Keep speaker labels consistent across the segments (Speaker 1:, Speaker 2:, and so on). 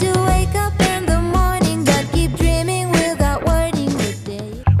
Speaker 1: to wake up in the morning, but keep dreaming without wording the day.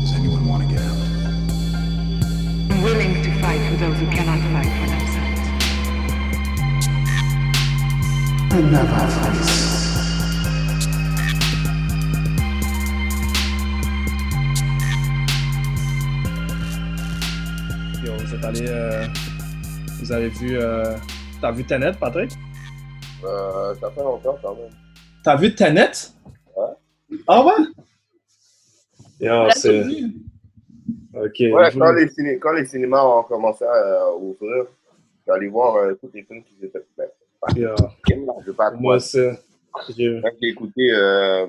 Speaker 2: does anyone want to get out?
Speaker 3: willing to fight for those who cannot fight for themselves.
Speaker 4: Puis, euh, vous êtes allé. euh, vous avez vu. euh, T'as vu Tenet, Patrick?
Speaker 5: Euh, ça fait longtemps quand même.
Speaker 4: T'as vu Tenet? Ah ouais?
Speaker 6: Yo, c'est... Ok.
Speaker 5: Ouais, quand les, ciné- quand les cinémas ont commencé à euh, ouvrir, j'allais voir euh, tous les films qui étaient faits.
Speaker 6: Yo,
Speaker 5: Je vais pas
Speaker 6: moi, c'est... j'ai-
Speaker 5: Quand J'ai écouté, euh,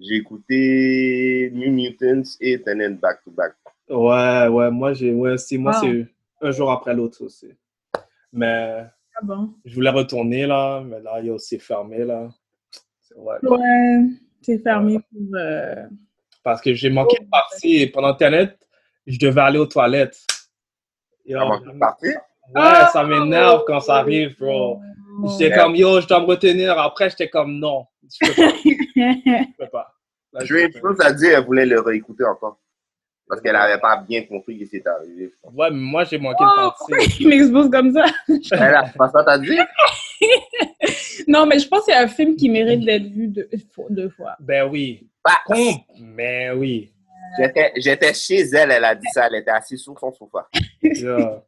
Speaker 5: j'ai écouté New Mutants et Tenet back to back.
Speaker 4: Ouais, ouais, moi j'ai. Ouais, c'est moi,
Speaker 7: Wow.
Speaker 4: c'est un jour après l'autre aussi. Mais
Speaker 7: Ah bon?
Speaker 4: je voulais retourner là, mais là, yo, c'est fermé là. C'est vrai.
Speaker 7: Ouais, c'est fermé pour. euh,
Speaker 4: Parce que j'ai manqué de partie et pendant Tenet, je devais aller aux toilettes. Yo,
Speaker 5: Avant de partir,
Speaker 7: Ah,
Speaker 4: ouais, ça m'énerve quand ça arrive, bro. J'étais comme, yo, je dois me retenir. Après, j'étais comme, non, je peux pas, je peux pas. Là,
Speaker 5: j'ai une
Speaker 4: peux pas.
Speaker 5: chose à dire, elle voulait le réécouter encore. Parce qu'elle n'avait pas bien compris ce qui s'est arrivé. je pense.
Speaker 4: Ouais, mais moi, j'ai
Speaker 7: Oh.
Speaker 4: manqué de partie.
Speaker 7: Il m'expose comme ça.
Speaker 5: Elle a pas ça, t'as dit?
Speaker 7: Non, mais je pense que c'est un film qui mérite d'être vu deux, fois- deux fois.
Speaker 4: Ben oui.
Speaker 5: Bah,
Speaker 4: Con, mais oui.
Speaker 5: j'étais- J'étais chez elle, elle a dit ça, elle était assise sur son sofa.
Speaker 4: Yeah.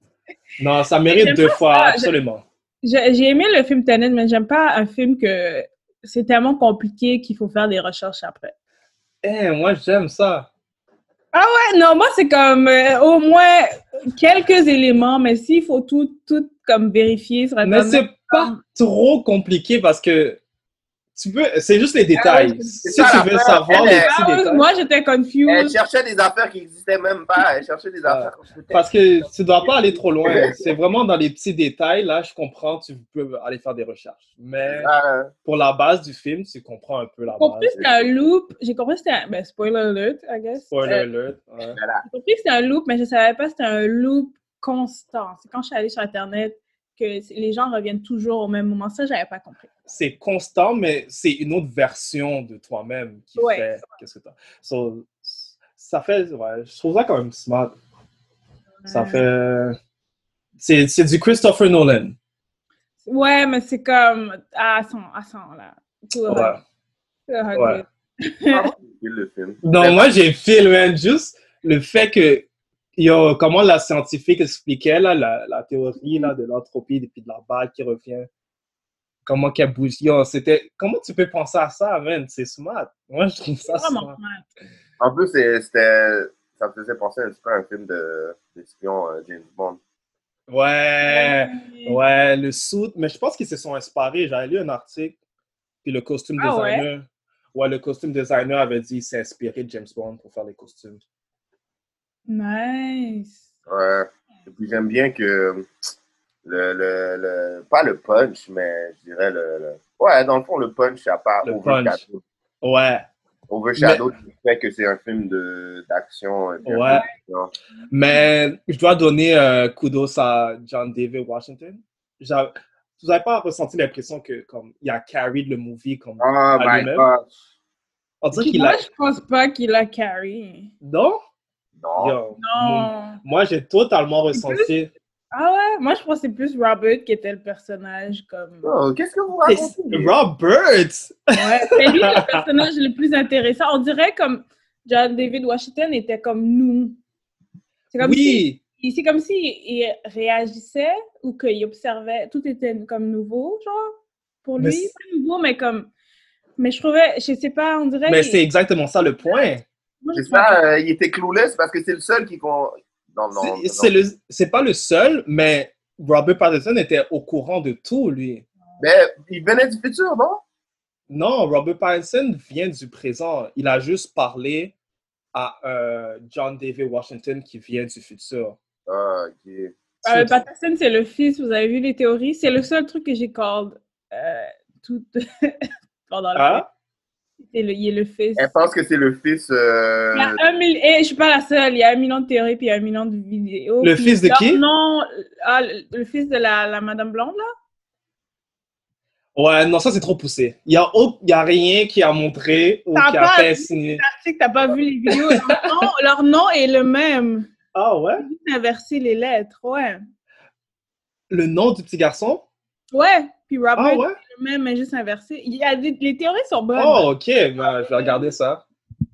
Speaker 4: Non, ça mérite
Speaker 7: J'aime
Speaker 4: deux
Speaker 7: pas
Speaker 4: fois,
Speaker 7: ça.
Speaker 4: absolument.
Speaker 7: J'ai j'ai aimé le film Tenet, mais j'aime pas un film que c'est tellement compliqué qu'il faut faire des recherches après.
Speaker 4: Eh, moi, j'aime ça.
Speaker 7: Ouais, non, moi, c'est comme euh, au moins quelques éléments, mais s'il faut tout, tout comme vérifier sur
Speaker 4: Mais
Speaker 7: Internet.
Speaker 4: c'est pas trop compliqué parce que tu peux, c'est juste les détails.
Speaker 7: oui,
Speaker 4: si
Speaker 7: Ah c'est
Speaker 4: tu
Speaker 5: ça,
Speaker 4: veux
Speaker 5: l'affaire.
Speaker 4: savoir
Speaker 5: Elle
Speaker 4: les
Speaker 5: est-
Speaker 4: petits
Speaker 7: Ah,
Speaker 4: détails. Eh,
Speaker 7: moi, j'étais
Speaker 5: Elle
Speaker 7: confuse.
Speaker 5: cherchait des affaires qui n'existaient même pas. Elle cherchait des affaires.
Speaker 4: Ah. Parce que tu dois pas aller trop loin. C'est vraiment dans les petits détails. Là, je comprends, tu peux aller faire des recherches. Mais
Speaker 5: Ah,
Speaker 4: pour la base du film, tu comprends un peu la
Speaker 7: J'ai compris
Speaker 4: base.
Speaker 7: que c'était un loop. J'ai compris que c'était un... Ben, spoiler alert, I guess.
Speaker 4: Spoiler
Speaker 7: Euh,
Speaker 4: alert. ouais.
Speaker 7: J'ai compris que c'était un loop, mais je savais pas que c'était un loop constant. C'est quand je suis allée sur Internet que c- les gens reviennent toujours au même moment. Ça, j'avais pas compris.
Speaker 4: C'est constant, mais c'est une autre version de toi-même qui
Speaker 7: Ouais.
Speaker 4: fait qu'est-ce que t'as. So, ça fait, ouais, je trouve ça quand même smart. Ça fait. C'est c'est du Christopher Nolan.
Speaker 7: Ouais, mais c'est comme à 100, à 100, là. Tout le
Speaker 4: Ouais.
Speaker 7: reste, tout le reste.
Speaker 4: Ouais.
Speaker 5: ah, le film.
Speaker 4: Non, moi, j'ai film, man. Juste le fait que, yo, comment la scientifique expliquait, là, la, la théorie, là, de l'entropie, et puis de la balle qui revient. Comment qu'elle bouge. Yo, c'était... Comment tu peux penser à ça, man? C'est smart. Moi, je trouve ça
Speaker 7: C'est vraiment
Speaker 4: smart.
Speaker 7: mal.
Speaker 5: En plus, c'est- c'était, ça me faisait penser un petit peu à un film de d'espion euh, James Bond.
Speaker 4: Ouais! Ouais, le suit. Mais je pense qu'ils se sont inspirés. J'avais lu un article, puis le costume
Speaker 7: Ah ouais?
Speaker 4: designer... Ouais, le costume designer avait dit s'est inspiré de James Bond pour faire les costumes.
Speaker 7: Nice.
Speaker 5: Ouais. Et puis j'aime bien que le, le, le- pas le punch, mais je dirais le, le- ouais, dans le fond le punch à part
Speaker 4: Le
Speaker 5: Overshadow.
Speaker 4: Ouais.
Speaker 5: Overshadow qui fait que c'est un film de d'action. et puis un
Speaker 4: Ouais.
Speaker 5: film d'action.
Speaker 4: Mais je dois donner euh, kudos à John David Washington. J'a- Vous n'avez pas ressenti l'impression que comme il a carried le movie comme
Speaker 5: Ah,
Speaker 4: À
Speaker 5: my
Speaker 4: lui-même.
Speaker 5: God.
Speaker 4: on dirait qu'il
Speaker 7: Moi,
Speaker 4: a
Speaker 7: je pense pas qu'il a carry.
Speaker 4: non
Speaker 5: Oh, Non.
Speaker 4: Yo, mon-
Speaker 7: Non.
Speaker 4: moi j'ai totalement ressenti
Speaker 7: Ah ouais? Moi, je pense que c'est plus Robert qui était le personnage comme...
Speaker 5: Oh, qu'est-ce que vous
Speaker 4: Et-
Speaker 5: racontez?
Speaker 4: Robert
Speaker 7: Ouais, c'est lui le personnage le plus intéressant. On dirait comme John David Washington était comme nous. C'est comme si-
Speaker 4: oui,
Speaker 7: il- c'est comme s'il il réagissait ou qu'il observait, tout était comme nouveau, genre, pour
Speaker 4: Mais
Speaker 7: lui.
Speaker 4: c'est-
Speaker 7: Pas nouveau, mais comme. Mais je trouvais, je sais pas, on dirait.
Speaker 4: mais
Speaker 7: qu'il-
Speaker 4: c'est exactement ça le point.
Speaker 7: moi, je
Speaker 5: C'est
Speaker 7: trouvais-
Speaker 5: ça, euh, il était clueless parce que c'est le seul qui. Con... Non, non.
Speaker 4: C'est-
Speaker 5: non.
Speaker 4: C'est le, c'est pas le seul, mais Robert Pattinson était au courant de tout, lui.
Speaker 5: Mais Ben, il venait du futur, non?
Speaker 4: Non, Robert Pattinson vient du présent. Il a juste parlé à euh, John David Washington qui vient du futur.
Speaker 5: Ah, ok.
Speaker 7: Euh,
Speaker 4: C'est-
Speaker 7: Patterson, c'est le fils, vous avez vu les théories. C'est le seul truc que j'ai called euh, tout pendant la
Speaker 4: Hein?
Speaker 7: C'est le- Il est le fils.
Speaker 5: Elle pense que c'est le fils. euh,
Speaker 7: Il y a un mille... eh, je suis pas la seule. Il y a un million de théories puis il y a un million de vidéos.
Speaker 4: Le
Speaker 7: puis-
Speaker 4: fils de
Speaker 7: Non,
Speaker 4: qui?
Speaker 7: Non, ah, le, le fils de la, la Madame Blonde, là.
Speaker 4: Ouais, non, ça c'est trop poussé. Il y a, au- il y a rien qui a montré ou
Speaker 7: T'as
Speaker 4: qui a
Speaker 7: pas
Speaker 4: fait
Speaker 7: vu
Speaker 4: signer.
Speaker 7: Tu sais que t'as pas vu les vidéos. Leur nom, leur nom est le même.
Speaker 4: Ah ouais?
Speaker 7: Juste Inverser les lettres, ouais.
Speaker 4: Le nom du petit garçon?
Speaker 7: Ouais, puis Robert
Speaker 4: Ah ouais?
Speaker 7: est le même, mais juste inversé. Il y a des- les théories sont bonnes,
Speaker 4: Oh, ok, ben, je vais regarder ça.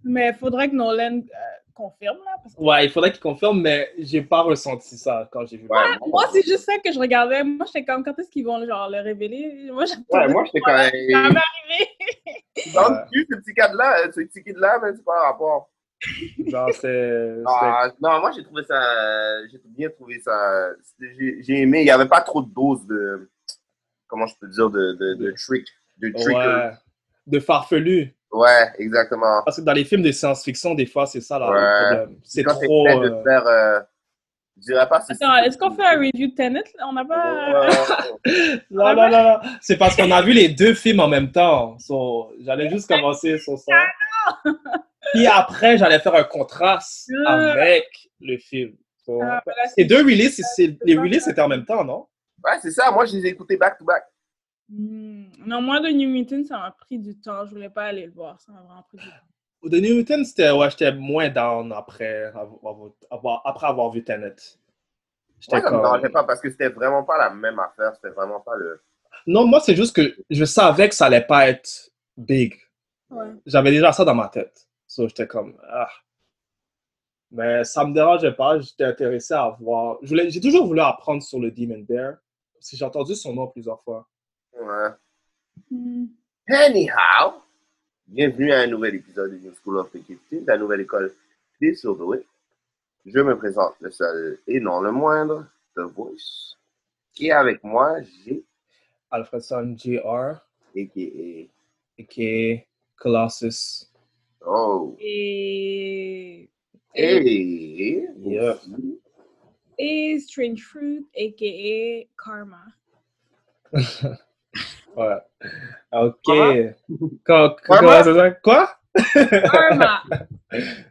Speaker 7: mais il faudrait que Nolan euh, confirme, là, parce que
Speaker 4: Ouais, il faudrait qu'il confirme, mais j'ai pas ressenti ça quand j'ai vu.
Speaker 5: Ouais,
Speaker 4: le-
Speaker 7: Moi, c'est juste ça que je regardais. Moi, j'étais comme, quand est-ce qu'ils vont genre, le révéler? Moi,
Speaker 5: Ouais,
Speaker 7: j'attendais
Speaker 5: moi, j'étais quand
Speaker 7: ça
Speaker 5: même.
Speaker 7: m'est arrivé.
Speaker 5: Dans
Speaker 4: Euh,
Speaker 5: le cul, Ah, ce petit kid-là, euh, ce petit kid-là, mais c'est pas un rapport.
Speaker 4: Genre, c'est.
Speaker 5: Ah, non, moi, j'ai trouvé ça. euh, J'ai bien trouvé ça. c'était- J'ai j'ai aimé. Il n'y avait pas trop de doses de. Comment je peux dire De, de, de trick. De
Speaker 4: c'est-
Speaker 5: trickery.
Speaker 4: Ouais. De farfelu.
Speaker 5: Ouais. exactement.
Speaker 4: Parce que dans les films de science-fiction, des fois, c'est ça là,
Speaker 5: Ouais.
Speaker 4: le problème. C'est
Speaker 5: Quand t'es
Speaker 4: trop.
Speaker 5: prêt de
Speaker 4: euh,
Speaker 5: faire. euh, je dirais pas. c'est-
Speaker 7: Attends, est-ce qu'on fait un review de Tenet? là? On n'a pas...
Speaker 5: Ouais.
Speaker 4: Non, non, non, non. C'est parce qu'on a vu les deux films en même temps. So, J'allais juste commencer sur ça. Puis après, j'allais faire un contraste
Speaker 7: Euh.
Speaker 4: avec le film. So,
Speaker 7: Ah, ben là,
Speaker 4: Les
Speaker 7: c'est-
Speaker 4: deux releases, c'est- c'est- les releases c'était en même temps, non?
Speaker 5: Ouais, c'est ça. Moi, je les ai écoutés back-to-back.
Speaker 7: Hmm. Non, moi, de New Mutant, ça m'a pris du temps. Je voulais pas aller le voir. Ça m'a vraiment pris du temps.
Speaker 4: The New Mutant, c'était, ouais, j'étais moins down après avoir, avoir- après avoir vu Tenet. J'étais
Speaker 5: Moi, ça me
Speaker 4: comme-
Speaker 5: dérangeait pas parce que c'était vraiment pas la même affaire. C'était vraiment pas le.
Speaker 4: Non, moi, c'est juste que je savais que ça allait pas être big.
Speaker 7: Ouais.
Speaker 4: J'avais déjà ça dans ma tête. So, j'étais comme, ah. Mais ça me dérangeait pas. J'étais intéressé à voir. Je voulais- J'ai toujours voulu apprendre sur le Demon Bear. Parce que j'ai entendu son nom plusieurs fois.
Speaker 5: Ouais.
Speaker 7: Hmm.
Speaker 5: hein. Anyhow, bienvenue à un nouvel épisode de New School of Executive, la nouvelle école des surdoués. Je me présente le seul et non le moindre, The Voice. Et avec moi, j'ai,
Speaker 4: Alfredson Jr.
Speaker 5: a.k.a.
Speaker 4: a.k.a. Colossus.
Speaker 5: Oh,
Speaker 7: Et... Et...
Speaker 5: et
Speaker 4: Yeah.
Speaker 5: aussi
Speaker 7: et Strange Fruit, a.k.a. Karma.
Speaker 4: Ouais. Ah, Ok.
Speaker 5: Quoi?
Speaker 4: Quoi?
Speaker 5: Quoi,
Speaker 4: Quoi? Quoi?
Speaker 7: Karma!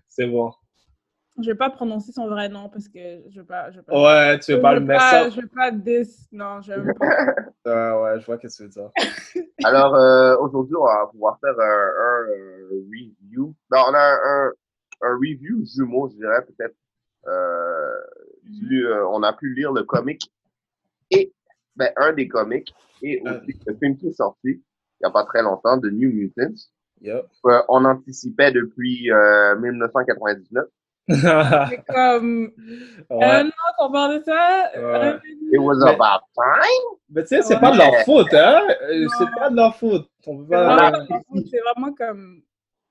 Speaker 4: C'est bon.
Speaker 7: je vais pas prononcer son vrai nom parce que je vais pas... Je vais pas...
Speaker 4: Ouais, tu
Speaker 7: Je
Speaker 4: veux pas
Speaker 7: veux
Speaker 4: le mettre
Speaker 7: pas-
Speaker 4: ça?
Speaker 7: Je veux pas dis, non, je veux pas.
Speaker 4: Ah ouais, je vois qu'est-ce que tu veux dire.
Speaker 5: Alors, euh, aujourd'hui, on va pouvoir faire un, un, euh, review. Non, on a un, un- un review jumeau, je dirais, peut-être. Euh, du, euh, on a pu lire le comic et ben, un des comics et aussi le film qui est sorti il n'y a pas très longtemps, de New Mutants.
Speaker 4: Yup.
Speaker 5: Euh, on anticipait depuis euh, 1999.
Speaker 4: ouais.
Speaker 7: C'est comme un an qu'on parle de ça.
Speaker 4: Ouais.
Speaker 5: It was
Speaker 4: Mais-
Speaker 5: about time.
Speaker 4: Mais tu sais, c'est
Speaker 7: Ouais.
Speaker 4: pas de leur faute, hein? Euh,
Speaker 7: Non.
Speaker 4: C'est pas de leur faute. On peut
Speaker 7: C'est
Speaker 4: pas...
Speaker 7: vraiment comme- C'est vraiment comme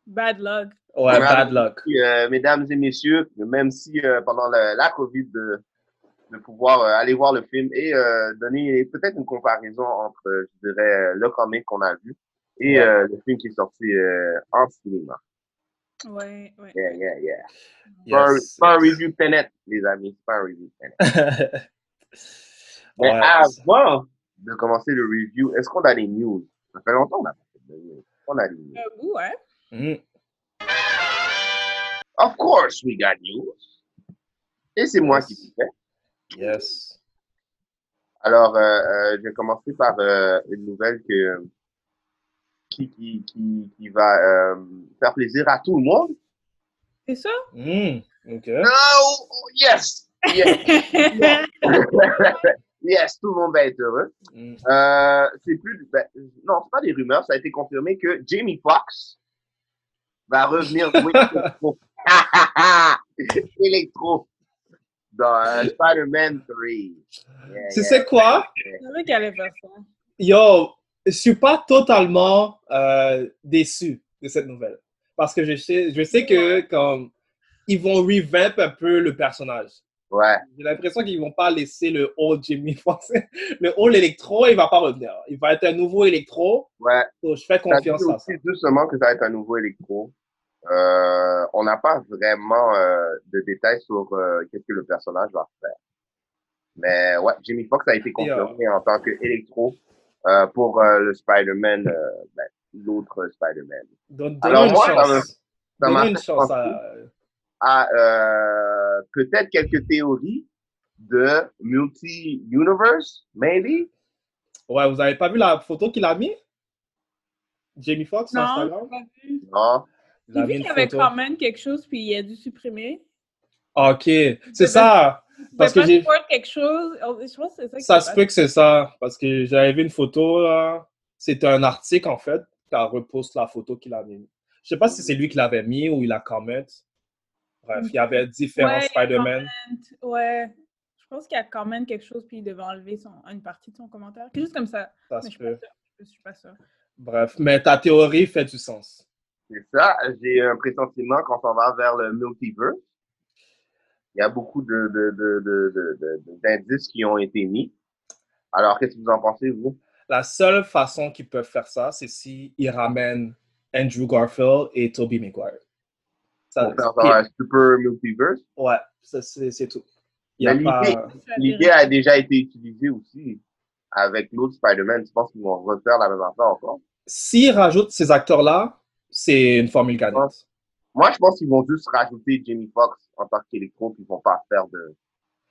Speaker 7: bad luck.
Speaker 4: Ouais,
Speaker 5: Ouais.
Speaker 4: bad luck.
Speaker 5: Puis, euh, mesdames et messieurs, même si euh, pendant la, la COVID, de, de pouvoir euh, aller voir le film et euh, donner peut-être une comparaison entre, euh, je dirais, euh, le comic qu'on a vu et
Speaker 4: Ouais.
Speaker 5: euh, le film qui est sorti euh, en cinéma.
Speaker 7: Ouais, ouais.
Speaker 5: Yeah, yeah, yeah.
Speaker 4: Yes.
Speaker 5: Pas un review Tenet, les amis. Pas un review Tenet. Mais
Speaker 4: Ouais.
Speaker 5: avant de commencer le review, est-ce qu'on a des news? Ça fait longtemps qu'on a pas fait de news. On a des news.
Speaker 7: Un bout, hein?
Speaker 4: Mm.
Speaker 5: Of course, we got news. Et c'est moi
Speaker 4: Yes.
Speaker 5: qui le fais.
Speaker 4: Yes.
Speaker 5: Alors, euh, euh, je vais commencer par euh, une nouvelle que, qui, qui, qui, qui va euh, faire plaisir à tout le monde.
Speaker 7: C'est ça?
Speaker 4: Mm. Ok.
Speaker 5: Oh, yes! Yes, yes, tout le monde va être heureux.
Speaker 4: Mm.
Speaker 5: Euh, c'est plus, ben, non, c'est pas des rumeurs, ça a été confirmé que Jamie Foxx va revenir jouer pour Electro. Dans euh, Spider-Man 3. Yeah,
Speaker 4: Tu
Speaker 5: yeah.
Speaker 4: sais quoi?
Speaker 7: C'est vrai qu'elle allait faire ça.
Speaker 4: Yo, je suis pas totalement euh, déçu de cette nouvelle. Parce que je sais, je sais que comme ils vont revamp un peu le personnage.
Speaker 5: Ouais.
Speaker 4: J'ai l'impression qu'ils vont pas laisser le old Jimmy Fox. Le old électro, il va pas revenir. Il va être un nouveau électro.
Speaker 5: Ouais.
Speaker 4: Donc, je fais
Speaker 5: Ça dit
Speaker 4: confiance à ça.
Speaker 5: aussi justement que ça va être un nouveau électro. Euh, on n'a pas vraiment euh, de détails sur euh, qu'est-ce que le personnage va faire. Mais ouais, Jimmy Fox a
Speaker 4: euh,
Speaker 5: été confirmé en tant que électro euh, pour euh, le Spider-Man, euh, ben, l'autre Spider-Man.
Speaker 4: Donc,
Speaker 5: Alors,
Speaker 4: donne une
Speaker 5: moi, ça me-
Speaker 4: chance.
Speaker 5: ça m'a
Speaker 4: Donne une
Speaker 5: fait
Speaker 4: chance
Speaker 5: penser.
Speaker 4: à.
Speaker 5: à euh, peut-être quelques théories de multi-universe, maybe.
Speaker 4: Ouais, vous avez pas vu la photo qu'il a mis? Jamie Foxx sur
Speaker 7: Non, j'ai
Speaker 4: Instagram?
Speaker 7: pas vu.
Speaker 5: Non.
Speaker 4: Il
Speaker 7: J'ai
Speaker 4: a
Speaker 7: vu
Speaker 4: mis
Speaker 7: qu'il y
Speaker 4: une
Speaker 7: avait
Speaker 4: photo.
Speaker 7: quand même quelque chose, puis il a dû supprimer.
Speaker 4: Ok, c'est ça. Parce
Speaker 7: Parce
Speaker 4: que
Speaker 7: que
Speaker 4: j'ai-
Speaker 7: quelque chose. Je pense que c'est ça qui
Speaker 4: Ça
Speaker 7: s'est
Speaker 4: se peut que c'est ça. Parce que j'avais vu une photo, là. C'est un article, en fait, qui repousse la photo qu'il a mis. Je sais pas si c'est lui qui l'avait mis ou il a comment. Bref, il y avait différents
Speaker 7: Ouais, il a
Speaker 4: Spider-Man.
Speaker 7: passé. Ouais. Je pense qu'il y a quand même quelque chose, puis il devait enlever son- une partie de son commentaire. Quelque chose comme ça.
Speaker 4: Ça
Speaker 7: Mais
Speaker 4: se
Speaker 7: je suis pas
Speaker 4: peut.
Speaker 7: sûre. Je suis pas sûre.
Speaker 4: Bref, mais ta théorie fait du sens.
Speaker 5: C'est ça, j'ai un pressentiment qu'on s'en va vers le multiverse. Il y a beaucoup de, de, de, de, de- de- de- d'indices qui ont été mis. Alors, qu'est-ce que vous en pensez, vous?
Speaker 4: La seule façon qu'ils peuvent faire ça, c'est s'ils ramènent Andrew Garfield et Tobey Maguire. Ça,
Speaker 5: Pour faire genre un super multiverse?
Speaker 4: ouais, ça, c'est c'est tout. Il y a
Speaker 5: Mais
Speaker 4: pas...
Speaker 7: Je suis
Speaker 5: Ben, L'idée
Speaker 7: avérée.
Speaker 5: a déjà été utilisée aussi avec l'autre Spider-Man. Je pense qu'ils vont refaire la même affaire encore.
Speaker 4: S'ils rajoutent ces acteurs-là, c'est une formule gagnante.
Speaker 5: Moi, je pense qu'ils vont juste rajouter Jamie Foxx en tant qu'électro, puis ils vont pas faire de.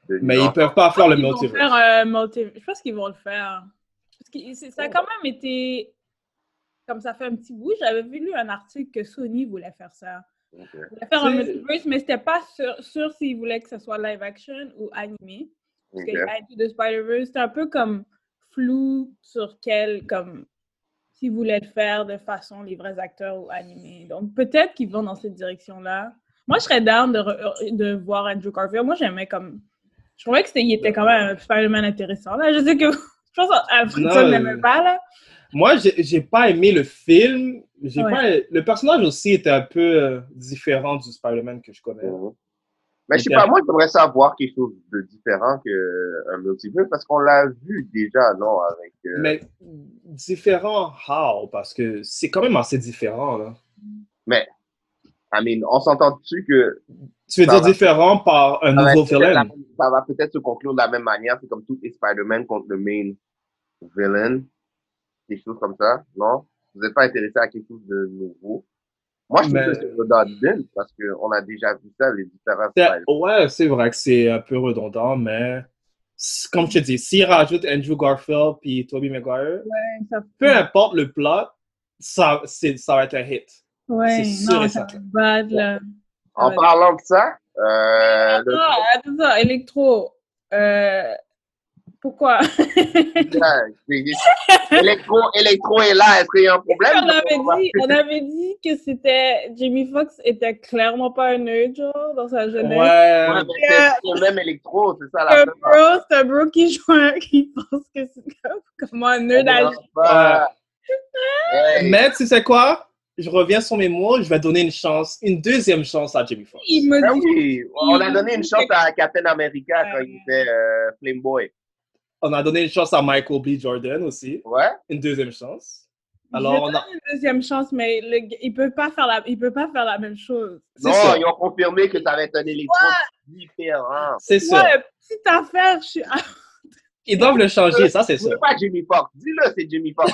Speaker 5: de
Speaker 4: Mais
Speaker 5: nuance.
Speaker 4: ils peuvent pas faire le
Speaker 7: Ils vont faire
Speaker 4: multiverse.
Speaker 7: un multiverse. euh, Je pense qu'ils vont le faire. Parce que c'est- ça a quand même été. Comme ça fait un petit bout, j'avais vu lu un article que Sony voulait faire ça.
Speaker 5: Ok.
Speaker 7: Ils voulaient faire un
Speaker 4: C'est-
Speaker 7: multiverse, mais c'était pas sûr, sûr s'ils voulaient que ce soit live action ou animé. Parce que
Speaker 5: Ok.
Speaker 7: Into the Spider-Verse, c'était un peu comme flou sur quel. comme s'ils voulaient le faire de façon les vrais acteurs ou animés. Donc peut-être qu'ils vont dans cette direction-là. Moi, je serais down de, re- de voir Andrew Garfield. Moi, j'aimais comme. Je trouvais que c'était, il était quand même un Spider-Man intéressant. Là. Je sais que. ah, Je pense qu'Alfred
Speaker 4: Non,
Speaker 7: ne
Speaker 4: euh,
Speaker 7: l'aimait pas, là.
Speaker 4: Moi, j'ai j'ai pas aimé le film. J'ai
Speaker 7: Ouais.
Speaker 4: pas... Le personnage aussi était un peu euh, différent du Spider-Man que je connais.
Speaker 5: Mhm. Mais je sais pas, moi, j'aimerais savoir quelque chose de différent qu'un multiverse, parce qu'on l'a vu déjà, non, avec. euh, Mais,
Speaker 4: Mais différent, how? Parce que c'est quand même assez différent. Là.
Speaker 5: I mean, on s'entend dessus que.
Speaker 4: Tu veux
Speaker 5: Ça
Speaker 4: dire
Speaker 5: va.
Speaker 4: différent par un
Speaker 5: Ça va
Speaker 4: nouveau
Speaker 5: peut-être la-
Speaker 4: villain?
Speaker 5: ça va peut-être se conclure de la même manière, c'est comme tous les Spider-Man contre le main villain, quelque chose comme ça, non? Vous n'êtes pas intéressé à quelque chose de nouveau? Moi, je trouve
Speaker 4: Mais-
Speaker 5: que c'est redondant, parce qu'on a déjà vu ça, les différents
Speaker 4: C'est-
Speaker 5: Spider-Man.
Speaker 4: Ouais, c'est vrai que c'est un peu redondant, mais c- comme je te dis, s'ils rajoutent Andrew Garfield puis Tobey Maguire,
Speaker 7: Ouais, ça-
Speaker 4: peu importe le plot, ça, c'est- ça va être un hit.
Speaker 7: ouais,
Speaker 4: c'est sûr
Speaker 7: non,
Speaker 4: et
Speaker 7: ça
Speaker 4: certain.
Speaker 7: va être bad, là.
Speaker 5: En
Speaker 7: Ouais.
Speaker 5: parlant de ça, euh, le
Speaker 7: Attends, attends, Electro. Euh, pourquoi?
Speaker 5: Electro, Electro est là, est-ce qu'il y a un problème?
Speaker 7: on, avait dit, on avait dit que c'était. Jimmy Fox était clairement pas un nerd, genre, dans sa
Speaker 4: Ouais,
Speaker 7: jeunesse. euh,
Speaker 5: Ouais, mais c'est- c'est le même Electro, c'est ça
Speaker 7: C'est
Speaker 5: la
Speaker 7: un
Speaker 5: fin.
Speaker 7: bro, c'est un bro qui joue, un- qui pense que c'est comme, comme un nerd à
Speaker 5: Pas... Hey,
Speaker 4: euh, mais tu sais quoi? Je reviens sur mes mots, je vais donner une chance, une deuxième chance à Jimmy Fox.
Speaker 7: Il me
Speaker 5: ben
Speaker 7: dit.
Speaker 5: oui, on a donné une chance à Captain America quand il était euh, Flame Boy.
Speaker 4: On a donné une chance à Michael B. Jordan aussi,
Speaker 5: Ouais,
Speaker 4: une deuxième chance.
Speaker 7: je
Speaker 4: Alors, on
Speaker 7: donne
Speaker 4: a...
Speaker 7: une deuxième chance, mais le g- il peut pas faire la, il peut pas faire la même chose.
Speaker 4: c'est
Speaker 5: non,
Speaker 4: sûr,
Speaker 5: ils ont confirmé que ça va être un Electro différent.
Speaker 4: c'est sûr.
Speaker 7: Moi, la petite affaire, je suis. ah,
Speaker 4: Ils doivent le changer, ça c'est
Speaker 5: C'est
Speaker 4: sûr.
Speaker 5: pas Jimmy Fox, dis-le, c'est Jimmy Fox.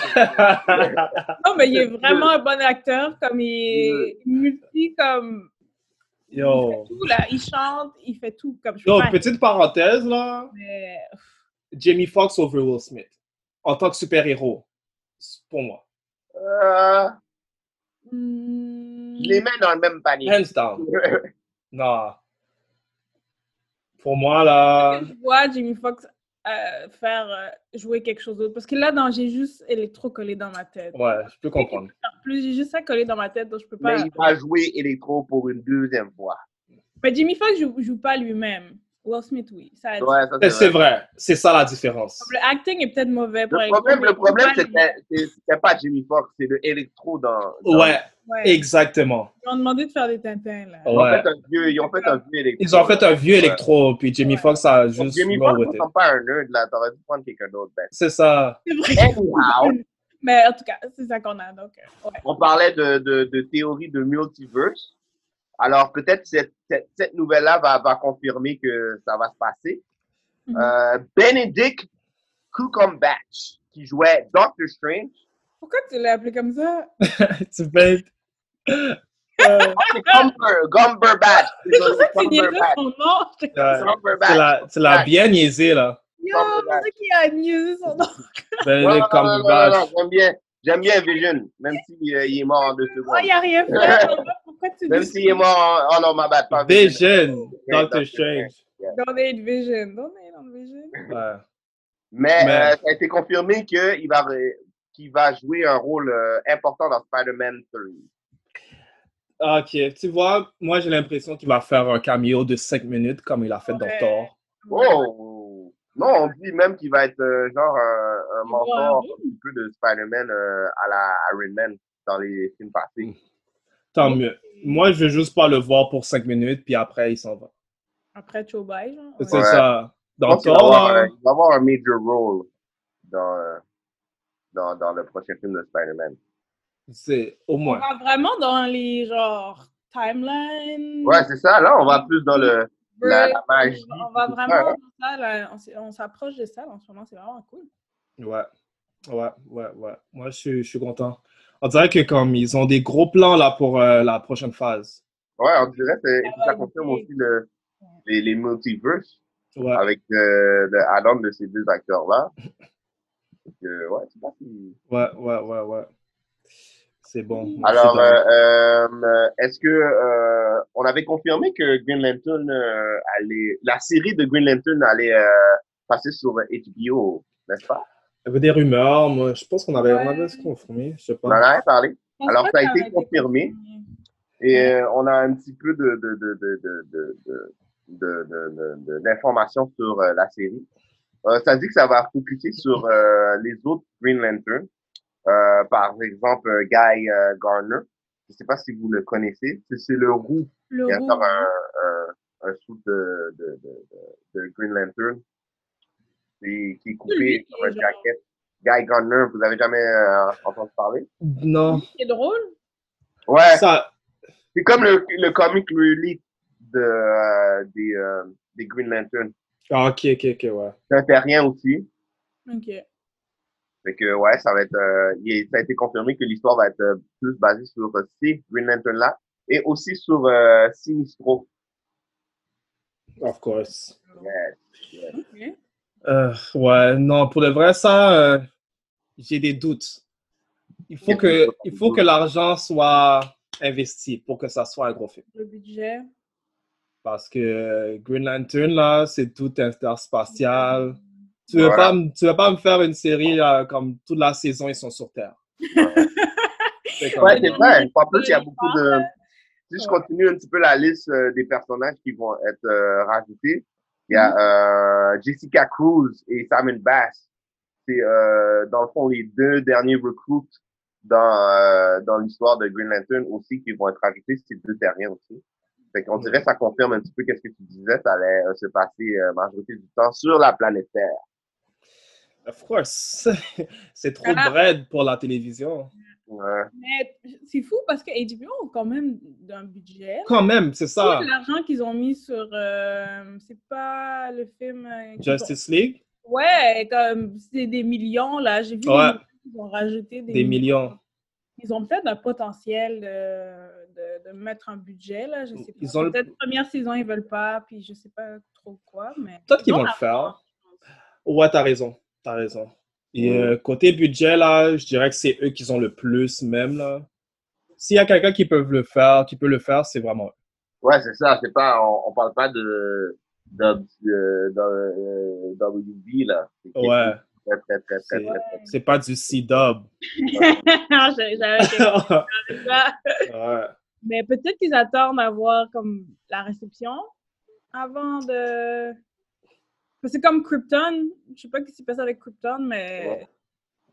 Speaker 7: Non, mais il est vraiment un bon acteur, comme il est multi, comme il
Speaker 4: Yo.
Speaker 7: fait tout là, il chante, il fait tout comme je peux
Speaker 4: Yo,
Speaker 7: pas,
Speaker 4: petite parenthèse là,
Speaker 7: mais
Speaker 4: Jamie Foxx over Will Smith en tant que super-héros, c'est pour moi.
Speaker 5: Euh,
Speaker 7: hmm,
Speaker 5: je les mets dans le même panier.
Speaker 4: Hands down. Non. Pour moi là,
Speaker 7: je vois Jimmy Fox euh, faire euh, jouer quelque chose d'autre. Parce que là, dans- j'ai juste électro collé dans ma tête.
Speaker 4: Ouais, je peux comprendre.
Speaker 7: En plus, j'ai juste ça collé dans ma tête, donc je peux pas.
Speaker 5: Mais il va jouer électro pour une deuxième fois.
Speaker 7: Mais Jimmy Fox joue, joue pas lui-même. Will Smith, oui. Ça a
Speaker 5: Ouais, ça,
Speaker 4: Mais C'est
Speaker 5: c'est vrai.
Speaker 4: vrai, c'est ça la différence.
Speaker 7: Le acting est peut-être mauvais pour
Speaker 5: Le
Speaker 7: Electro,
Speaker 5: problème,
Speaker 7: mais
Speaker 5: le
Speaker 7: il
Speaker 5: problème,
Speaker 7: joue pas
Speaker 5: c'était c'est- c'était pas Jimmy Foxx, c'est le électro dans. dans-
Speaker 4: Ouais,
Speaker 7: lui-même. Ouais.
Speaker 4: exactement.
Speaker 7: Ils m'ont demandé de faire des tintins, là.
Speaker 5: Ils ont
Speaker 4: Ouais.
Speaker 5: fait un vieux, ils ont fait un vieux électro.
Speaker 4: Ils ont fait un vieux électro, puis Jimmy
Speaker 7: Ouais.
Speaker 4: Foxx a
Speaker 5: Donc,
Speaker 4: juste
Speaker 5: Jimmy hein.
Speaker 4: roll
Speaker 5: Foxx,
Speaker 4: with
Speaker 5: ne
Speaker 4: it.
Speaker 5: sont pas un nerd là, t'aurais dû prendre quelqu'un d'autre. Ben.
Speaker 4: C'est ça.
Speaker 7: C'est vrai.
Speaker 5: Anyhow,
Speaker 7: Mais en tout cas, c'est ça qu'on a. Donc, euh, ouais.
Speaker 5: on parlait de, de, de théorie de multiverse. Alors, peut-être cette, cette, cette nouvelle-là va, va confirmer que ça va se passer.
Speaker 7: Mhm.
Speaker 5: Euh, Benedict Cumberbatch, qui jouait Doctor Strange.
Speaker 7: Pourquoi tu l'as appelé comme ça?
Speaker 4: Tu fais-
Speaker 5: Gumber, Gumberbatch.
Speaker 7: Oh, C'est pour ça que tu niaisais
Speaker 5: Gumberbatch.
Speaker 7: son nom. J'étais
Speaker 4: Ouais.
Speaker 5: Gumberbatch.
Speaker 4: Tu l'as- tu l'as bien niaisé, là. Ben,
Speaker 7: comme, Yo, c'est ça qui a niaisé son nom.
Speaker 5: Non, non, non, non,
Speaker 4: Benedict
Speaker 5: non, non,
Speaker 4: Cumberbatch.
Speaker 5: J'aime bien, j'aime bien Vision, même s'il est mort en deux
Speaker 7: Moi,
Speaker 5: secondes.
Speaker 7: il a rien fait. on voit Pourquoi tu
Speaker 5: Même
Speaker 7: dis
Speaker 5: s'il est mort en... Oh non, ma bad, pas Vision. Yeah,
Speaker 4: Vision, Doctor
Speaker 5: Doctor
Speaker 4: Strange.
Speaker 7: Don't hate vision. Don't hate on vision.
Speaker 4: Ouais.
Speaker 5: Mais euh,
Speaker 4: Mais-
Speaker 5: ça a été confirmé qu'il va, ré- qu'il va jouer un rôle euh, important dans Spider-Man 3.
Speaker 4: Ok, tu vois, moi j'ai l'impression qu'il va faire un cameo de 5 minutes comme il a fait dans
Speaker 7: Ouais.
Speaker 4: Thor.
Speaker 5: Oh! Non, on dit même qu'il va être euh, genre un, un
Speaker 7: Il va
Speaker 5: mentor
Speaker 7: avoir-
Speaker 5: un peu de Spider-Man euh, à la Iron Man dans les films passés.
Speaker 4: Tant mieux. Moi, je veux juste pas le voir pour 5 minutes, puis après il s'en va.
Speaker 7: Après Chobay, genre.
Speaker 4: C'est
Speaker 7: ouais.
Speaker 5: Ouais.
Speaker 4: ça.
Speaker 5: Je
Speaker 4: Dans
Speaker 5: pense qu'il va
Speaker 4: Thor,
Speaker 5: avoir un-
Speaker 4: là,
Speaker 5: il va avoir un major role dans, euh, dans, dans le prochain film de Spider-Man.
Speaker 4: c'est au
Speaker 7: On
Speaker 4: moins.
Speaker 7: va vraiment dans les, genre, timelines.
Speaker 5: Ouais, c'est ça. Là, on va plus dans le, la, la magie.
Speaker 7: On va
Speaker 5: tout ça,
Speaker 7: vraiment
Speaker 5: hein.
Speaker 7: dans ça, là. On s'est- on s'approche de ça là, en ce moment, c'est vraiment cool.
Speaker 4: Ouais, ouais, ouais, ouais. Moi, je suis, je suis content. On dirait que comme ils ont des gros plans là pour euh, la prochaine phase.
Speaker 5: Ouais, on dirait que
Speaker 7: Ça
Speaker 5: ça
Speaker 7: va
Speaker 5: confirme
Speaker 7: aider.
Speaker 5: aussi le, les, les multiverses
Speaker 4: Ouais.
Speaker 5: avec euh, le add-on de ces deux acteurs-là. Donc, euh, ouais, c'est pas si-
Speaker 4: Ouais, ouais, ouais, ouais. C'est bon.
Speaker 5: Alors,
Speaker 4: Ah, C'est dans-
Speaker 5: euh, euh, est-ce que euh, on avait confirmé que Green Lantern euh, allait, la série de Green Lantern allait euh, passer sur HBO, n'est-ce pas
Speaker 4: Il y avait des rumeurs, moi, je pense qu'on avait, on
Speaker 7: Ouais.
Speaker 4: avait se confirmé, je sais
Speaker 5: On en
Speaker 4: pas.
Speaker 5: avait parlé.
Speaker 7: Je pense
Speaker 5: Alors,
Speaker 7: pas
Speaker 5: ça a
Speaker 7: que
Speaker 5: été confirmé. Et
Speaker 7: Ouais.
Speaker 5: euh, on a un petit peu de de de de de de de- de- de- de- de- d'informations sur euh, la série. Euh, ça dit que ça va focuser sur euh, les autres Green Lantern. Euh, par exemple, euh, Guy euh, Garner. Je sais pas si vous le connaissez. C'est c'est le roux
Speaker 7: Le
Speaker 5: qui a
Speaker 7: roux,
Speaker 5: encore un, un, un sou de, de, de, de, de Green Lantern. Et, qui est
Speaker 7: Celui
Speaker 5: coupé
Speaker 7: qui
Speaker 5: sur un
Speaker 7: est genre-
Speaker 5: jacket. Guy Garner, vous avez jamais euh, entendu parler?
Speaker 4: Non.
Speaker 7: c'est drôle.
Speaker 5: Ouais,
Speaker 4: Ça,
Speaker 5: C'est comme le, le comic relief de, euh, des, euh, des Green Lantern.
Speaker 4: ah, ok, ok, ok, ouais.
Speaker 5: C'est un terrien aussi.
Speaker 7: Ok.
Speaker 5: Fait que, ouais, ça va être, euh, il est- ça a été confirmé que l'histoire va être euh, plus basée sur euh, ces Green Lantern-là et aussi sur euh, Sinistro.
Speaker 4: Of course.
Speaker 5: Ouais.
Speaker 7: Ok.
Speaker 4: Euh, ouais, non, pour le vrai, ça, euh, j'ai des doutes. Il faut que, il faut que l'argent soit investi pour que ça soit un gros film.
Speaker 7: Le budget.
Speaker 4: Parce que euh, Green Lantern, là, c'est tout interspatial. Tu veux,
Speaker 5: Voilà.
Speaker 4: pas, me- tu veux pas me faire une série euh, comme toute la saison, ils sont sur Terre. C'est comme-
Speaker 5: Ouais, c'est vrai. En plus, il y a beaucoup de. Si je continue un petit peu la liste euh, des personnages qui vont être euh, rajoutés, il y a euh, Jessica Cruz et Simon Bass. C'est, euh, dans le fond, les deux derniers recruits dans, euh, dans l'histoire de Green Lantern aussi qui vont être rajoutés. C'est deux terriens aussi. Fait qu'on dirait que ça confirme un petit peu qu'est-ce que tu disais. Ça allait euh, se passer euh, majorité du temps sur la planète Terre.
Speaker 4: Of course. C'est trop
Speaker 7: Ah.
Speaker 4: bread pour la télévision.
Speaker 5: Ouais.
Speaker 7: Mais c'est fou parce que HBO ont quand même un budget.
Speaker 4: Quand même, c'est
Speaker 7: Tout
Speaker 4: ça.
Speaker 7: l'argent qu'ils ont mis sur. euh, c'est pas le film. euh, qu'ils
Speaker 4: Justice League,
Speaker 7: ont- Ouais, comme c'est des millions là. J'ai vu.
Speaker 4: Ouais.
Speaker 7: Ils ont rajouté des,
Speaker 4: des millions.
Speaker 7: Ils ont peut-être un potentiel euh, de, de mettre un budget là. Je sais pas.
Speaker 4: Ils ont le-
Speaker 7: Peut-être première saison ils veulent pas, puis je sais pas trop quoi. Mais
Speaker 4: Peut-être qu'ils
Speaker 7: ils ont
Speaker 4: vont le
Speaker 7: la-
Speaker 4: faire. Ouais, t'as raison. T'as raison. Et euh, côté budget, là, je dirais que c'est eux qui ont le plus, même, là. S'il y a quelqu'un qui peut le faire, qui peut le faire, c'est vraiment eux.
Speaker 5: Ouais, c'est ça. C'est pas, on, on parle pas de, dans, du, euh, dans euh, WB, là. C'est quelque
Speaker 4: Ouais.
Speaker 5: chose de Très, très, très, très,
Speaker 4: C'est-
Speaker 5: très, très.
Speaker 4: C'est pas du C-Dub.
Speaker 7: Non, j'ai- j'avais quelque
Speaker 4: ouais.
Speaker 7: chose comme ça. Mais peut-être qu'ils attendent à voir comme la réception avant de. Parce que C'est comme Krypton. Je sais pas ce qui s'est passé avec Krypton, mais
Speaker 5: Ouais.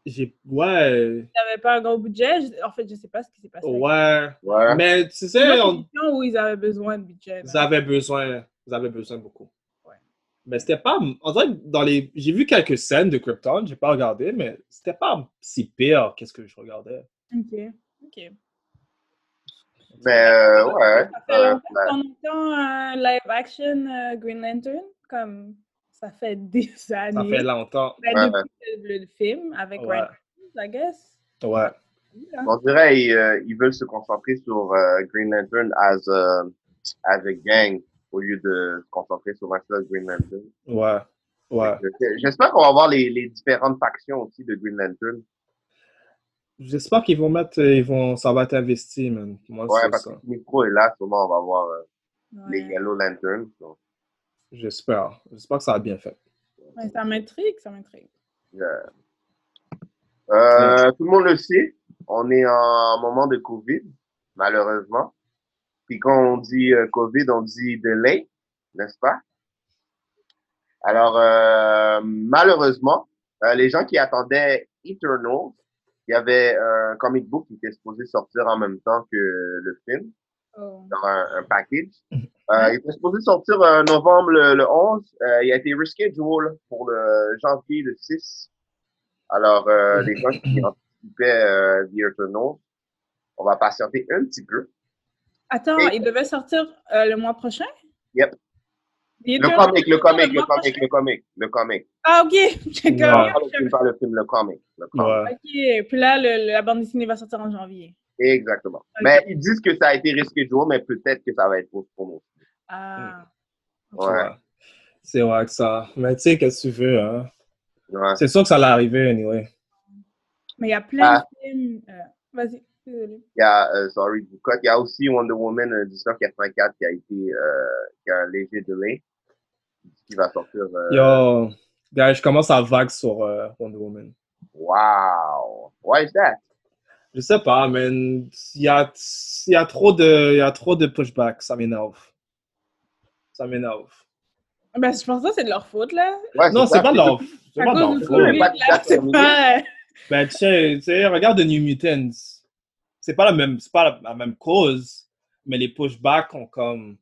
Speaker 4: J'ai- Ouais.
Speaker 7: ils n'avaient pas un gros budget. Je- En fait, je sais pas ce qui s'est passé. avec-
Speaker 4: Ouais.
Speaker 5: Ouais.
Speaker 4: Mais tu
Speaker 7: Moi,
Speaker 4: sais,
Speaker 7: c'est
Speaker 4: on,
Speaker 7: une question où ils avaient besoin de budget. ben. là.
Speaker 4: Vous avez besoin, vous avez besoin beaucoup.
Speaker 7: Ouais.
Speaker 4: Mais c'était pas, en vrai, dans les, j'ai vu quelques scènes de Krypton, j'ai pas regardé, mais c'était pas si pire qu'est-ce que je regardais.
Speaker 7: Ok. Ok.
Speaker 5: Mais, euh, ouais.
Speaker 7: Ça fait
Speaker 5: euh,
Speaker 7: longtemps qu'on entend un live action euh, Green Lantern. Comme ça fait des années.
Speaker 4: Ça fait longtemps.
Speaker 7: Ben,
Speaker 5: Ouais,
Speaker 7: depuis le, le film avec
Speaker 4: Ouais.
Speaker 7: Ryan Reynolds, I guess.
Speaker 4: Ouais.
Speaker 5: On dirait qu'ils euh, ils veulent se concentrer sur euh, Green Lantern as a, as a gang au lieu de se concentrer sur un seul Green Lantern.
Speaker 4: Ouais. Ouais.
Speaker 5: Fait que, euh, J'espère qu'on va voir les, les différentes factions aussi de Green Lantern.
Speaker 4: J'espère qu'ils vont mettre, ils vont, ça va être investi, man. Moi,
Speaker 5: Ouais,
Speaker 4: c'est
Speaker 5: parce
Speaker 4: ça.
Speaker 5: que Micro est là, sûrement on va voir euh, les
Speaker 7: Ouais.
Speaker 5: Yellow Lantern. Donc,
Speaker 4: J'espère. J'espère que ça va bien fait.
Speaker 7: Ouais, ça m'intrigue, ça m'intrigue.
Speaker 5: euh, euh, tout le monde le sait, on est en moment de COVID, malheureusement. Puis quand on dit euh, COVID, on dit delay, n'est-ce pas? Alors, euh, malheureusement, euh, les gens qui attendaient Eternal, il y avait un comic book qui était supposé sortir en même temps que le film.
Speaker 7: Oh.
Speaker 5: dans un, un package. Euh, il était supposé sortir en novembre le, le 11. Euh, il a été rescheduled pour le janvier le 6. Alors, euh, les gens qui anticipaient euh, The Eternal, on va patienter un petit peu.
Speaker 7: Attends,
Speaker 5: Et-
Speaker 7: il devait sortir euh, le mois prochain?
Speaker 5: Yep.
Speaker 7: Il
Speaker 5: Le
Speaker 7: était-
Speaker 5: comic, le comic, le
Speaker 7: Ah, mois
Speaker 5: comic, Ah,
Speaker 7: prochain?
Speaker 5: le comic, le comic.
Speaker 7: Ah, ok. J'ai
Speaker 4: Ouais.
Speaker 5: Pas
Speaker 7: comme-
Speaker 5: le film, pas le film, le comic. Le comic.
Speaker 4: Ouais.
Speaker 7: Ok. Puis là, le- le- la bande dessinée va sortir en janvier.
Speaker 5: Exactement. Mais ils disent que ça a été rescheduled, mais peut-être que ça va être pour nous.
Speaker 4: Hmm.
Speaker 7: Ah.
Speaker 5: Ouais.
Speaker 4: C'est vrai que ça. Mais tu sais, qu'est-ce que tu veux, hein?
Speaker 5: ouais.
Speaker 4: C'est sûr que ça allait arriver, anyway.
Speaker 7: Mais il y a plein
Speaker 5: Ah.
Speaker 7: de films. euh, Vas-y, désolé.
Speaker 5: Il y a, euh, sorry, du code. Il y a aussi Wonder Woman euh, 1984 qui a été, euh, qui a un léger délai, qui va sortir. euh,
Speaker 4: Yo, gars, je commence à vague sur euh, Wonder Woman.
Speaker 5: Wow! Why is that?
Speaker 4: Je sais pas, man. Il y a, il y a trop de, il y a trop de pushback. Ça m'énerve. Ça m'énerve.
Speaker 7: Ben, je pense que ça, c'est de leur faute, là.
Speaker 5: Ouais,
Speaker 4: Non, c'est
Speaker 5: ça,
Speaker 4: pas de leur, c'est
Speaker 7: À
Speaker 4: pas de
Speaker 7: cause
Speaker 4: leur
Speaker 5: faute.
Speaker 7: du Covid,
Speaker 4: faute.
Speaker 5: Pas
Speaker 7: là,
Speaker 5: de date
Speaker 7: c'est
Speaker 5: terminée.
Speaker 7: pas... euh,
Speaker 4: Ben, tu sais, tu sais, regarde The New Mutants. C'est pas la même, c'est pas la, la même cause, mais les pushbacks ont comme.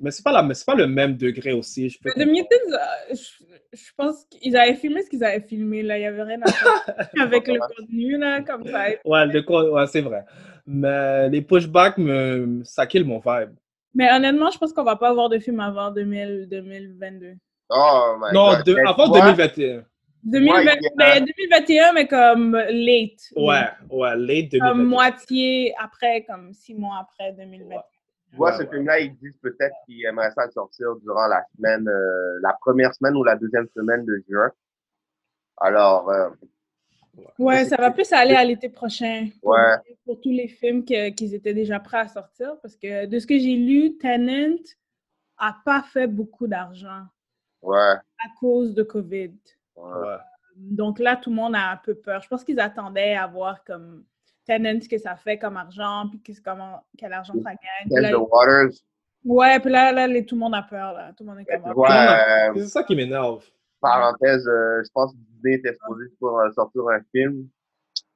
Speaker 4: Mais c'est pas la, mais c'est pas le même degré aussi. Je peux
Speaker 7: The Mutants, euh, je, je pense qu'ils avaient filmé ce qu'ils avaient filmé, là. Il n'y avait rien à faire avec le contenu, là, comme ça.
Speaker 4: Ouais, le co- ouais, c'est vrai. Mais les pushbacks me, ça kill mon vibe.
Speaker 7: Mais honnêtement, je pense qu'on va pas avoir de film avant 2000, 2022.
Speaker 5: Oh my
Speaker 4: Non,
Speaker 5: God.
Speaker 4: de-
Speaker 5: Mais
Speaker 4: avant
Speaker 5: tu vois,
Speaker 4: 2021.
Speaker 7: 2020
Speaker 5: Ouais, il y en a-
Speaker 7: mais 2021, mais comme late.
Speaker 4: Ouais, ouais, late 2021.
Speaker 7: Comme moitié après, comme six mois après 2020.
Speaker 4: Ouais.
Speaker 5: Tu vois, ce
Speaker 4: Ouais, ouais.
Speaker 5: film-là, ils disent peut-être qu'ils aimeraient ça le sortir durant la semaine, euh, la première semaine ou la deuxième semaine de juin. Alors, euh,
Speaker 7: Ouais, ça va plus aller à l'été prochain. pour-
Speaker 5: Ouais.
Speaker 7: Pour tous les films que- qu'ils étaient déjà prêts à sortir. Parce que de ce que j'ai lu, Tenant a pas fait beaucoup d'argent
Speaker 5: ouais.
Speaker 7: à cause de COVID.
Speaker 5: ouais.
Speaker 4: Ouais.
Speaker 7: Donc là, tout le monde a un peu peur. Je pense qu'ils attendaient à voir comme Tenant, ce que ça fait comme argent, puis qu'est-ce- comment, quel argent ça gagne. Puis
Speaker 5: Test
Speaker 7: là,
Speaker 5: the Waters.
Speaker 7: ouais, puis là, là les- tout le monde a peur. Là. Tout le monde est comme...
Speaker 5: Tu
Speaker 7: Ah,
Speaker 5: vois, euh,
Speaker 4: C'est ça qui m'énerve.
Speaker 5: parenthèse, euh, je pense que Disney était supposé pour, euh, sortir un film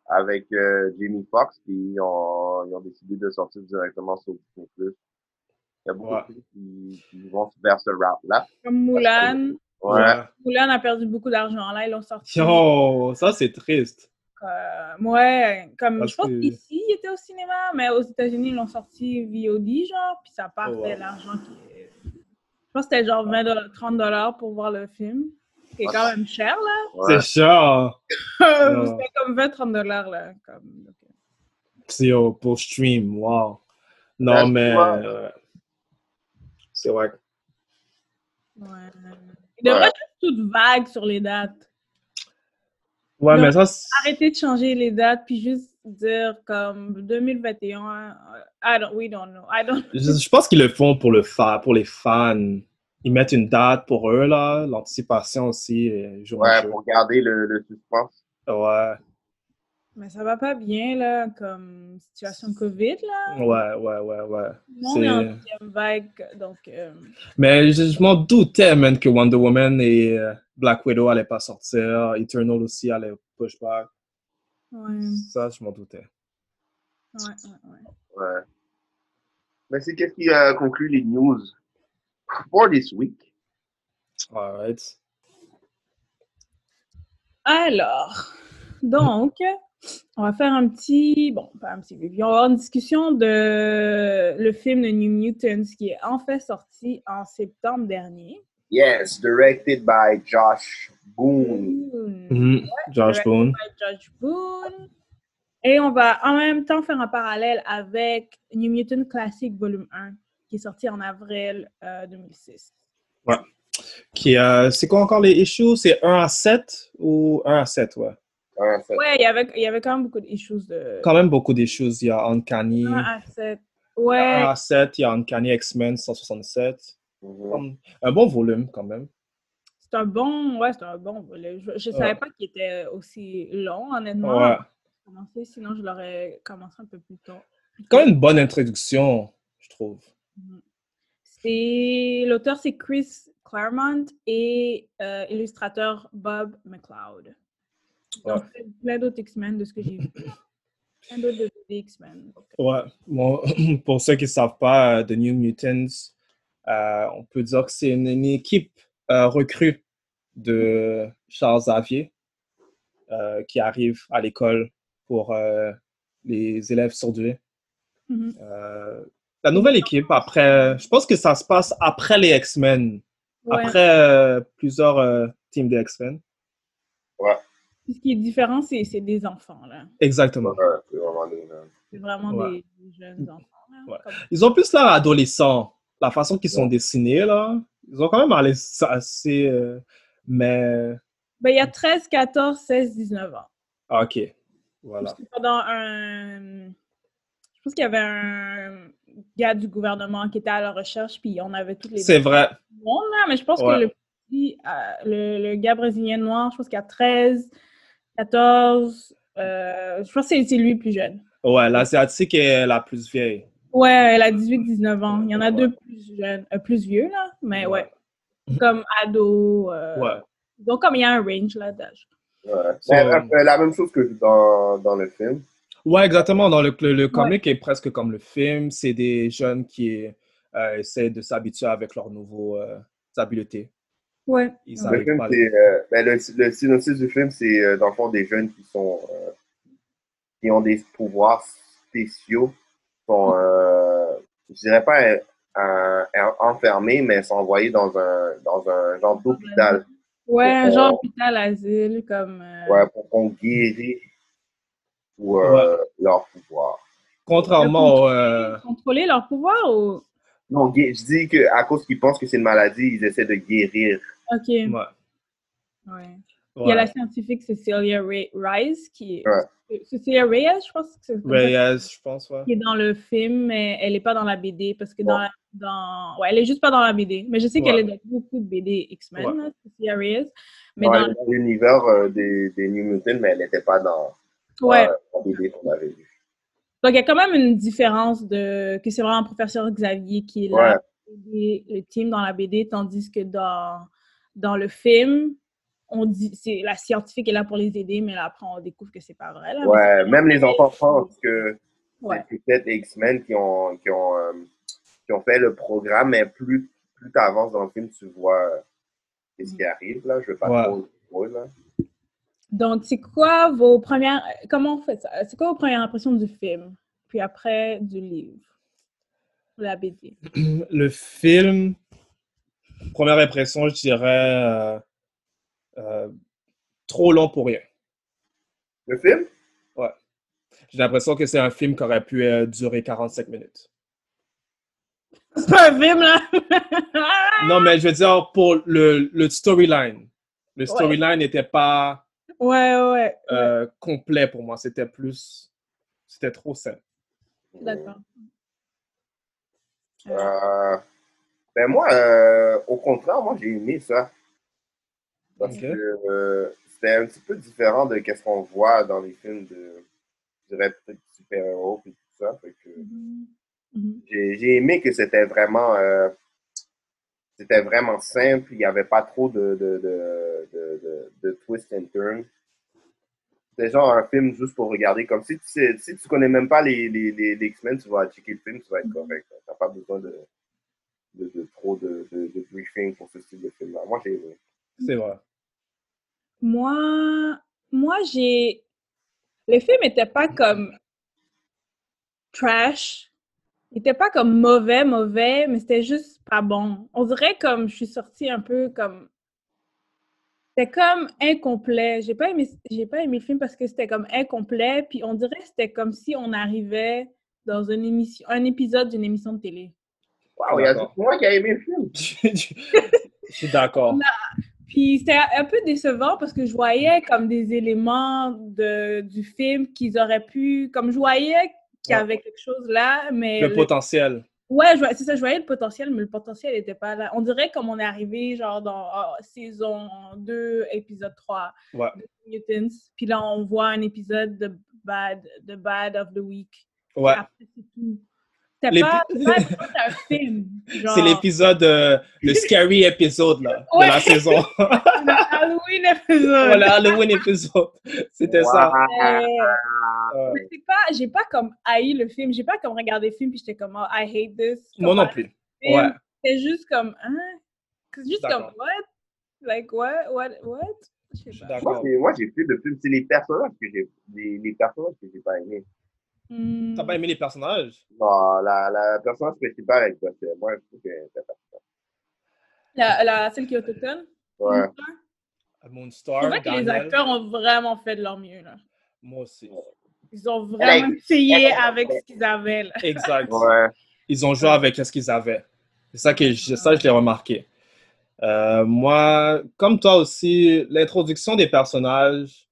Speaker 5: avec euh, Jamie Foxx, puis ils ont, ils ont décidé de sortir directement sur Disney+. Plus. Il y a beaucoup
Speaker 4: Ouais.
Speaker 5: de films qui, qui vont vers ce route-là.
Speaker 7: Comme Mulan.
Speaker 5: Ouais.
Speaker 7: Mulan a perdu beaucoup d'argent. Là, ils l'ont sorti.
Speaker 4: Yo, ça c'est triste.
Speaker 7: Euh, ouais, comme
Speaker 4: Parce
Speaker 7: je pense
Speaker 4: que-
Speaker 7: qu'ici, il était au cinéma, mais aux États-Unis, ils l'ont sorti VOD, genre, puis ça partait
Speaker 4: Oh, wow.
Speaker 7: l'argent qui. Je pense que c'était genre 20 dollars, 30 dollars pour voir le film, ce qui est
Speaker 4: Ah.
Speaker 7: quand même cher, là.
Speaker 5: ouais.
Speaker 4: C'est chiant. Ouais.
Speaker 7: Euh, c'était comme 20, 30 dollars, là. Comme... donc, euh,
Speaker 4: C'est euh, pour stream, wow. Non,
Speaker 5: Ouais,
Speaker 4: mais.
Speaker 5: ouais.
Speaker 4: euh, c'est vrai.
Speaker 7: Ouais. Il devrait
Speaker 5: Ouais.
Speaker 7: être toute vague sur les dates.
Speaker 4: Ouais,
Speaker 7: Non,
Speaker 4: mais ça. c'est-
Speaker 7: Arrêtez de changer les dates, puis juste dire comme 2021, euh, I don't, we don't know, I don't
Speaker 4: Je, je pense qu'ils le font pour le fa- pour les fans. ils mettent une date pour eux, là, l'anticipation aussi, euh, jour à
Speaker 5: Ouais,
Speaker 4: jour.
Speaker 5: pour garder le, le suspense.
Speaker 4: Ouais,
Speaker 7: Mais ça va pas bien, là, comme situation COVID, là.
Speaker 4: ouais, ouais, ouais, ouais.
Speaker 7: Non, mais en
Speaker 4: C'est- euh,
Speaker 7: deuxième vague, donc... euh,
Speaker 4: Mais je, je m'en doutais, man, que Wonder Woman et euh, Black Widow allaient pas sortir, Eternal aussi allait pushback.
Speaker 7: ouais,
Speaker 4: Ça, je m'en doutais.
Speaker 7: ouais, ouais, ouais.
Speaker 5: Ouais. Mais c'est qu'est-ce qui euh, conclut les news for this week.
Speaker 4: Alright.
Speaker 7: Alors, donc, on va faire un petit, bon, pas un petit review, on va avoir une discussion de le film de New Mutants qui est en fait sorti en septembre dernier.
Speaker 5: Yes, directed by Josh Boone.
Speaker 7: Boone,
Speaker 4: Mhm. Josh
Speaker 7: ouais.
Speaker 4: Boone.
Speaker 7: by Josh Boone. Et on va en même temps faire un parallèle avec New Mutants Classic Volume 1 qui est sorti en avril euh, 2006.
Speaker 4: Qui, euh, c'est quoi encore les issues? C'est 1 à 7 ou 1 à 7, ouais.
Speaker 5: Hein, ça-
Speaker 7: Ouais, il y avait, il y avait quand même beaucoup d'issues de
Speaker 4: Quand même beaucoup d'issues. Il y a Uncanny.
Speaker 7: 1 à 7.
Speaker 4: il y a
Speaker 7: Ouais,
Speaker 4: 1 à 7, il y a Uncanny X-Men 167.
Speaker 5: Mhm.
Speaker 4: Comme- Un bon volume, quand même.
Speaker 7: C'est un bon, ouais, c'est un bon volet. Je, je savais
Speaker 4: Ouais.
Speaker 7: pas qu'il était euh, aussi long, honnêtement.
Speaker 4: Ouais.
Speaker 7: Commencé, sinon, je l'aurais commencé un peu plus tôt.
Speaker 4: Quand même une bonne introduction, je trouve.
Speaker 7: C'est l'auteur, c'est Chris Claremont et euh, illustrateur Bob McLeod. Donc, c'est plein d'autres X-Men de ce que j'ai vu. plein d'autres de des X-Men.
Speaker 4: Ouais, bon, pour ceux qui ne savent pas, euh, The New Mutants, euh, on peut dire que c'est une, une équipe euh, recrue de Charles Xavier euh, qui arrive à l'école pour euh, les élèves surdoués.
Speaker 7: Mhm.
Speaker 4: Euh, la nouvelle équipe, après, je pense que ça se passe après les X-Men,
Speaker 7: Ouais.
Speaker 4: après euh, plusieurs euh, teams des X-Men.
Speaker 7: Puis Ce qui est différent, c'est c'est des enfants, là.
Speaker 4: Exactement.
Speaker 5: Ouais, c'est vraiment hein. des-
Speaker 7: C'est vraiment
Speaker 4: Ouais. Mm.
Speaker 7: des, des jeunes enfants. là,
Speaker 4: Ouais.
Speaker 7: comme-
Speaker 4: Ils ont plus l'air adolescents, la façon qu'ils sont dessinés, là. Ils ont quand même allé ça assez. euh, mais.
Speaker 7: Ben, il y a 13, 14, 16, 19 ans.
Speaker 4: ah, ok. Voilà.
Speaker 7: Parce que pendant un. Je pense qu'il y avait un gars du gouvernement qui était à la recherche, puis on avait tous les.
Speaker 4: C'est vrai.
Speaker 7: deux mondes, là, mais je pense
Speaker 4: Ouais.
Speaker 7: que le, petit, euh, le, le gars brésilien noir, je pense qu'il a 13, 14. euh, je pense que c'est- c'est lui le plus jeune.
Speaker 4: Ouais, l'Asiatique est la plus vieille.
Speaker 7: Ouais, elle a 18, 19 ans. Il y en a
Speaker 4: Ouais.
Speaker 7: deux plus jeunes, euh, plus vieux, là, mais ouais.
Speaker 4: Ouais.
Speaker 7: Comme ado. euh,
Speaker 4: Ouais.
Speaker 7: Donc, comme il y a un range là d'âge.
Speaker 5: Ouais.
Speaker 4: So-
Speaker 5: C'est un peu la même chose que dans, dans le film.
Speaker 4: Ouais, exactement. Dans le, le, le comic est presque comme le film. C'est des jeunes qui euh, essaient de s'habituer avec leurs nouveaux euh, habiletés.
Speaker 7: Ouais. Le
Speaker 4: Ils
Speaker 5: Le,
Speaker 4: n'arrivent
Speaker 5: film
Speaker 4: pas à les-
Speaker 5: c'est, euh, ben, le, le synopsis du film, c'est euh, dans le fond des jeunes qui sont euh, qui ont des pouvoirs spéciaux, sont, euh, je dirais pas euh, euh, enfermés, mais sont envoyés dans un dans un genre d'hôpital
Speaker 7: Ouais, un
Speaker 5: Pour-
Speaker 7: genre hôpital asile, comme. euh,
Speaker 5: ouais, pour qu'on guérisse ou euh, leur pouvoir.
Speaker 4: Contrairement au. euh,
Speaker 7: Contrôler leur pouvoir ou.
Speaker 5: Non, gué- je dis que à cause qu'ils pensent que c'est une maladie, ils essaient de guérir.
Speaker 7: Ok.
Speaker 4: euh, ouais,
Speaker 7: ouais. Il y a
Speaker 4: ouais.
Speaker 7: la scientifique Cecilia Ray- Rice qui est.
Speaker 5: Ouais.
Speaker 7: Cecilia Reyes, je pense que c'est. comme ça,
Speaker 4: Reyes, je pense, ouais.
Speaker 7: Qui est dans le film, mais elle n'est pas dans la BD parce que dans.
Speaker 5: Ouais.
Speaker 7: la- dans... Ouais, elle est juste pas dans la BD. Mais je sais qu'elle
Speaker 4: Ouais.
Speaker 7: est dans beaucoup de BD X-Men,
Speaker 4: Ouais.
Speaker 7: là, Cecilia Reyes. Mais
Speaker 5: Ouais,
Speaker 7: dans.
Speaker 5: dans l'univers euh, des, des New Mutants, mais elle n'était pas dans
Speaker 7: Ouais.
Speaker 5: euh, la BD qu'on avait vu.
Speaker 7: Donc il y a quand même une différence de. que c'est vraiment professeur Xavier qui est là.
Speaker 5: Ouais,
Speaker 7: BD, le team dans la BD, tandis que dans, dans le film, on dit c'est la scientifique est là pour les aider, mais là, après on découvre que c'est pas vrai. là.
Speaker 5: ouais. même les enfants pensent que
Speaker 7: Ouais.
Speaker 5: c'est peut-être les X-Men qui ont, qui, ont, euh, qui ont fait le programme, mais plus, plus tu avances dans le film, tu vois euh, qu'est-ce
Speaker 7: Mm.
Speaker 5: qui arrive. Là. Je ne veux pas
Speaker 4: Ouais.
Speaker 5: trop trop, là.
Speaker 7: Donc c'est quoi vos premières comment on fait ça C'est quoi vos premières impressions du film, puis après du livre, ou la BD
Speaker 4: Le film, première impression, je dirais euh, euh, trop long pour rien.
Speaker 5: Le film?
Speaker 4: J'ai l'impression que c'est un film qui aurait pu euh, durer 45 minutes.
Speaker 7: C'est pas un film là. Ah!
Speaker 4: Non, mais je veux dire, pour le, le storyline. Le storyline n'était pas
Speaker 7: ouais ouais, ouais.
Speaker 4: euh, complet pour moi. C'était plus. C'était
Speaker 7: Euh,
Speaker 4: trop simple.
Speaker 7: D'accord.
Speaker 5: Euh, Ben moi, euh, au contraire, moi j'ai aimé ça. Parce
Speaker 4: Ok.
Speaker 5: que euh, c'était un petit peu différent de ce qu'on voit dans les films de, je dirais peut-être super-héros et tout ça. Fait que
Speaker 7: mm-hmm.
Speaker 5: j'ai j'ai aimé que c'était vraiment, euh, c'était vraiment simple. Il n'y avait pas trop de, de, de, de, de, de twist and turn. C'était genre un film juste pour regarder. Comme si tu, sais- si tu connais même pas les, les, les, les X-Men, tu vas checker le film, tu vas être correct. Tu n'as pas besoin de, de, de trop de, de, de briefing pour ce style de film-là. Moi, j'ai aimé.
Speaker 4: C'est vrai.
Speaker 7: Moi, moi j'ai. Le film n'était pas comme trash. Il n'était pas comme mauvais, mauvais, mais c'était juste pas bon. On dirait comme je suis sortie un peu comme. C'était comme incomplet. J'ai pas aimé, j'ai pas aimé le film parce que c'était comme incomplet. Puis on dirait que c'était comme si on arrivait dans une émission, un épisode d'une émission de télé.
Speaker 5: Waouh, il y a
Speaker 4: D'accord.
Speaker 5: juste moi qui a aimé le film.
Speaker 4: Je suis d'accord.
Speaker 7: Puis c'était un peu décevant parce que je voyais comme des éléments de, du film qu'ils auraient pu, comme je voyais qu'il y
Speaker 4: Ouais.
Speaker 7: avait quelque chose là, mais
Speaker 4: Le
Speaker 7: le-
Speaker 4: potentiel.
Speaker 7: ouais, je voyais- c'est ça, je voyais le potentiel, mais le potentiel n'était pas là. On dirait comme on est arrivé genre dans ah, saison 2, épisode 3
Speaker 4: Ouais.
Speaker 7: de Mutants, puis là on voit un épisode de Bad, de Bad of the Week.
Speaker 4: Ouais.
Speaker 7: Après c'est tout. C'était
Speaker 4: L'épi-
Speaker 7: pas, j'ai pas l'impression que c'était un film.
Speaker 4: C'est
Speaker 7: genre.
Speaker 4: l'épisode, euh, le scary épisode là, de la
Speaker 7: Ouais.
Speaker 4: saison.
Speaker 7: Le Halloween épisode.
Speaker 4: voilà, Halloween épisode. C'était ça.
Speaker 5: Waouh.
Speaker 7: Euh,
Speaker 4: Euh,
Speaker 7: Mais c'est pas, j'ai pas comme haï le film, j'ai pas comme regardé le film puis j'étais comme oh, I hate this.
Speaker 4: moi non plus. Ouais.
Speaker 7: C'était juste comme hein, c'est juste comme
Speaker 4: D'accord.
Speaker 7: what, like what, what, what. Je sais
Speaker 4: Je suis
Speaker 7: pas.
Speaker 5: Moi,
Speaker 4: d'accord.
Speaker 5: j'ai- moi, j'ai plus de films. C'est les personnages que j'ai, les, les personnages que j'ai pas aimés.
Speaker 7: Hmm.
Speaker 4: T'as pas aimé les personnages?
Speaker 5: Non, la, la personne principale avec toi, c'est moi, je trouve que c'est pas.
Speaker 7: La, la- celle qui est autochtone.
Speaker 5: Ouais.
Speaker 4: Mm.
Speaker 7: C'est
Speaker 4: Moonstar,
Speaker 7: vrai que les
Speaker 4: Euh, Daniel,
Speaker 7: acteurs ont vraiment fait de leur mieux là.
Speaker 4: moi aussi.
Speaker 7: Ils ont
Speaker 4: Eh
Speaker 7: vraiment
Speaker 4: ben,
Speaker 5: Elle
Speaker 7: essayé
Speaker 5: elle a-
Speaker 7: avec ce qu'ils avaient là.
Speaker 4: Exact.
Speaker 5: Ouais.
Speaker 4: Ils ont joué avec ce qu'ils avaient. C'est ça que je, ça, je l'ai remarqué. Euh, moi, comme toi aussi, l'introduction des personnages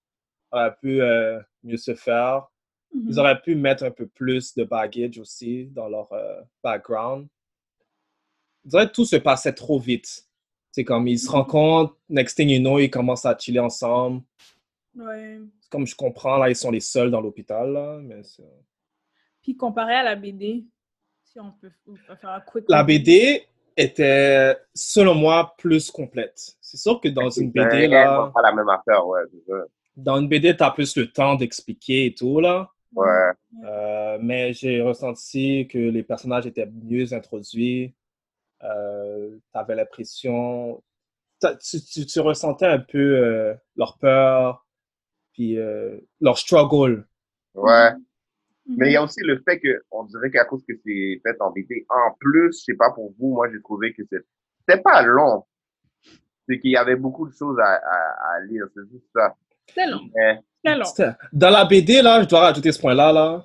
Speaker 4: aurait pu euh, mieux se faire. Ils
Speaker 7: Mm.
Speaker 4: auraient pu mettre un peu plus de baggage aussi dans leur euh, background. Je dirais que tout se passait trop vite. C'est comme ils se rencontrent, next thing you know, ils commencent à chiller ensemble.
Speaker 7: Mhm. Ouais.
Speaker 4: C'est Comme je comprends, là, ils sont les seuls dans l'hôpital. là, mais c'est-
Speaker 7: Puis comparé à la BD, si on peut, on peut faire un quick.
Speaker 4: La BD était, selon moi, plus complète. C'est sûr que dans une
Speaker 5: Ben,
Speaker 4: BD, là,
Speaker 5: pas la même affaire, ouais, c'est ça.
Speaker 4: dans une BD, t'as plus le temps d'expliquer et tout, là.
Speaker 5: Ouais.
Speaker 4: Euh, mais j'ai ressenti que les personnages étaient mieux introduits. Euh, t'avais l'impression. t'as- Tu, tu, tu ressentais un peu euh, leur peur, puis euh, leur struggle.
Speaker 5: Ouais.
Speaker 4: Mm.
Speaker 7: Mhm.
Speaker 5: Mais il y a aussi le fait que, on dirait qu'à cause que c'est fait en BD, en plus, je sais pas pour vous, moi, j'ai trouvé que c'est- c'était pas long. C'est qu'il y avait beaucoup de choses à, à, à lire, c'est juste ça.
Speaker 7: C'était long.
Speaker 5: Mais,
Speaker 7: C'était long.
Speaker 4: C'était- Dans la BD, là, je dois rajouter ce point-là. Là,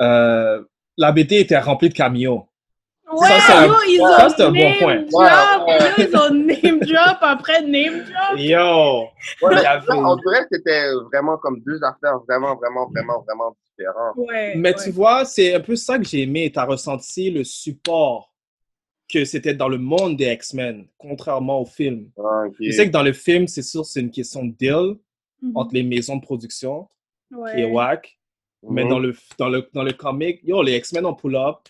Speaker 4: euh, la BD était remplie de cameos.
Speaker 7: Ouais,
Speaker 4: Ça, c'est un-
Speaker 7: yo, ils
Speaker 4: ça,
Speaker 7: ont
Speaker 4: c'est un bon
Speaker 7: name
Speaker 4: point.
Speaker 7: Drop,
Speaker 5: Ouais, ouais.
Speaker 7: yo, ils ont name drop après name
Speaker 5: ouais,
Speaker 7: drop.
Speaker 4: Yo!
Speaker 5: mais
Speaker 4: Il y avait-
Speaker 5: là, on dirait que c'était vraiment comme deux affaires vraiment, vraiment, vraiment, vraiment différentes.
Speaker 7: Ouais,
Speaker 4: Mais
Speaker 7: ouais.
Speaker 4: tu vois, c'est un peu ça que j'ai aimé. Tu as ressenti le support que c'était dans le monde des X-Men, contrairement au film.
Speaker 5: Ah, ok.
Speaker 4: Je sais que dans le film, c'est sûr, c'est une question de deal
Speaker 7: Mhm.
Speaker 4: entre les maisons de production
Speaker 7: Ouais.
Speaker 4: et WAC. Mais
Speaker 5: Mhm.
Speaker 4: dans le, dans, le, dans le comic, yo, les X-Men ont pull-up.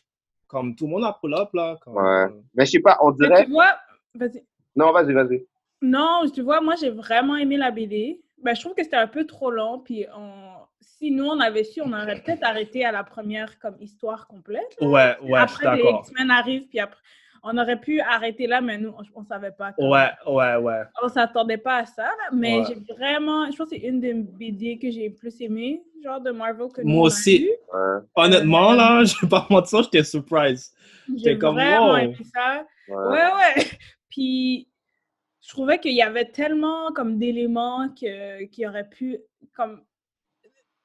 Speaker 4: Comme tout le monde a pull-up, là. comme- euh,
Speaker 5: Ouais. Mais je sais pas, on
Speaker 7: Mais
Speaker 5: dirait.
Speaker 7: tu vois, vas-y.
Speaker 5: Non, vas-y, vas-y.
Speaker 7: non, tu vois, moi j'ai vraiment aimé la BD. Ben, je trouve que c'était un peu trop long. Puis on... si nous on avait su, on aurait peut-être arrêté à la première comme histoire complète. là.
Speaker 4: Ouais, ouais, je suis
Speaker 7: après les
Speaker 4: d'accord.
Speaker 7: X-Men arrivent, puis après on aurait pu arrêter là, mais nous on, on savait pas. comme-
Speaker 4: Ouais, ouais, ouais.
Speaker 7: on s'attendait pas à ça, là, mais
Speaker 4: Ouais.
Speaker 7: j'ai vraiment, je pense que c'est une des BD que j'ai plus aimé, genre de Marvel que nous,
Speaker 4: Moi
Speaker 7: on a
Speaker 4: aussi.
Speaker 7: lu.
Speaker 5: Ouais,
Speaker 4: Honnêtement, là, je vais pas mentir, j'étais surprise.
Speaker 7: J'ai
Speaker 4: T'es comme,
Speaker 7: vraiment
Speaker 4: wow.
Speaker 7: aimé ça.
Speaker 5: ouais.
Speaker 7: Ouais, ouais. Puis je trouvais qu'il y avait tellement comme d'éléments que qui auraient pu comme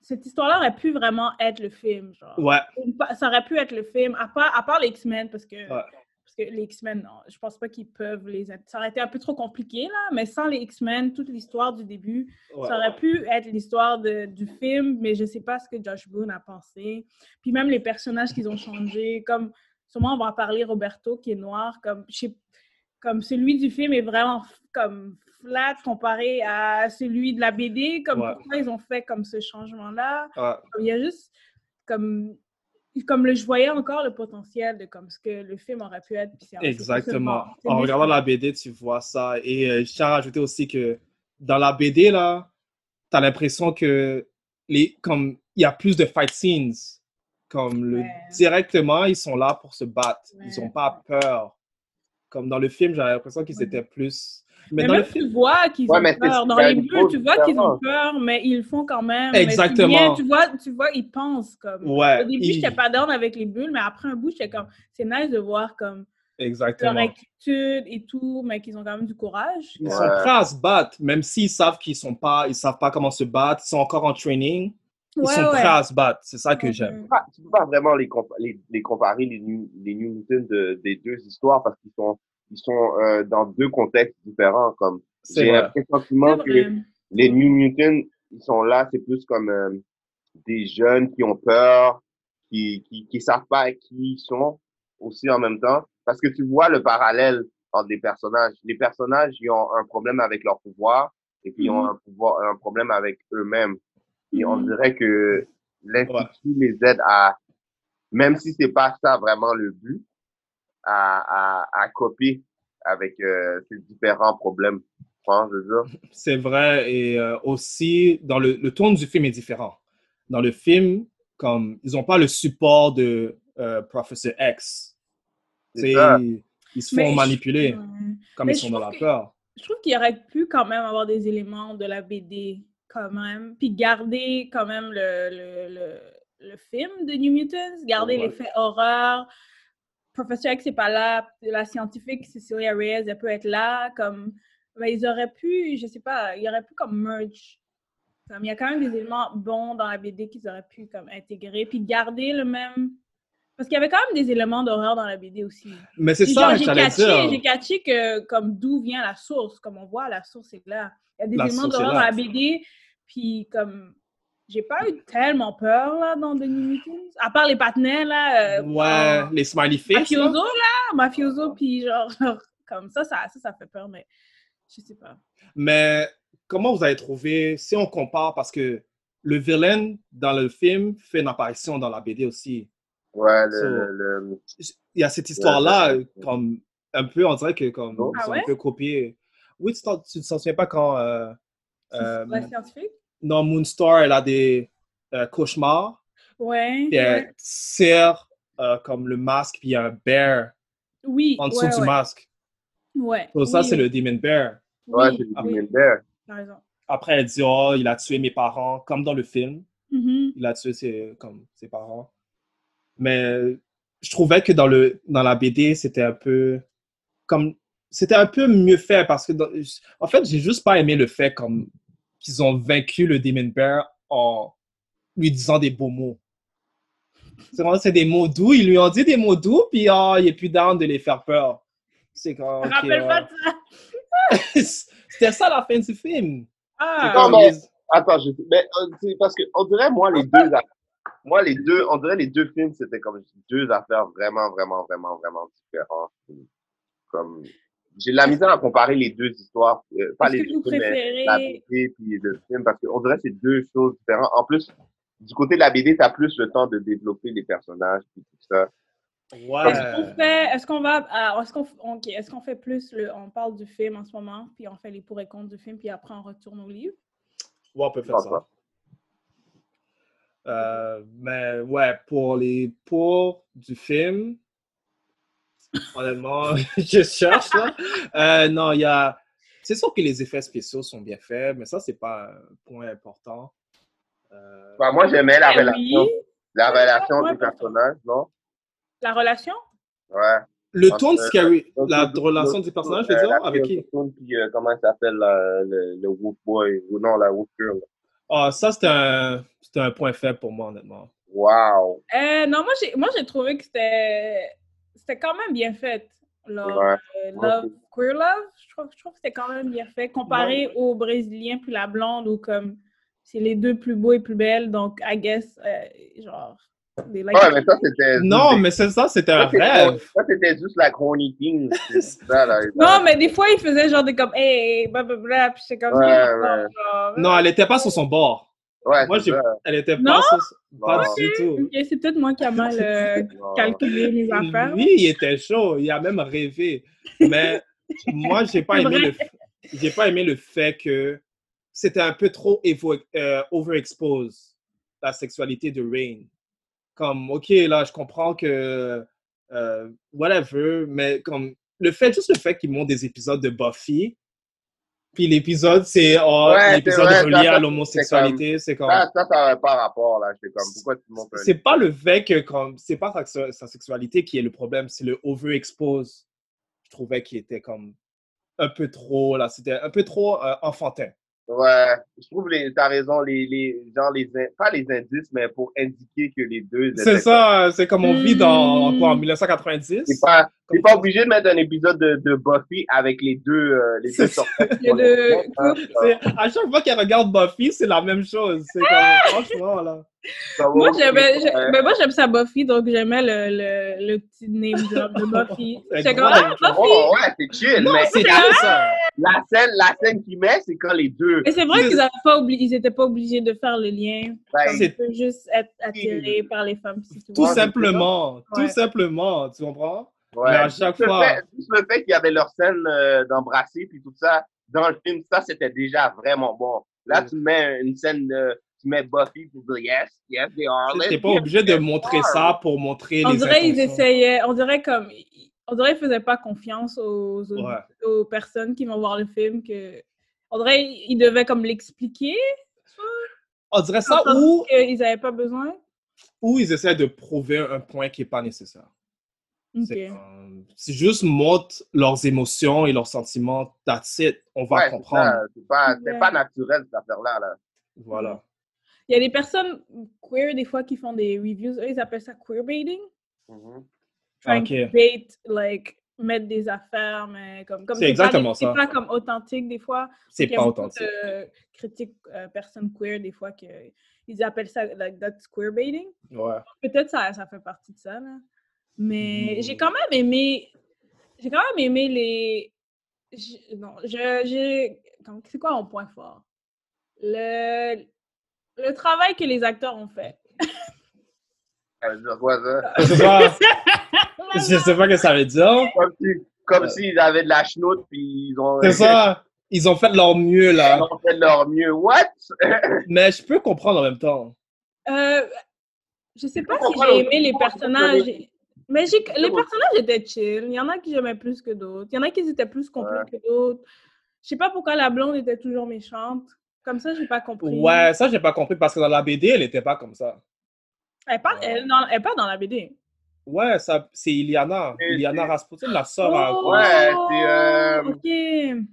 Speaker 7: cette histoire-là aurait pu vraiment être le film, genre.
Speaker 4: Ouais,
Speaker 7: Ou pas- Ça aurait pu être le film, à part, à part les X-Men, parce que,
Speaker 4: Ouais.
Speaker 7: parce que les X-Men, non, je pense pas qu'ils peuvent les... int- Ça aurait été un peu trop compliqué, là, mais sans les X-Men, toute l'histoire du début,
Speaker 4: ouais.
Speaker 7: Ça aurait pu être l'histoire de- du film, mais je sais pas ce que Josh Boone a pensé. Puis même les personnages qu'ils ont changés, comme sûrement on va en parler Roberto qui est noir, comme je sais- Comme celui du film est vraiment comme flat comparé à celui de la BD. Comme
Speaker 4: Ouais.
Speaker 7: pourquoi ils ont fait comme ce changement-là.
Speaker 4: Ouais.
Speaker 7: Comme Il y a juste comme comme le, je voyais encore le potentiel de comme ce que le film aurait pu être. puis c'est- c'est
Speaker 4: Exactement.
Speaker 7: seulement- c'est
Speaker 4: En
Speaker 7: juste-
Speaker 4: regardant la BD, tu vois ça. Et euh, je tiens à rajouter aussi que dans la BD, là, t'as l'impression que les, comme, il y a plus de fight scenes. Comme le,
Speaker 7: Ouais.
Speaker 4: directement, ils sont là pour se battre. Ils
Speaker 7: Ouais.
Speaker 4: n'ont pas peur. Comme dans le film, j'avais l'impression qu'ils
Speaker 7: Ouais.
Speaker 4: étaient plus.
Speaker 7: Mais,
Speaker 4: Mais dans
Speaker 7: même
Speaker 4: le film,
Speaker 7: tu vois qu'ils
Speaker 5: Ouais, mais
Speaker 7: ont
Speaker 5: c'est-
Speaker 7: peur. Dans
Speaker 5: c'est
Speaker 7: les
Speaker 5: une
Speaker 7: bleus,
Speaker 5: grosse
Speaker 7: tu vois qu'ils ont
Speaker 5: différence.
Speaker 7: peur, mais ils font quand même. Mais tu
Speaker 4: Exactement.
Speaker 7: viens, Tu vois, tu vois, ils pensent comme.
Speaker 4: ouais.
Speaker 7: Au début,
Speaker 4: ils-
Speaker 7: j'étais pas down avec les bulles, mais après un bout, j'étais comme, c'est nice de voir comme leur
Speaker 4: Exactement.
Speaker 7: inquiétude et tout, mais qu'ils ont quand même du courage.
Speaker 4: Ils
Speaker 5: Ouais.
Speaker 4: sont prêts à se battre, même s'ils savent qu'ils sont pas, ils savent pas comment se battre, ils sont encore en training, ils sont prêts à se battre. C'est ça que
Speaker 7: Mm-hmm.
Speaker 4: j'aime.
Speaker 7: Mm.
Speaker 5: peux pas- tu peux pas vraiment les, compa- les, les comparer, les New, les New Mutants de- des deux histoires, parce qu'ils sont, ils sont euh, dans deux contextes différents. Comme
Speaker 4: C'est
Speaker 5: J'ai
Speaker 4: vrai.
Speaker 5: l'impression
Speaker 7: C'est
Speaker 5: sentiment que
Speaker 7: vrai.
Speaker 5: les New Mutants, ils sont là, c'est plus comme euh, des jeunes qui ont peur, qui, qui, qui savent pas qui ils sont aussi en même temps. Parce que tu vois le parallèle entre les personnages. Les personnages, ils ont un problème avec leur pouvoir, et puis ils ont
Speaker 7: Mhm.
Speaker 5: un, pouvoir, un problème avec eux-mêmes. Et on
Speaker 7: Mhm.
Speaker 5: dirait que l'Institut les aide à, même si c'est pas ça vraiment le but, à, à, à copier avec euh, ces différents problèmes. Tu vois, je veux dire.
Speaker 4: C'est vrai. Et euh, aussi, dans le, le ton du film est différent. Dans le film, comme ils n'ont pas le support de euh, Professor X.
Speaker 5: C'est
Speaker 4: C'est-
Speaker 5: ça.
Speaker 4: Ils se
Speaker 7: Mais
Speaker 4: font
Speaker 7: je-
Speaker 4: manipuler
Speaker 7: Ouais.
Speaker 4: comme
Speaker 7: mais
Speaker 4: ils
Speaker 7: je
Speaker 4: sont dans la
Speaker 7: trouve que-
Speaker 4: peur.
Speaker 7: Je trouve qu'il aurait pu quand même avoir des éléments de la BD quand même, puis garder quand même le, le, le, le film de New Mutants, garder
Speaker 4: Ouais.
Speaker 7: l'effet horreur. Professeur X n'est pas là, la scientifique Cecilia Reyes, elle peut être là, comme... Mais ils auraient pu, je sais pas, ils auraient pu comme merge. Comme, il y a quand même des éléments bons dans la BD qu'ils auraient pu comme intégrer, puis garder le même... Parce qu'il y avait quand même des éléments d'horreur dans la BD aussi.
Speaker 4: Mais c'est
Speaker 7: Puis
Speaker 4: ça
Speaker 7: genre,
Speaker 4: que
Speaker 7: j'ai
Speaker 4: j'allais
Speaker 7: catché, j'ai
Speaker 4: dire.
Speaker 7: catché que comme d'où vient la source, comme on voit, la source est là. Il y a des
Speaker 4: La
Speaker 7: éléments
Speaker 4: source est
Speaker 7: d'horreur dans
Speaker 4: là.
Speaker 7: la BD, puis comme j'ai pas eu tellement peur là dans The New Mutants, à part les patinets là, euh,
Speaker 4: Ouais,
Speaker 7: en-
Speaker 4: les smiley faces. hein. là.
Speaker 7: mafioso là, mafioso puis genre, genre, comme ça, ça ça ça fait peur mais je sais pas.
Speaker 4: Mais comment vous avez trouvé, si on compare, parce que le villain dans le film fait une apparition dans la BD aussi.
Speaker 5: Ouais, le,
Speaker 4: So-
Speaker 5: le, le-
Speaker 4: Il y a cette histoire-là,
Speaker 5: Ouais,
Speaker 4: euh,
Speaker 5: ouais, ouais.
Speaker 4: comme un peu, on dirait que comme
Speaker 5: Oh.
Speaker 4: ils
Speaker 7: Ah
Speaker 4: ont
Speaker 7: ouais?
Speaker 4: un peu copié. Oui, tu t'en tu t'en souviens pas quand euh,
Speaker 7: C'est
Speaker 4: euh,
Speaker 7: la scientifique?
Speaker 4: non, Moonstar, elle a des euh, cauchemars,
Speaker 7: Ouais.
Speaker 4: puis
Speaker 7: ouais.
Speaker 4: elle serre euh, comme le masque, puis il y a un bear
Speaker 7: Oui.
Speaker 4: en dessous
Speaker 7: ouais,
Speaker 4: du
Speaker 7: ouais.
Speaker 4: masque.
Speaker 7: Ouais.
Speaker 4: Donc ça,
Speaker 7: oui,
Speaker 4: c'est le Demon Bear.
Speaker 5: ouais,
Speaker 7: oui,
Speaker 5: c'est le
Speaker 7: Ah oui,
Speaker 5: Demon Bear.
Speaker 7: t'as raison.
Speaker 4: Après, elle dit, oh, il a tué mes parents, comme dans le film.
Speaker 7: Mhm.
Speaker 4: il a tué ses, comme, ses parents. Mais je trouvais que dans, le, dans la BD, c'était un peu comme c'était un peu mieux fait parce que dans- en fait, j'ai juste pas aimé le fait comme qu'ils ont vaincu le Demon Bear en lui disant des beaux mots. C'est vraiment c'est des mots doux, ils lui ont dit des mots doux puis ah, il est plus down de les faire peur. C'est quand ok,
Speaker 7: Rappelle-moi
Speaker 4: ouais.
Speaker 7: de ça.
Speaker 4: C'était ça la fin du film. C'est
Speaker 7: Ah,
Speaker 5: Non,
Speaker 4: comme
Speaker 5: mais-
Speaker 4: ils-
Speaker 5: Attends, je mais, euh, c'est parce que on dirait moi les deux aff- moi les deux on dirait les deux films c'était comme deux affaires vraiment vraiment vraiment vraiment différentes. Comme j'ai de la misère à comparer les deux histoires, euh, pas
Speaker 7: est-ce
Speaker 5: les
Speaker 7: que
Speaker 5: deux
Speaker 7: vous
Speaker 5: films, mais la
Speaker 7: préférez
Speaker 5: BD puis le film parce qu'on dirait que c'est deux choses différentes. En plus du côté de la BD, t'as plus le temps de développer les personnages puis tout ça. Ah, euh,
Speaker 7: Est-ce
Speaker 4: Ouais.
Speaker 7: qu'on fait, est-ce qu'on va, ah, est-ce qu'on, f- ok, est-ce qu'on fait plus le, on parle du film en ce moment, puis on fait les pour et contre du film, puis après on retourne au livre.
Speaker 4: Ouais, on peut faire ça. Euh, mais ouais, pour les pour du film, honnêtement, je cherche là. Euh, non, il y a. C'est sûr que les effets spéciaux sont bien faits, mais ça, c'est pas un point important. Euh,
Speaker 5: Enfin, moi j'aimais la
Speaker 7: Eh
Speaker 5: relation,
Speaker 7: oui,
Speaker 5: la relation
Speaker 7: Ouais,
Speaker 5: des
Speaker 7: pourtant.
Speaker 5: personnages, non
Speaker 7: la relation.
Speaker 5: Ouais.
Speaker 4: le
Speaker 5: Parce
Speaker 4: ton de
Speaker 5: que-
Speaker 4: Scary, la
Speaker 5: L'autre-
Speaker 4: relation
Speaker 5: l'autre-
Speaker 4: du personnage, je
Speaker 5: euh,
Speaker 4: veux
Speaker 5: la
Speaker 4: dire,
Speaker 5: fille
Speaker 4: avec
Speaker 5: au
Speaker 4: qui
Speaker 5: cartoon, puis, euh, comment elle s'appelle, la- le, le Wolf Boy, ou non, la Wolf Girl.
Speaker 4: Ah, ça, c'était un, c'était un point faible pour moi, honnêtement.
Speaker 5: Wow!
Speaker 7: Euh, non, moi j'ai, moi j'ai trouvé que c'était, c'était quand même bien fait. Love,
Speaker 5: Ouais.
Speaker 7: euh,
Speaker 5: moi
Speaker 7: love queer love, je trouve, je trouve que c'était quand même bien fait comparé au brésilien puis la blonde où comme c'est les deux plus beaux et plus belles, donc I guess euh, genre Des
Speaker 5: Ouais,
Speaker 7: likes.
Speaker 5: mais ça, c'était.
Speaker 4: Non, mais c'est ça, c'était un
Speaker 5: ça, c'était-
Speaker 4: rêve.
Speaker 5: Ça, c'était juste la chronique King. c'est ça, là.
Speaker 7: Non, mais des fois, ils faisaient genre des comme, hey, blablabla, puis c'est comme
Speaker 5: Ouais,
Speaker 7: ça.
Speaker 5: ouais.
Speaker 4: Non, elle n'était pas sur son bord.
Speaker 5: Ouais,
Speaker 4: Moi,
Speaker 5: c'est
Speaker 4: j'ai-
Speaker 5: ça.
Speaker 4: elle n'était
Speaker 7: Non?
Speaker 4: pas sur
Speaker 5: Bon,
Speaker 4: Pas du tout.
Speaker 7: Ok, c'est peut-être moi qui a mal euh,
Speaker 4: Ah.
Speaker 5: bon.
Speaker 7: calculé mes affaires.
Speaker 4: Lui, il était chaud. Il a même rêvé. Mais moi, j'ai pas
Speaker 7: C'est
Speaker 4: aimé
Speaker 7: vrai.
Speaker 4: le, f- j'ai pas aimé le fait que c'était un peu trop évo- euh, overexpose la sexualité de Rain. Comme, ok, là, je comprends que euh, whatever, mais comme le fait, juste le fait qu'ils montrent des épisodes de Buffy, puis l'épisode, c'est oh,
Speaker 5: Ouais, c'est
Speaker 4: l'épisode
Speaker 5: vrai, ça,
Speaker 4: relié
Speaker 5: ça,
Speaker 4: à l'homosexualité, c'est comme.
Speaker 5: Ça, ça, ça avait pas rapport, là. J'étais comme, pourquoi tu montes un.
Speaker 4: C'est pas le fait que comme c'est pas sa, se- sa sexualité qui est le problème, c'est le overexpose. Je trouvais qu'il était comme un peu trop là, c'était un peu trop euh, enfantin.
Speaker 5: Ouais, je trouve les, t'as raison, les, les, genre les, in- pas les indices, mais pour indiquer que les deux. étaient-
Speaker 4: C'est ça, euh, c'est comme on vit dans
Speaker 7: Mm.
Speaker 4: quoi en 1990.
Speaker 5: T'es pas,
Speaker 4: Comme-
Speaker 5: t'es pas obligé de mettre un épisode de, de Buffy avec les deux, euh, les deux
Speaker 4: C'est
Speaker 5: sorties.
Speaker 7: Les deux couples.
Speaker 4: C'est- à chaque fois qu'elle regarde Buffy, c'est la même chose. C'est
Speaker 7: Ah!
Speaker 4: comme franchement là.
Speaker 7: Moi, j'aimais, je- ben, moi, j'aime ça Buffy, donc j'aimais le, le, le petit name drop de Buffy.
Speaker 4: C'est
Speaker 7: J'étais comme,
Speaker 4: grave.
Speaker 7: ah, Buffy!
Speaker 5: Oh, ouais, c'est chill, mais
Speaker 4: C'est
Speaker 7: Ah!
Speaker 4: tout ça.
Speaker 5: la scène, la scène qu'il met, c'est quand les deux.
Speaker 7: Mais c'est vrai
Speaker 4: C'est-
Speaker 7: qu'ils n'étaient pas, obli- ils étaient pas obligés de faire le lien.
Speaker 5: ben,
Speaker 4: Ah, C'est-
Speaker 7: Ils peuvent juste être attirés par les femmes. c'est
Speaker 4: Tout
Speaker 5: Ouais,
Speaker 4: simplement,
Speaker 7: Ouais.
Speaker 4: tout simplement, tu comprends
Speaker 5: ouais.
Speaker 4: Mais à chaque
Speaker 5: Juste le
Speaker 4: fois.
Speaker 5: fait- juste le fait qu'il y avait leur scène euh, d'embrasser puis tout ça, dans le film, ça, c'était déjà vraiment bon. Là,
Speaker 4: Mm.
Speaker 5: tu mets une scène de, tu mets Buffy pour dire yes, yes, they are.
Speaker 4: T'es
Speaker 5: lesbians.
Speaker 4: pas obligé de montrer
Speaker 5: hein.
Speaker 4: ça pour montrer
Speaker 7: On
Speaker 4: les
Speaker 7: dirait qu'ils
Speaker 4: intentions.
Speaker 7: essayaient, on dirait comme, on dirait qu'ils faisaient pas confiance aux, aux,
Speaker 4: Ouais.
Speaker 7: aux personnes qui vont voir le film que, on dirait qu'ils devaient comme l'expliquer
Speaker 4: On dirait ça
Speaker 7: Enfin,
Speaker 4: ou
Speaker 7: qu'ils n'avaient pas besoin.
Speaker 4: ou ils essaient de prouver un point qui n'est pas nécessaire.
Speaker 7: Ok.
Speaker 4: C'est comme- C'est juste montre leurs émotions et leurs sentiments, that's it, on va
Speaker 5: Ouais, c'est
Speaker 4: comprendre.
Speaker 5: ça, C'est pas, c'est
Speaker 7: Ouais.
Speaker 5: pas naturel, cette affaire-là. Là.
Speaker 4: Voilà.
Speaker 7: Il y a des personnes queer des fois qui font des reviews, eux, ils appellent ça queerbaiting.
Speaker 4: Ah,
Speaker 7: Trying
Speaker 4: ok.
Speaker 7: to bait, like mettre des affaires, mais comme comme
Speaker 4: C'est
Speaker 7: pas
Speaker 4: exactement
Speaker 7: des-
Speaker 4: ça.
Speaker 7: C'est pas comme authentique des fois.
Speaker 4: C'est
Speaker 7: Il y a
Speaker 4: pas
Speaker 7: beaucoup
Speaker 4: authentique.
Speaker 7: de critiques euh, personnes queer des fois que ils appellent ça like that's queerbaiting.
Speaker 4: Ouais.
Speaker 7: Peut-être ça ça fait partie de ça là. Mais
Speaker 4: Mm.
Speaker 7: j'ai quand même aimé j'ai quand même aimé les j'ai- non, je j'ai comme- c'est quoi mon point fort Le le travail que les acteurs ont fait.
Speaker 5: Euh, je vois ça.
Speaker 4: Je sais pas, je sais pas ce que ça veut dire.
Speaker 5: Comme si- Comme
Speaker 4: Euh.
Speaker 5: s'ils avaient de la chenoute puis ils ont,
Speaker 4: C'est ça. Ils ont fait de leur mieux,
Speaker 5: ils
Speaker 4: là.
Speaker 5: ont fait de leur mieux. What?
Speaker 4: Mais je peux comprendre en même temps.
Speaker 7: Euh, je sais pas si
Speaker 5: comprends
Speaker 7: j'ai
Speaker 5: le-
Speaker 7: aimé les
Speaker 5: je comprends
Speaker 7: personnages.
Speaker 5: le-
Speaker 7: Mais j'ai- les
Speaker 5: comprends.
Speaker 7: personnages étaient chill. Il y en a qui j'aimais plus que d'autres. Il y en a qui étaient plus complets que d'autres. Je sais pas pourquoi la blonde était toujours méchante. Comme ça, j'ai pas compris.
Speaker 4: Ouais, ça, j'ai pas compris parce que dans la BD, elle n'était pas comme ça.
Speaker 7: Elle est pas, elle, est dans- elle est pas dans la BD.
Speaker 4: Ouais, ça, c'est Iliana.
Speaker 5: Et
Speaker 4: Iliana
Speaker 5: c'est-
Speaker 4: Rasputin, la sœur à
Speaker 7: Oh,
Speaker 5: Ouais, c'est, euh,
Speaker 7: Ok.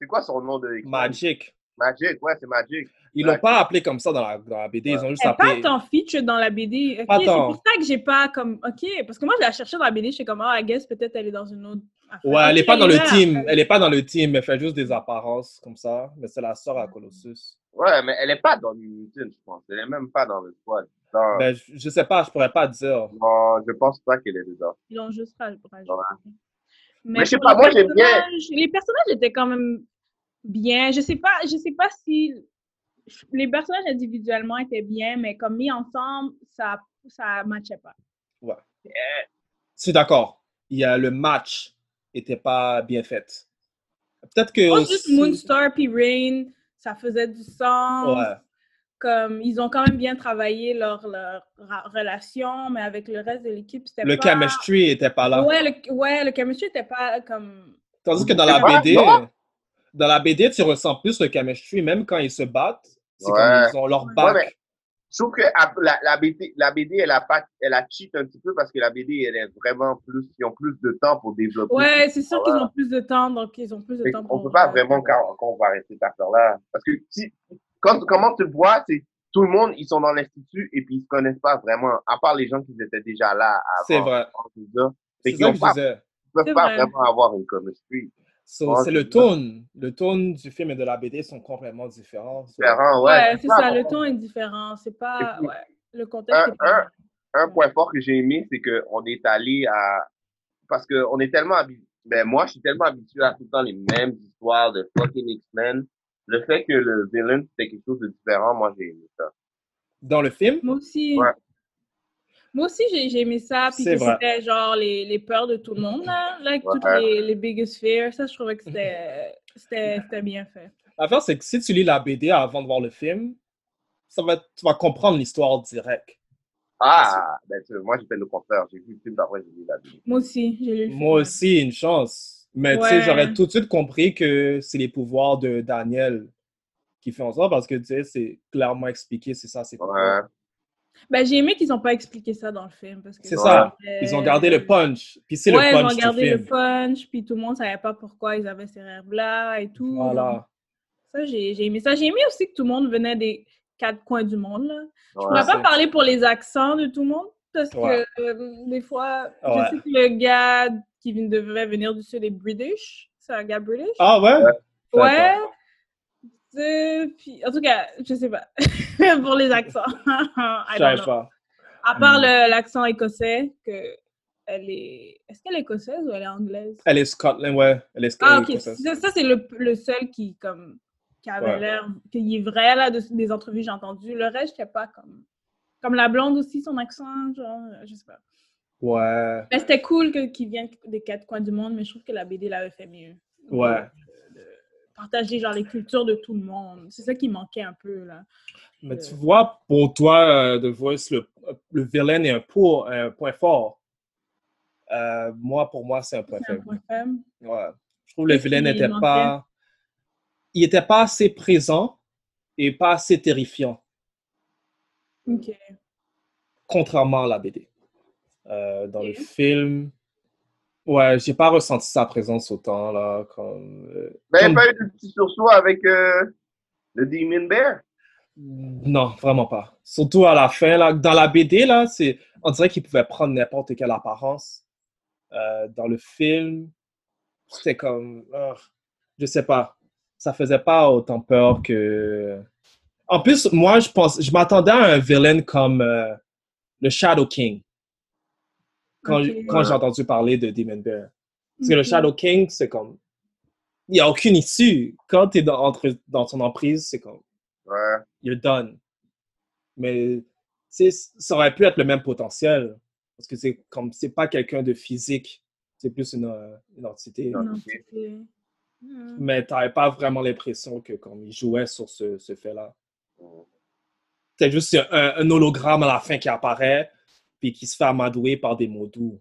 Speaker 5: C'est quoi son nom de.
Speaker 4: Magic.
Speaker 5: Magic, ouais, c'est Magic.
Speaker 4: Ils l'ont
Speaker 5: Ouais.
Speaker 4: pas appelé comme ça dans la, dans la BD, ils ont juste
Speaker 7: Elle est pas
Speaker 4: appelé.
Speaker 7: tant feature dans la BD. Ok,
Speaker 4: Pas
Speaker 7: c'est
Speaker 4: tant.
Speaker 7: pour ça que j'ai pas comme. Ok, parce que moi, je la cherchais dans la BD. Je suis comme, ah, I guess peut-être elle est dans une autre. affaire.
Speaker 4: Ouais, elle
Speaker 7: Ok,
Speaker 4: est pas dans le
Speaker 7: là,
Speaker 4: team.
Speaker 7: elle-
Speaker 4: Elle est pas dans le team. Elle fait juste des apparences comme ça. Mais c'est la sœur
Speaker 7: Ah.
Speaker 4: à Colossus.
Speaker 5: Ouais, mais elle est pas dans l'unité, je pense. Elle est même pas dans le squad. Dans-
Speaker 4: Ben, je, je sais pas, je pourrais pas dire.
Speaker 5: Non, je pense pas qu'elle est dedans.
Speaker 7: Ils l'ont juste raj- rajouté.
Speaker 5: Voilà.
Speaker 7: Mais,
Speaker 5: Mais je sais
Speaker 7: pour
Speaker 5: pas,
Speaker 7: les
Speaker 5: moi, j'aime bien.
Speaker 7: personnages- Les personnages étaient quand même bien. Je sais pas, je sais pas si les personnages individuellement étaient bien, mais comme mis ensemble, ça ça matchait pas.
Speaker 4: Je suis d'accord. Il y a le match était pas bien fait. Peut-être que.
Speaker 7: Je pense Oh, juste
Speaker 4: aussi-
Speaker 7: Moonstar puis Rain, ça faisait du sens.
Speaker 4: Ouais.
Speaker 7: Comme ils ont quand même bien travaillé leur, leur ra- relation, mais avec le reste de l'équipe, c'était
Speaker 4: Le
Speaker 7: pas.
Speaker 4: chemistry était pas là.
Speaker 7: Ouais, le, ouais, le chemistry était pas comme.
Speaker 4: Tandis que dans la
Speaker 5: Ouais,
Speaker 4: BD,
Speaker 5: non.
Speaker 4: dans la BD, tu ressens plus le chemistry, même quand ils se battent. C'est
Speaker 5: Ouais.
Speaker 4: comme ils ont leur bac.
Speaker 5: mais- Je trouve que à- la, la BD, la BD, elle a pas, elle a cheat un petit peu parce que la BD, elle est vraiment plus, ils ont plus de temps pour développer.
Speaker 7: Ouais, c'est sûr
Speaker 5: Voilà.
Speaker 7: qu'ils ont plus de temps, donc ils ont plus de
Speaker 5: Fait
Speaker 7: temps
Speaker 5: qu'on
Speaker 7: pour.
Speaker 5: peut pas
Speaker 7: euh,
Speaker 5: vraiment quand, on va arrêter cette affaire-là. Parce que si, quand, comment tu le vois, c'est tout le monde, ils sont dans l'institut et puis ils se connaissent pas vraiment, à part les gens qui étaient déjà là avant.
Speaker 4: C'est vrai.
Speaker 5: avant tout ça. Fait
Speaker 4: C'est
Speaker 5: qu'ils
Speaker 4: ça
Speaker 5: ont
Speaker 4: que je
Speaker 5: pas-
Speaker 4: disais.
Speaker 5: ils
Speaker 7: C'est
Speaker 5: peuvent pas
Speaker 7: vrai.
Speaker 5: vraiment avoir une chemistry.
Speaker 4: So,
Speaker 5: Ouais,
Speaker 4: c'est
Speaker 5: c'est
Speaker 4: le
Speaker 5: ça.
Speaker 4: tone. Le tone du film et de la BD sont complètement différents. So,
Speaker 5: Différent, ouais.
Speaker 7: Ouais, c'est ça,
Speaker 5: bon.
Speaker 7: le ton est différent. C'est pas.
Speaker 5: puis,
Speaker 7: ouais, le contexte
Speaker 5: un-
Speaker 7: est différent.
Speaker 5: un point fort que j'ai aimé, c'est qu'on est allé à. Parce qu'on est tellement habitué. Ben, moi, je suis tellement habitué à tout le temps les mêmes histoires de fucking X-Men. Le fait que le villain, c'était quelque chose de différent, moi, j'ai aimé ça.
Speaker 4: Dans le film,
Speaker 7: Moi aussi.
Speaker 5: Ouais.
Speaker 7: Moi aussi, j'ai j'ai aimé ça. Puis
Speaker 4: C'est
Speaker 7: que
Speaker 4: vrai.
Speaker 7: c'était genre les, les peurs de tout le monde, là. Like,
Speaker 5: Ouais.
Speaker 7: toutes les, les biggest fears. Ça, je trouvais que c'était c'était- c'était bien fait.
Speaker 4: l'affaire, c'est que si tu lis la BD avant de voir le film, ça va, tu vas comprendre l'histoire direct.
Speaker 5: Ah, ben, tu- moi, j'ai fait le contraire. J'ai vu le film, après, j'ai vu la vidéo.
Speaker 7: Moi aussi, j'ai lu le film.
Speaker 4: Moi aussi, une chance. Mais tu sais,
Speaker 7: Ouais.
Speaker 4: j'aurais tout de suite compris que c'est les pouvoirs de Daniel qui font ça parce que tu sais, c'est clairement expliqué, c'est ça, c'est
Speaker 5: Ouais.
Speaker 7: Ben, j'ai aimé qu'ils n'ont pas expliqué ça dans le film. parce que
Speaker 4: C'est
Speaker 7: euh,
Speaker 4: ça. Ils ont gardé le punch. Puis c'est
Speaker 7: ouais,
Speaker 4: le
Speaker 7: ils
Speaker 4: punch
Speaker 7: ont
Speaker 4: du
Speaker 7: gardé le
Speaker 4: film.
Speaker 7: punch, puis tout le monde savait pas pourquoi ils avaient ces rêves-là et tout.
Speaker 4: Voilà.
Speaker 7: Ça, j'ai j'ai aimé ça. J'ai aimé aussi que tout le monde venait des quatre coins du monde, là.
Speaker 5: ouais.
Speaker 7: On va
Speaker 4: Ouais,
Speaker 7: pas
Speaker 4: c'est-
Speaker 7: parler pour les accents de tout le monde, parce
Speaker 4: Ouais.
Speaker 7: que euh, des fois,
Speaker 4: Ouais.
Speaker 7: je sais que le gars qui vient- devait venir du sud est British. C'est un gars British.
Speaker 4: Ah ouais?
Speaker 7: ouais. Euh, puis, en tout cas, je sais pas. pour les accents. I don't
Speaker 4: Je savais
Speaker 7: know.
Speaker 4: pas. Hmm.
Speaker 7: À part le- l'accent écossais, que elle est. Est-ce qu'elle est écossaise ou elle est anglaise?
Speaker 4: Elle est Scotland, ouais. Elle est
Speaker 7: Ah,
Speaker 4: Scotland.
Speaker 7: ok.
Speaker 4: princesse.
Speaker 7: Ça, ça, c'est le, le seul qui, comme, qui avait
Speaker 4: Ouais.
Speaker 7: l'air, qui est vrai, là, de- des entrevues que j'ai entendues. Le reste, je sais pas, comme, comme la blonde aussi, son accent, genre, euh, je sais pas.
Speaker 4: Ouais.
Speaker 7: Mais Ben, c'était cool que- qu'il vienne des quatre coins du monde, mais je trouve que la BD l'avait fait mieux.
Speaker 4: Ouais.
Speaker 7: Partager, genre, les cultures de tout le monde. C'est ça qui manquait un peu, là.
Speaker 4: Mais
Speaker 7: Euh.
Speaker 4: tu vois, pour toi, euh, The Voice, le, le villain est un, pour, un point fort. Euh, moi, pour moi, c'est un point
Speaker 7: C'est un
Speaker 4: faible.
Speaker 7: point faible.
Speaker 4: Ouais. Je trouve que le
Speaker 7: Qu'est-ce
Speaker 4: vilain
Speaker 7: qui
Speaker 4: n'était
Speaker 7: manquait?
Speaker 4: pas. Il n'était pas assez présent et pas assez terrifiant,
Speaker 7: Ok.
Speaker 4: contrairement à la BD. Euh, dans le
Speaker 7: Ok.
Speaker 4: film, ouais, j'ai pas ressenti sa présence autant, là. Comme, euh,
Speaker 5: Ben, il
Speaker 4: comme-
Speaker 5: n'y a pas eu de petit sursaut avec euh, le Demon Bear.
Speaker 4: Non, vraiment pas. Surtout à la fin, là. Dans la BD, là, c'est... on dirait qu'il pouvait prendre n'importe quelle apparence. Euh, dans le film, c'était comme. ah, je sais pas. Ça faisait pas autant peur que. En plus, moi, je pense. Je m'attendais à un villain comme euh, le Shadow King. Quand,
Speaker 7: Ok.
Speaker 4: quand j'ai entendu parler de Demon Bear. Parce que le
Speaker 7: Ok.
Speaker 4: Shadow King, c'est comme. Il n'y a aucune issue. Quand tu es dans, entre, dans son emprise, c'est comme
Speaker 5: Ouais.
Speaker 4: you're done. Mais tu sais, ça aurait pu être le même potentiel. Parce que c'est comme c'est pas quelqu'un de physique, c'est plus une, euh, une entité.
Speaker 5: Non.
Speaker 7: Non, c'était- Hmm.
Speaker 4: Mais t'avais pas vraiment l'impression que comme il jouait sur ce, ce fait-là. C'est juste un, un hologramme à la fin qui apparaît puis qui se fait amadouer par des mots doux.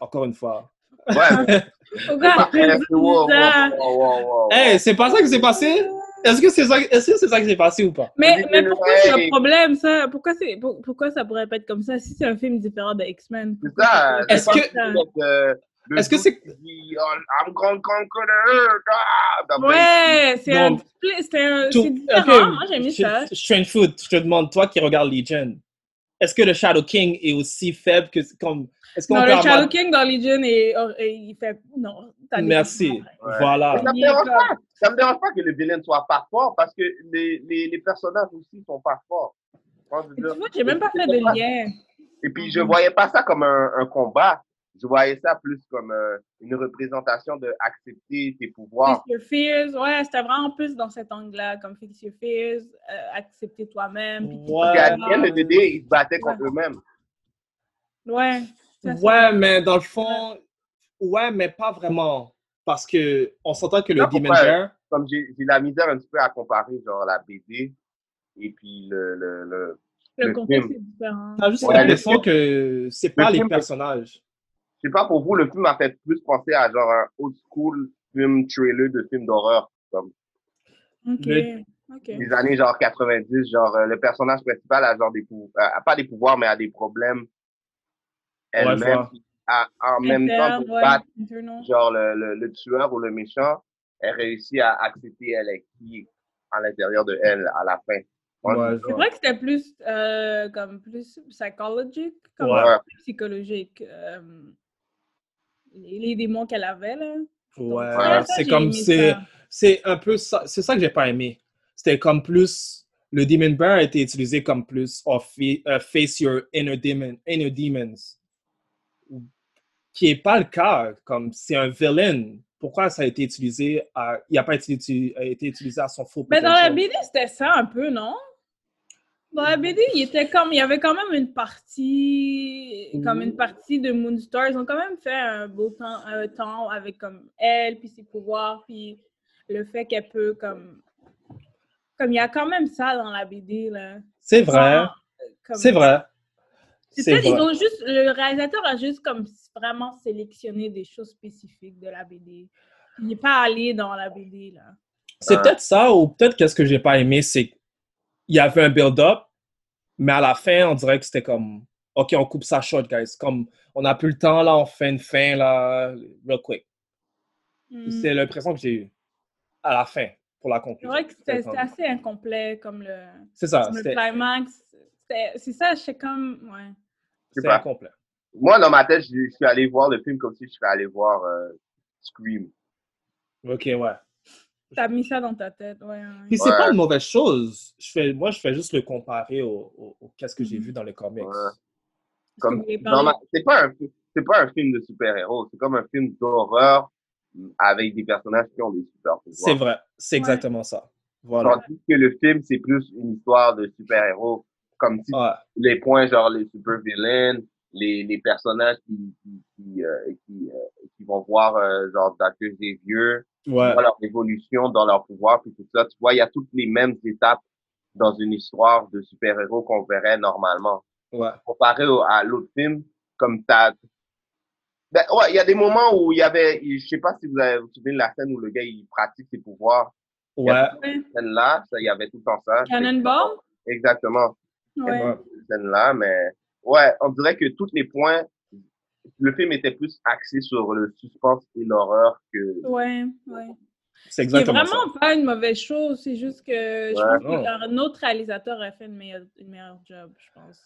Speaker 4: Encore une fois.
Speaker 5: Ouais. mais-
Speaker 7: Pourquoi
Speaker 5: Ouais,
Speaker 7: tu dis
Speaker 5: wow, wow,
Speaker 7: Oh, ça?
Speaker 5: wow, wow, wow.
Speaker 4: Hey, c'est pas ça qui s'est passé? Est-ce que c'est ça, est-ce que c'est ça qui s'est passé ou pas?
Speaker 7: Mais,
Speaker 5: Oui,
Speaker 7: mais
Speaker 5: mais
Speaker 7: pourquoi c'est
Speaker 5: ouais.
Speaker 7: un problème, ça? Pourquoi, c'est, pour- pourquoi ça pourrait pas être comme ça si c'est un film différent de X-Men?
Speaker 5: C'est ça. euh,
Speaker 4: Est-ce
Speaker 5: c'est pas
Speaker 4: que-
Speaker 5: le fait, euh, le
Speaker 4: Est-ce que
Speaker 5: doute
Speaker 4: c'est-
Speaker 5: qui dit, oh, I'm gonna conquer. Ah, d'après-
Speaker 7: Ouais, c'est un
Speaker 4: Non.
Speaker 7: display, c'est un-
Speaker 4: Tout-
Speaker 7: Euh, c'est différent.
Speaker 4: ok,
Speaker 7: Moi, j'ai mis
Speaker 4: Sh-
Speaker 7: ça.
Speaker 4: Strange Food, je te demande, toi qui regardes Legion, est-ce que le Shadow King est aussi faible que. Comme, est-ce qu'on
Speaker 7: Non,
Speaker 4: peut
Speaker 7: le
Speaker 4: avoir-
Speaker 7: Shadow King dans Legion, et, et il fait... Non, t'as des-
Speaker 4: Merci.
Speaker 5: Ouais.
Speaker 4: Voilà.
Speaker 5: Ça me dérange pas. Ça me dérange pas que le vilain soit pas fort parce que les, les, les personnages aussi sont pas forts. Moi, je veux
Speaker 7: Tu
Speaker 5: dire,
Speaker 7: vois, j'ai même pas fait de lien.
Speaker 5: Et puis, je voyais pas ça comme un, un combat. Je voyais ça plus comme euh, une représentation de accepter tes pouvoirs.
Speaker 7: Fix your fears, ouais, c'était vraiment plus dans cet angle-là, comme fix your fears, euh, accepter toi-même. puis tout
Speaker 4: Ouais.
Speaker 5: Puis
Speaker 7: ça.
Speaker 5: à Daniel, le bébé, ils se battaient contre eux-mêmes.
Speaker 7: Ouais. ça, ça-
Speaker 4: Ouais, mais dans le fond, ouais, mais pas vraiment. Parce que on s'entend que le
Speaker 5: Non,
Speaker 4: Demon
Speaker 5: pourquoi?
Speaker 4: Bear,
Speaker 5: Comme j'ai j'ai la misère un petit peu à comparer, genre, la BD et puis le, le, le,
Speaker 7: Le
Speaker 5: le
Speaker 7: contexte
Speaker 5: film.
Speaker 7: est différent.
Speaker 4: t'as juste
Speaker 5: Ouais,
Speaker 4: l'impression que c'est pas
Speaker 5: le
Speaker 4: les
Speaker 5: film-
Speaker 4: personnages.
Speaker 5: Je sais pas pour vous, le film m'a fait plus penser à genre un old school film trailer de film d'horreur. Comme
Speaker 7: Ok,
Speaker 4: Le-
Speaker 7: ok.
Speaker 5: des années genre 90, genre euh, le personnage principal a genre des pouvoirs, pas des pouvoirs, mais a des problèmes
Speaker 4: Ouais, je
Speaker 5: elle-même.
Speaker 4: vois.
Speaker 5: À- En même temps,
Speaker 7: Interne,
Speaker 5: de
Speaker 7: ouais,
Speaker 5: battre
Speaker 7: internal.
Speaker 5: genre le, le, le tueur ou le méchant, elle réussit à accepter elle est qui à l'intérieur de elle à la fin.
Speaker 4: Ouais, je
Speaker 7: C'est
Speaker 4: vois.
Speaker 7: vrai que c'était plus euh, comme plus psychologique, comme
Speaker 4: Ouais.
Speaker 7: plus psychologique. euh, les, les démons qu'elle avait là. Donc,
Speaker 4: Ouais,
Speaker 7: ça, ça,
Speaker 4: c'est
Speaker 7: j'ai
Speaker 4: comme
Speaker 7: aimé
Speaker 4: c'est
Speaker 7: ça.
Speaker 4: c'est un peu ça, c'est ça que j'ai pas aimé. C'était comme plus le Demon Bear a été utilisé comme plus oh, fa- euh, Face Your Inner, demon, inner Demons, qui n'est pas le cas. Comme c'est un villain, pourquoi ça a été utilisé à, Il n'a pas été, uti- a été utilisé à son faux
Speaker 7: Mais dans la
Speaker 4: potentiel.
Speaker 7: BD, c'était ça un peu, non? Dans la BD, il était comme, il y avait quand même une partie, comme une partie de Moonstar. Ils ont quand même fait un beau temps, un temps avec comme elle, puis ses pouvoirs, puis le fait qu'elle peut comme, comme il y a quand même ça dans la BD là.
Speaker 4: C'est vrai,
Speaker 7: Genre, comme-
Speaker 4: c'est vrai.
Speaker 7: C'est
Speaker 4: C'est
Speaker 7: peut-être ils
Speaker 4: vrai.
Speaker 7: ont juste, le réalisateur a juste comme vraiment sélectionné des choses spécifiques de la BD. Il n'est pas allé dans la BD là.
Speaker 4: C'est
Speaker 5: Ouais.
Speaker 4: peut-être ça, ou peut-être qu'est-ce que j'ai pas aimé, c'est qu'il y avait un build-up, mais à la fin, on dirait que c'était comme, OK, on coupe ça short, guys. Comme, on n'a plus le temps, là, on fait une fin, là, real quick.
Speaker 7: Hmm.
Speaker 4: C'est l'impression que j'ai eue à la fin, pour la
Speaker 7: C'est
Speaker 4: conclusion.
Speaker 7: vrai que c'était
Speaker 4: comme-
Speaker 7: c'était assez incomplet comme le,
Speaker 4: C'est ça,
Speaker 7: comme le
Speaker 4: Ah, c'était
Speaker 7: climax. C'était- C'est ça, je sais comme. Ouais.
Speaker 4: c'était
Speaker 5: pas.
Speaker 4: incomplet.
Speaker 5: Moi, dans ma tête, je, je suis allé voir le film comme si je serais allé voir euh, Scream.
Speaker 4: OK, ouais.
Speaker 7: T'as mis ça dans ta tête. Ouais, ouais, ouais.
Speaker 4: Puis c'est
Speaker 5: Ouais.
Speaker 4: pas une mauvaise chose. Je fais, moi, je fais juste le comparer au, au- au- qu'est-ce que j'ai
Speaker 7: Mhm.
Speaker 4: vu dans les comics.
Speaker 5: Ouais.
Speaker 7: Est-ce que
Speaker 5: Comme,
Speaker 7: vous voulez
Speaker 5: dans
Speaker 7: parler?
Speaker 5: ma- c'est pas un, fi- c'est pas un film de super-héros, c'est comme un film d'horreur mm, avec des personnages qui ont des super-pouvoirs.
Speaker 4: C'est vrai, c'est
Speaker 7: Ouais.
Speaker 4: exactement ça. Voilà.
Speaker 5: Tandis que le film, c'est plus une histoire de super-héros, comme si
Speaker 4: Ouais.
Speaker 5: les points genre les super-villains, les, les personnages qui, qui, qui, euh, qui, euh, qui vont voir euh, genre d'accueillir des vieux,
Speaker 4: Ouais.
Speaker 5: dans leur évolution, dans leur pouvoir, puis tout ça. Tu vois, il y a toutes les mêmes étapes dans une histoire de super-héros qu'on verrait normalement.
Speaker 4: Ouais.
Speaker 5: Comparé au- à l'autre film, comme t'as... Ben, ouais, il y a des moments où il y avait... Je sais pas si vous avez vous vous souvenez de la scène où le gars, il pratique ses pouvoirs.
Speaker 4: Ouais.
Speaker 5: Cette scène-là, ça, il y avait tout le temps ça.
Speaker 7: Cannonball?
Speaker 5: Exactement,
Speaker 7: Ouais.
Speaker 4: Ouais.
Speaker 5: cette scène-là, mais... Ouais, on dirait que tous les points... Le film était plus axé sur le suspense et l'horreur que...
Speaker 7: Ouais, ouais.
Speaker 4: C'est
Speaker 7: C'est
Speaker 4: exactement ça.
Speaker 7: vraiment pas une mauvaise chose, c'est juste que je
Speaker 5: Ouais.
Speaker 7: pense
Speaker 4: Non.
Speaker 7: qu'un autre réalisateur a fait une meilleure, une meilleure job, je pense,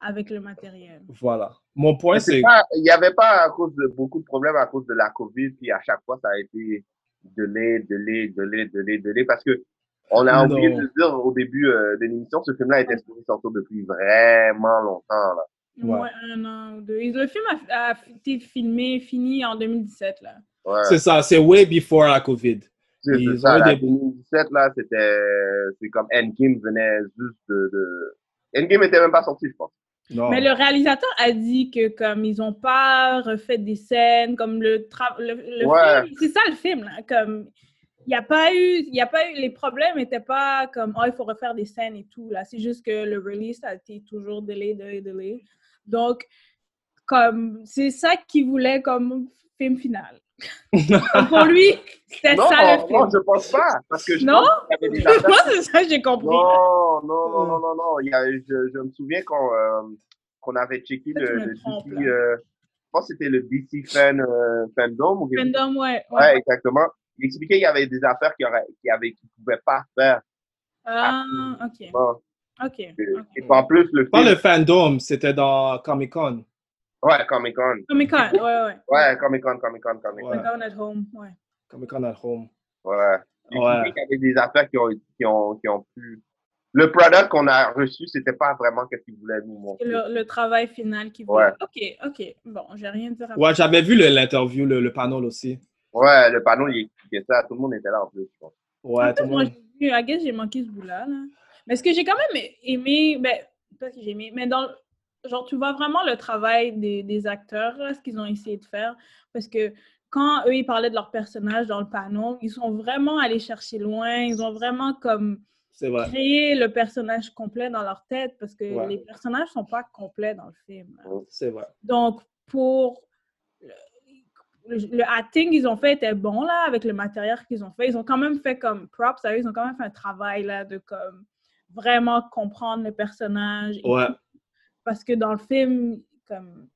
Speaker 7: avec le matériel.
Speaker 4: Voilà. Mon point,
Speaker 5: Mais c'est
Speaker 4: c'est.
Speaker 5: pas- Il n'y avait pas à cause de beaucoup de problèmes à cause de la COVID, puis à chaque fois, ça a été delay, delay, delay, delay, delay, parce que on a
Speaker 4: Non.
Speaker 5: oublié de le dire au début euh, de l'émission, ce film-là était supposé sortir depuis vraiment longtemps. Là.
Speaker 4: Ouais.
Speaker 7: Ouais, un an ou deux. Et le film a, a été filmé, fini en 2017, là.
Speaker 5: Ouais.
Speaker 4: C'est ça, c'est way before la COVID.
Speaker 5: C'est c'est
Speaker 4: ils ont
Speaker 5: ça,
Speaker 4: eu
Speaker 5: là,
Speaker 4: des-
Speaker 5: 2017, là, c'était c'est comme Endgame venait juste de, de... Endgame était même pas sorti, je pense.
Speaker 4: Non.
Speaker 5: Ah.
Speaker 7: Mais le réalisateur a dit que comme ils ont pas refait des scènes, comme le, tra- le, le
Speaker 5: Ouais.
Speaker 7: film, c'est ça le film là, comme il n'y a pas eu, il y a pas eu, les problèmes n'étaient pas comme oh il faut refaire des scènes et tout là, c'est juste que le release a été toujours délai, délai, délai. Donc comme c'est ça qu'il voulait comme film final. Comme pour lui, c'était
Speaker 5: Non,
Speaker 7: ça le film.
Speaker 5: non, je pense pas, parce que je
Speaker 7: Non?
Speaker 5: pense qu'il y avait des attentes.
Speaker 7: Moi c'est ça que j'ai compris.
Speaker 5: Non, non, non,
Speaker 7: Euh.
Speaker 5: non, non, non. Il y a- je, je me souviens quand, euh, qu'on avait checké
Speaker 7: Peut-être
Speaker 5: le,
Speaker 7: que je me
Speaker 5: le
Speaker 7: trompe,
Speaker 5: DC,
Speaker 7: là.
Speaker 5: euh, je pense que c'était le DC fan, euh, fandom. Ou quelque-
Speaker 7: Fandom, ouais, ouais.
Speaker 5: Ouais, exactement. Il expliquait qu'il y avait des affaires qu'il ne avait, qu'il pouvait pas faire.
Speaker 7: Ah, ok,
Speaker 5: Bon.
Speaker 7: ok.
Speaker 5: Et
Speaker 7: ok.
Speaker 5: et en plus, le
Speaker 4: Pas
Speaker 5: film...
Speaker 4: le fandom, c'était dans Comic Con.
Speaker 5: Ouais, Comic-Con.
Speaker 7: Comic-Con, ouais, ouais.
Speaker 5: Ouais, Comic-Con, Comic-Con, Comic-Con.
Speaker 4: Ouais.
Speaker 7: Comic-Con at home, ouais.
Speaker 4: Comic Con at home.
Speaker 5: Ouais. Il
Speaker 4: Ouais.
Speaker 5: expliquait qu'il y avait des affaires qui ont, qui ont, qui ont pu... Le product qu'on a reçu, c'était pas vraiment ce qu'il voulait nous montrer.
Speaker 7: le, le travail final qui
Speaker 5: Ouais.
Speaker 7: voulait. Ok, ok. Bon, j'ai rien dire à
Speaker 4: Ouais, j'avais vu le- l'interview, le, le panel aussi.
Speaker 5: Ouais, le panneau, il expliquait ça. Tout le monde était là en plus, je pense.
Speaker 4: Ouais,
Speaker 7: En fait,
Speaker 4: tout le
Speaker 7: moi,
Speaker 4: monde.
Speaker 7: j'ai vu, I guess j'ai manqué ce bout-là. là. Mais ce que j'ai quand même aimé, ben, pas que j'ai aimé, mais dans, le- genre, tu vois vraiment le travail des, des acteurs, là, ce qu'ils ont essayé de faire. Parce que quand eux, ils parlaient de leurs personnages dans le panneau, ils sont vraiment allés chercher loin. Ils ont vraiment comme
Speaker 4: C'est vrai.
Speaker 7: créé le personnage complet dans leur tête parce que
Speaker 4: Ouais.
Speaker 7: les personnages sont pas complets dans le film. là.
Speaker 4: C'est vrai.
Speaker 7: Donc, pour le, le- le acting qu'ils ont fait était bon, là, avec le matériel qu'ils ont fait. Ils ont quand même fait comme props à eux, ils ont quand même fait un travail, là, de comme vraiment comprendre le personnage. et
Speaker 4: Ouais.
Speaker 7: tout. parce que dans le film, comme.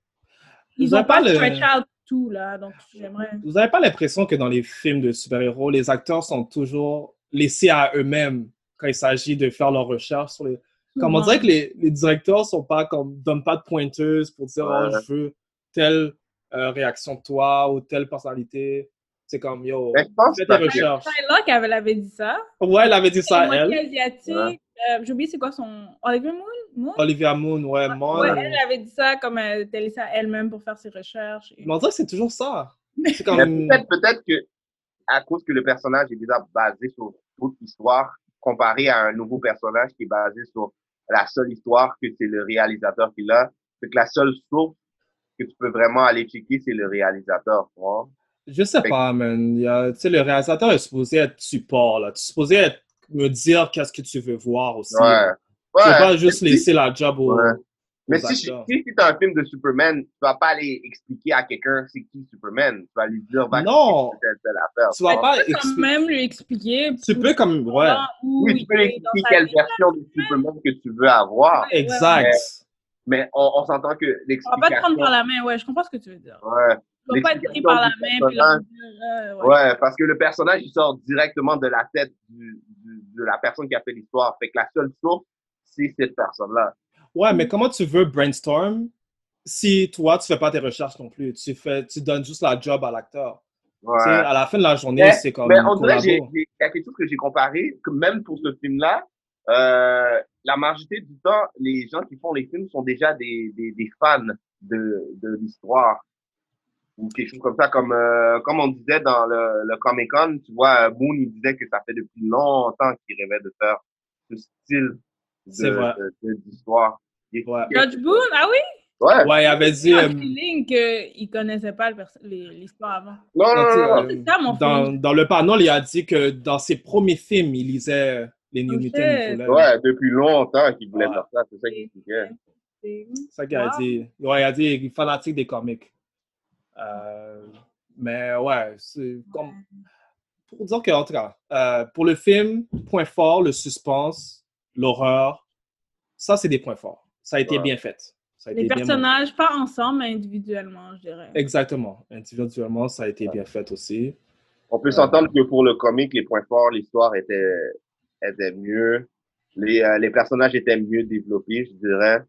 Speaker 4: Ils
Speaker 7: Ils
Speaker 4: ont
Speaker 7: ont pas
Speaker 4: pas le-
Speaker 7: stretch out tout, là. Donc, j'aimerais.
Speaker 4: Vous n'avez pas l'impression que dans les films de super-héros, les acteurs sont toujours laissés à eux-mêmes quand il s'agit de faire leurs recherches sur les. Comme on
Speaker 7: souvent.
Speaker 4: dirait que les, les directeurs sont pas comme donnent pas de pointeuse pour dire
Speaker 5: Ouais.
Speaker 4: oh, je veux telle euh, réaction de toi ou telle personnalité. C'est comme, yo,
Speaker 5: Mais Ben, je pense
Speaker 4: fais
Speaker 5: que
Speaker 4: tes
Speaker 5: ça-
Speaker 4: recherches.
Speaker 7: Shylock, elle avait dit ça.
Speaker 4: Ouais, elle avait dit ça à
Speaker 7: moitié
Speaker 4: elle.
Speaker 7: asiatique.
Speaker 5: Ouais.
Speaker 7: euh, J'ai oublié c'est quoi son... Oliver Moon? Moon?
Speaker 4: Olivia Moon, ouais, moi. euh,
Speaker 7: Ouais, elle avait dit ça comme euh, elle était laissée à elle-même pour faire ses recherches. Et-
Speaker 4: Mais on dirait que c'est toujours ça. C'est
Speaker 5: Mais
Speaker 4: comme.
Speaker 5: peut-être, peut-être que, à cause que le personnage est déjà basé sur d'autres histoires, comparé à un nouveau personnage qui est basé sur la seule histoire que c'est le réalisateur qui l'a, c'est que la seule source que tu peux vraiment aller checker, c'est le réalisateur, tu vois.
Speaker 4: Je sais pas, man. Il y a- Tu sais, le réalisateur est supposé être support, là. Tu es supposé être- me dire qu'est-ce que tu veux voir aussi.
Speaker 5: Ouais.
Speaker 4: Tu peux
Speaker 5: Ouais.
Speaker 4: pas juste
Speaker 5: Mais si-
Speaker 4: laisser la job au.
Speaker 5: Ouais. Mais
Speaker 4: aux
Speaker 5: si, si,
Speaker 4: acteurs.
Speaker 5: si t'as un film de Superman, tu vas pas aller expliquer à quelqu'un c'est qui Superman. Tu vas lui dire, va
Speaker 4: Non.
Speaker 5: c'est telle, telle affaire.
Speaker 4: Tu vas pas
Speaker 7: Tu peux quand
Speaker 4: expliquer.
Speaker 7: même lui expliquer.
Speaker 4: Tu peux comme. Ouais,
Speaker 7: où
Speaker 5: Oui, tu
Speaker 7: il
Speaker 5: peux lui
Speaker 7: est dans
Speaker 5: expliquer
Speaker 7: sa
Speaker 5: quelle
Speaker 7: vie.
Speaker 5: version de Superman que tu veux avoir,
Speaker 7: ouais,
Speaker 4: exact.
Speaker 5: mais on, on s'entend que
Speaker 7: On va pas te
Speaker 5: l'explication...
Speaker 7: prendre par la main, ouais, je comprends ce que tu veux dire.
Speaker 5: Ouais.
Speaker 7: On va pas te pris
Speaker 5: L'explication
Speaker 7: par la
Speaker 5: du
Speaker 7: main puis leur
Speaker 5: personnage.
Speaker 7: dire, euh, ouais.
Speaker 5: Ouais, parce que le personnage, il sort directement de la tête du, du- de la personne qui a fait l'histoire. Fait que la seule source, c'est cette personne-là.
Speaker 4: Ouais, mais comment tu veux brainstorm si toi, tu fais pas tes recherches non plus? Tu, fais, tu donnes juste la job à l'acteur. Tu sais,
Speaker 5: Ouais.
Speaker 4: à la fin de la journée,
Speaker 5: Mais-
Speaker 4: c'est comme.
Speaker 5: Mais on dirait
Speaker 4: collabo.
Speaker 5: que j'ai- j'ai- il y a quelque chose que j'ai comparé, que même pour ce film-là, euh, la majorité du temps, les gens qui font les films sont déjà des, des, des fans de, de l'histoire. Ou quelque chose comme ça, comme, euh, comme on disait dans le, le Comic Con, tu vois, euh, Moon, il disait que ça fait depuis longtemps qu'il rêvait de faire ce style
Speaker 4: C'est vrai.
Speaker 5: d'histoire. De, de, d'histoire. Il-
Speaker 4: Ouais.
Speaker 7: Judge Boone, ah oui,
Speaker 5: Ouais.
Speaker 4: Ouais, il avait dit.
Speaker 7: j'ai un
Speaker 4: euh,
Speaker 7: feeling qu'il connaissait pas le perso- les- l'histoire avant.
Speaker 5: Non, non, non, non.
Speaker 4: euh,
Speaker 7: C'est ça, mon
Speaker 4: dans,
Speaker 7: feeling.
Speaker 4: dans le panneau, il a dit que dans ses premiers films, il lisait les New
Speaker 7: Oh,
Speaker 4: Mutants.
Speaker 7: shit.
Speaker 4: il voulait-
Speaker 5: Ouais, depuis longtemps qu'il voulait
Speaker 4: Ouais.
Speaker 5: faire ça, c'est ça qu'il expliquait.
Speaker 7: C'est-
Speaker 4: C'est ça qu'il a
Speaker 7: Wow.
Speaker 4: dit. Ouais, il a dit il est fanatique des comics. Euh, mais ouais, c'est comme. Pour dire que, en tout cas, euh, pour le film, point fort, le suspense, l'horreur, ça, c'est des points forts. Ça a été
Speaker 5: Ouais.
Speaker 4: bien fait. Ça a
Speaker 7: Les
Speaker 4: été bien
Speaker 7: personnages, pas ensemble, mais individuellement, je dirais.
Speaker 4: monté. Exactement. Individuellement, ça a été bien fait aussi.
Speaker 5: On peut s'entendre que pour le comique, les points forts, l'histoire était, était mieux. Les, euh, les personnages étaient mieux développés, je dirais.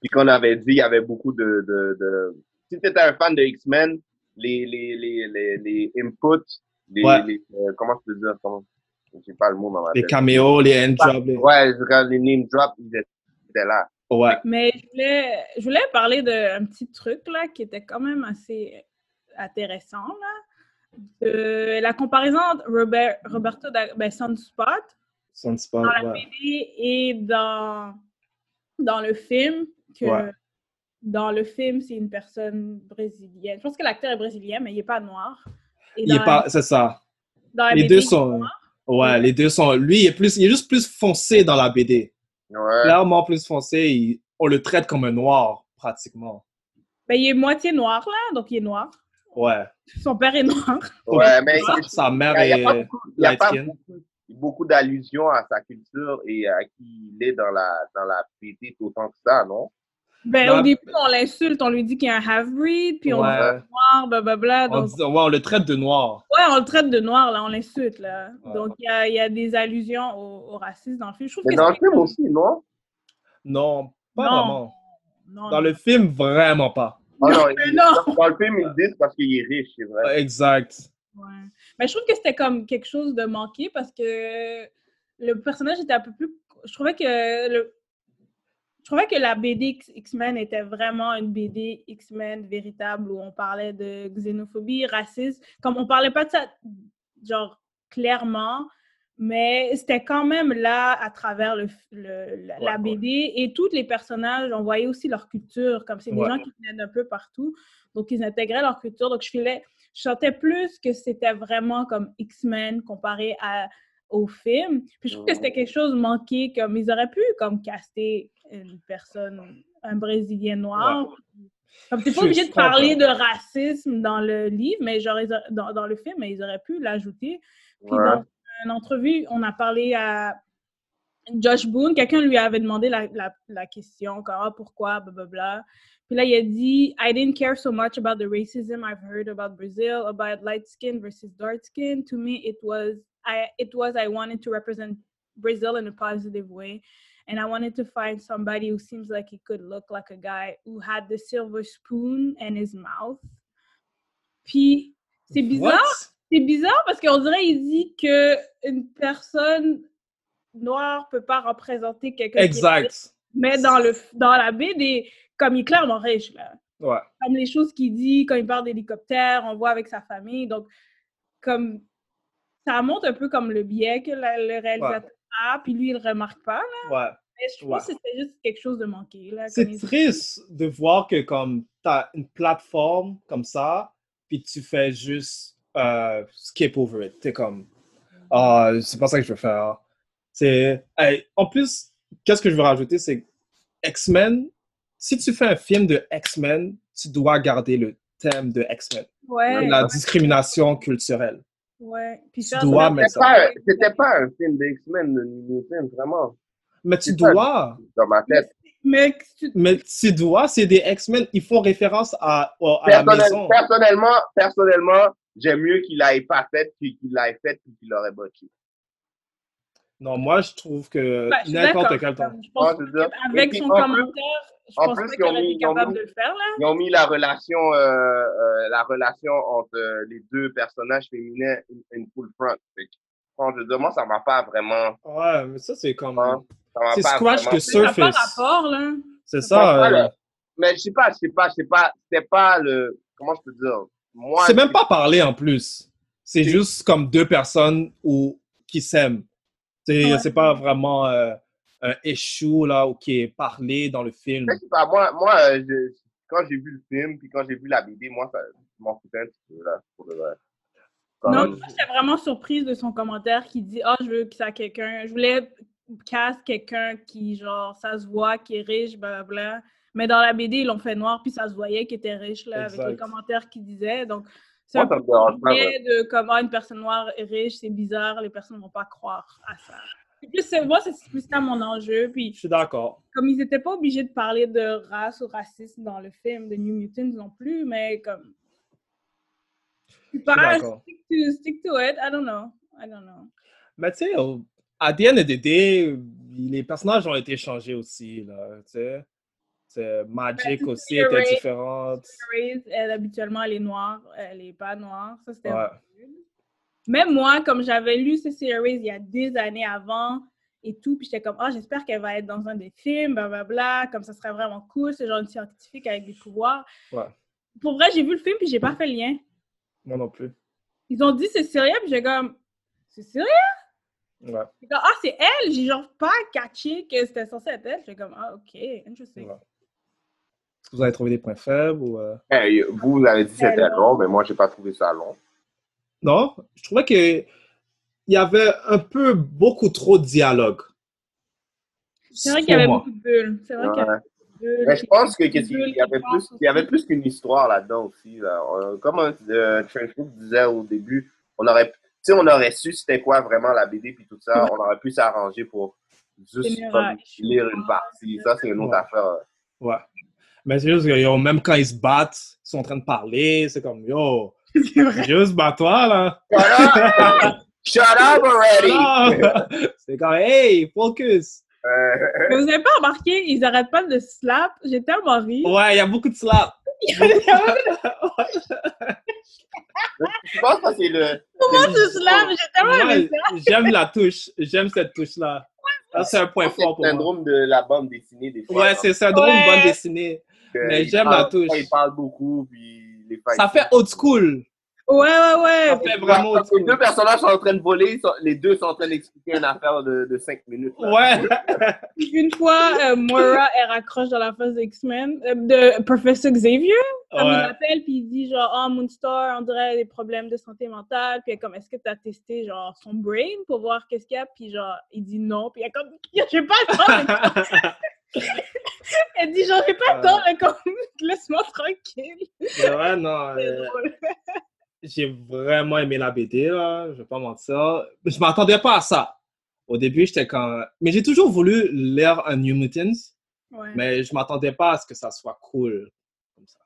Speaker 5: Puis qu'on avait dit, il y avait beaucoup de... de, de... Si tu étais un fan de X-Men, les, les, les, les, les inputs, les,
Speaker 4: Ouais.
Speaker 5: les, euh, comment je peux dire, comment... J'ai pas le mot dans ma
Speaker 4: Les
Speaker 5: tête.
Speaker 4: caméos, les end jobs. les-
Speaker 5: Ouais, quand les name drops, ils étaient là.
Speaker 4: Ouais.
Speaker 7: Mais je voulais, je voulais parler d'un petit truc là, qui était quand même assez intéressant. Là. De la comparaison entre Robert, Roberto da, ben, Sunspot
Speaker 4: Sunspot,
Speaker 7: dans la
Speaker 4: ouais.
Speaker 7: BD et dans, dans le film. Que
Speaker 4: Ouais.
Speaker 7: Dans le film, c'est une personne brésilienne. Je pense que l'acteur est brésilien, mais il n'est pas noir. Et
Speaker 4: Il
Speaker 7: dans
Speaker 4: est
Speaker 7: la-
Speaker 4: pas, c'est ça.
Speaker 7: dans la
Speaker 4: Les
Speaker 7: BD,
Speaker 4: deux
Speaker 7: il est
Speaker 4: sont.
Speaker 7: noir.
Speaker 4: Ouais, les deux sont. Lui, il est plus, il est juste plus foncé dans la BD.
Speaker 5: Ouais.
Speaker 4: clairement plus foncé. il- on le traite comme un noir, pratiquement.
Speaker 7: Ben, il est moitié noir, là, donc il est noir.
Speaker 4: Ouais.
Speaker 7: Son père est noir.
Speaker 5: Ouais, mais
Speaker 4: sa, sa mère
Speaker 5: Il y a- il y a pas
Speaker 4: est
Speaker 5: il n'y a
Speaker 4: light
Speaker 5: pas
Speaker 4: skin.
Speaker 5: beaucoup, beaucoup d'allusions à sa culture et à qui il est dans la, dans la BD autant que ça, non?
Speaker 7: Ben,
Speaker 4: Non,
Speaker 7: au début, on l'insulte, on lui dit qu'il est un half-breed, puis on dit
Speaker 4: Ouais.
Speaker 7: noir, blablabla.
Speaker 4: On,
Speaker 7: Donc,
Speaker 4: dit- ouais, on le traite de noir.
Speaker 7: ouais, on le traite de noir, là, on l'insulte, là.
Speaker 4: Ouais.
Speaker 7: Donc, il y a, il y a des allusions au, au racisme dans le film. Je trouve
Speaker 5: Mais
Speaker 7: que
Speaker 5: dans le
Speaker 7: c'est-
Speaker 5: film aussi, non?
Speaker 4: Non, pas
Speaker 7: Non.
Speaker 4: vraiment.
Speaker 7: Non,
Speaker 4: Dans le film, vraiment pas.
Speaker 5: Ah non,
Speaker 7: mais
Speaker 5: il-
Speaker 7: non!
Speaker 5: Dans le film, ils disent parce qu'il est riche, c'est vrai.
Speaker 4: Exact.
Speaker 7: ouais. Mais je trouve que c'était comme quelque chose de manqué parce que le personnage était un peu plus... Je trouvais que le... Je trouvais que la BD X- X-Men était vraiment une BD X-Men véritable où on parlait de xénophobie, racisme. Comme on parlait pas de ça, genre, clairement, mais c'était quand même là à travers le, f- le- la, la
Speaker 4: Ouais, ouais.
Speaker 7: BD et tous les personnages, on voyait aussi leur culture, comme c'est des
Speaker 4: Ouais.
Speaker 7: gens qui venaient d'un peu partout, donc ils intégraient leur culture. Donc je filais, je sentais plus que c'était vraiment comme X-Men comparé à au film. Puis je trouve que c'était quelque chose manqué, comme ils auraient pu comme caster une personne, un Brésilien noir. Comme t'es pas
Speaker 4: Je
Speaker 7: obligé de
Speaker 4: comprends.
Speaker 7: parler de racisme dans le livre, mais genre, ils auraient- dans, dans le film, mais ils auraient pu l'ajouter. Puis
Speaker 5: Ouais.
Speaker 7: dans une entrevue, on a parlé à Josh Boone. Quelqu'un lui avait demandé la, la, la question, comme, Ah, pourquoi, blablabla. Puis là, il a dit I didn't care so much about the racism I've heard about Brazil, about light skin versus dark skin. To me, it was I, it was I wanted to represent Brazil in a positive way. And I wanted to find somebody who seems like he could look like a guy who had the silver spoon in his mouth. Puis, c'est bizarre,
Speaker 4: What?
Speaker 7: C'est bizarre parce qu'on dirait il dit que une personne noire peut pas représenter quelqu'un. qui est riche,
Speaker 4: Exact.
Speaker 7: Mais dans le dans la BD, comme il est clairement riche là.
Speaker 4: Ouais.
Speaker 7: Comme les choses qu'il dit quand il parle d'hélicoptère, on voit avec sa famille. Donc comme ça montre un peu comme le biais que la- le réalisateur a, puis lui il le remarque pas. là.
Speaker 4: Ouais.
Speaker 7: Mais je trouve
Speaker 4: Ouais.
Speaker 7: que c'était juste quelque chose de manqué là.
Speaker 4: C'est
Speaker 7: comme il dit.
Speaker 4: triste de voir que comme t'as une plateforme comme ça, puis tu fais juste euh, skip over it. T'es comme, ah, c'est pas ça que je veux faire. C'est, Hey, en plus, qu'est-ce que je veux rajouter, c'est que X-Men. Si tu fais un film de X-Men, tu dois garder le thème de X-Men,
Speaker 7: Ouais.
Speaker 4: la discrimination culturelle.
Speaker 7: Ouais. Puis
Speaker 4: Tu
Speaker 7: faire
Speaker 4: dois
Speaker 7: ça-
Speaker 4: mettre
Speaker 5: C'était pas, c'était pas un film de X-Men, le nouveau film, vraiment,
Speaker 4: Mais tu
Speaker 5: C'est ça.
Speaker 4: dois,
Speaker 5: dans ma tête.
Speaker 7: Mais que tu-
Speaker 4: mais tu dois, c'est des X-Men. Ils font référence à, à, à la
Speaker 5: Personnel-
Speaker 4: maison.
Speaker 5: personnellement, personnellement, j'aime mieux qu'il l'ait pas fait qu'il qu'il l'ait fait puis qu'il l'aurait botché.
Speaker 4: Non, moi je trouve que
Speaker 7: Ben, je suis
Speaker 4: n'importe
Speaker 7: d'accord.
Speaker 4: quel temps.
Speaker 7: Je pense
Speaker 5: Ouais, c'est ça. Et
Speaker 7: avec
Speaker 5: puis,
Speaker 7: son
Speaker 5: en plus-
Speaker 7: commentaire, je
Speaker 5: en
Speaker 7: pense
Speaker 5: plus,
Speaker 7: pas
Speaker 5: ils
Speaker 7: qu'il
Speaker 5: ont
Speaker 7: aurait
Speaker 5: mis-
Speaker 7: été
Speaker 5: ils ont
Speaker 7: capable
Speaker 5: mis-
Speaker 7: de le faire, là.
Speaker 5: Ils ont mis la relation, euh, euh, la relation entre euh, les deux personnages féminins in, in full front. Fait que, quand je demande, ça m'a pas vraiment.
Speaker 4: Ouais, mais ça, c'est comme.
Speaker 5: Hein? ça m'a
Speaker 4: C'est
Speaker 5: pas
Speaker 4: Scratch
Speaker 5: vraiment-
Speaker 4: que
Speaker 7: Ça n'a pas
Speaker 4: Surface.
Speaker 7: rapport, là.
Speaker 4: C'est
Speaker 5: Bon,
Speaker 4: ça.
Speaker 5: voilà.
Speaker 4: euh,
Speaker 5: Mais je sais pas, je sais pas, je sais pas, c'était pas le. Comment je peux dire? Moi,
Speaker 4: C'est même pas parlé en plus. C'est
Speaker 5: C'est-
Speaker 4: juste comme deux personnes ou qui s'aiment. C'est
Speaker 7: Ouais.
Speaker 4: c'est pas vraiment euh, un échou là ou qui est parlé dans le film.
Speaker 5: Je sais pas, moi, moi euh, je- quand j'ai vu le film, puis quand j'ai vu la BD, moi, ça, je m'en foutais un petit peu, là, pour le vrai. Comme-
Speaker 7: Non, moi, j'étais vraiment surprise de son commentaire qui dit Ah, je veux que ça quelqu'un. Je voulais casse quelqu'un qui, genre, ça se voit, qui est riche, blablabla. Mais dans la BD, ils l'ont fait noir, puis ça se voyait qu'il était riche, là,
Speaker 4: Exact.
Speaker 7: avec les commentaires qu'il disait. Donc, c'est
Speaker 5: moi,
Speaker 7: un
Speaker 5: ça
Speaker 7: peu
Speaker 5: me dérange pas. ouais.
Speaker 7: biais de comment une personne noire est riche, c'est bizarre, les personnes vont pas croire à ça. C'est plus, c'est- moi, c'est plus ça mon enjeu. Puis
Speaker 4: Je suis d'accord.
Speaker 7: comme ils n'étaient pas obligés de parler de race ou racisme dans le film de New Mutants non plus, mais comme. Tu parles,
Speaker 4: d'accord.
Speaker 7: stick to, stick to it, I don't know. I don't know.
Speaker 4: Mais tu sais, au- à the end of the day, les personnages ont été changés aussi. Là, tu sais. C'est- Magic
Speaker 7: Ben,
Speaker 4: aussi était
Speaker 7: Ray.
Speaker 4: différente.
Speaker 7: Grace, elle, habituellement, elle est noire, elle est pas noire. Ça, c'était.
Speaker 4: Ouais.
Speaker 7: Même moi, comme j'avais lu ce series il y a des années avant et tout, puis j'étais comme, ah, j'espère qu'elle va être dans un des films, blablabla, comme ça serait vraiment cool, ce genre de scientifique avec des pouvoirs.
Speaker 4: Ouais.
Speaker 7: Pour vrai, j'ai vu le film, puis j'ai pas fait le lien.
Speaker 4: Moi non plus.
Speaker 7: Ils ont dit c'est sérieux, puis j'ai comme, c'est sérieux?
Speaker 4: Ouais.
Speaker 7: J'ai comme, ah, c'est elle! J'ai genre pas catché que c'était censé être elle. J'ai comme, ah, ok, interesting.
Speaker 4: Ouais. Vous avez trouvé des points faibles ou. euh,
Speaker 5: Hey, vous, vous avez dit que c'était
Speaker 7: C'est
Speaker 5: long, mais moi, j'ai pas trouvé ça long.
Speaker 4: Non, je trouvais que il y avait un peu beaucoup trop de dialogue.
Speaker 7: C'est vrai
Speaker 4: Pour
Speaker 7: qu'il y avait
Speaker 4: moi.
Speaker 7: beaucoup de bulles. C'est vrai qu'il y avait
Speaker 5: Ouais.
Speaker 7: beaucoup de bulles.
Speaker 5: Mais je pense que
Speaker 7: Des
Speaker 5: qu'est-ce qu'il
Speaker 7: bulles
Speaker 5: il y avait
Speaker 7: qui
Speaker 5: plus,
Speaker 7: passent
Speaker 5: il y avait
Speaker 7: aussi.
Speaker 5: plus qu'une histoire là-dedans aussi. Là. On- Comme euh, Trenchwood disait au début, on aurait, tu sais, on aurait su c'était quoi vraiment la BD puis tout ça, on aurait pu s'arranger pour juste
Speaker 7: Tenir
Speaker 5: comme,
Speaker 7: à-
Speaker 5: lire une partie. Ça, c'est une autre
Speaker 4: Ouais.
Speaker 5: affaire.
Speaker 4: Ouais. Mais c'est juste que yo, même quand ils se battent, ils sont en train de parler, c'est comme yo,
Speaker 7: C'est vrai.
Speaker 4: juste bats-toi là.
Speaker 5: Shut up! Shut up already!
Speaker 4: Ah! c'est comme hey, focus.
Speaker 5: Euh,
Speaker 7: Mais vous avez pas remarqué, ils arrêtent pas de slap. J'ai tellement ri.
Speaker 4: Ouais, il y a beaucoup de slap.
Speaker 5: je pense que c'est le.
Speaker 7: Comment tu slap? J'ai tellement
Speaker 4: Moi,
Speaker 7: aimé ça.
Speaker 4: j'aime la touche, j'aime cette touche là. Ça, c'est un point
Speaker 5: C'est
Speaker 4: fort
Speaker 5: le
Speaker 4: pour moi.
Speaker 5: syndrome de la bande dessinée des fois.
Speaker 4: Ouais, c'est ça, drôle, une
Speaker 7: Ouais.
Speaker 4: bonne dessinée. mais j'aime la touche.
Speaker 5: Ils parlent beaucoup, puis les
Speaker 4: Ça fait old school.
Speaker 7: Ouais, ouais,
Speaker 4: Ça
Speaker 7: ouais.
Speaker 4: fait vraiment old
Speaker 5: Parce que les
Speaker 4: school.
Speaker 5: deux personnages sont en train de voler, ils sont- les deux sont en train d'expliquer une affaire de, de 5 minutes. là.
Speaker 4: Ouais.
Speaker 7: Une fois, euh, Moira, elle raccroche dans la phase d'X-Men, euh, de Professor Xavier. Comme il
Speaker 4: Ouais.
Speaker 7: l'appelle, puis il dit genre, ah, Moonstar, on dirait des problèmes de santé mentale. Puis elle est comme, est-ce que tu as testé genre son brain pour voir qu'est-ce qu'il y a? Puis genre, il dit non. Puis elle est comme, je sais pas le temps. de- Elle dit genre, j'ai pas le temps, mais comme, laisse-moi tranquille.
Speaker 4: Mais ouais, non.
Speaker 7: C'est
Speaker 4: euh,
Speaker 7: drôle.
Speaker 4: j'ai vraiment aimé la BD, là, je vais pas mentir. Je m'attendais pas à ça. Au début, j'étais quand... Mais j'ai toujours voulu lire un New Mutants,
Speaker 7: Ouais. Mais...
Speaker 4: mais je m'attendais pas à ce que ça soit cool. Comme ça,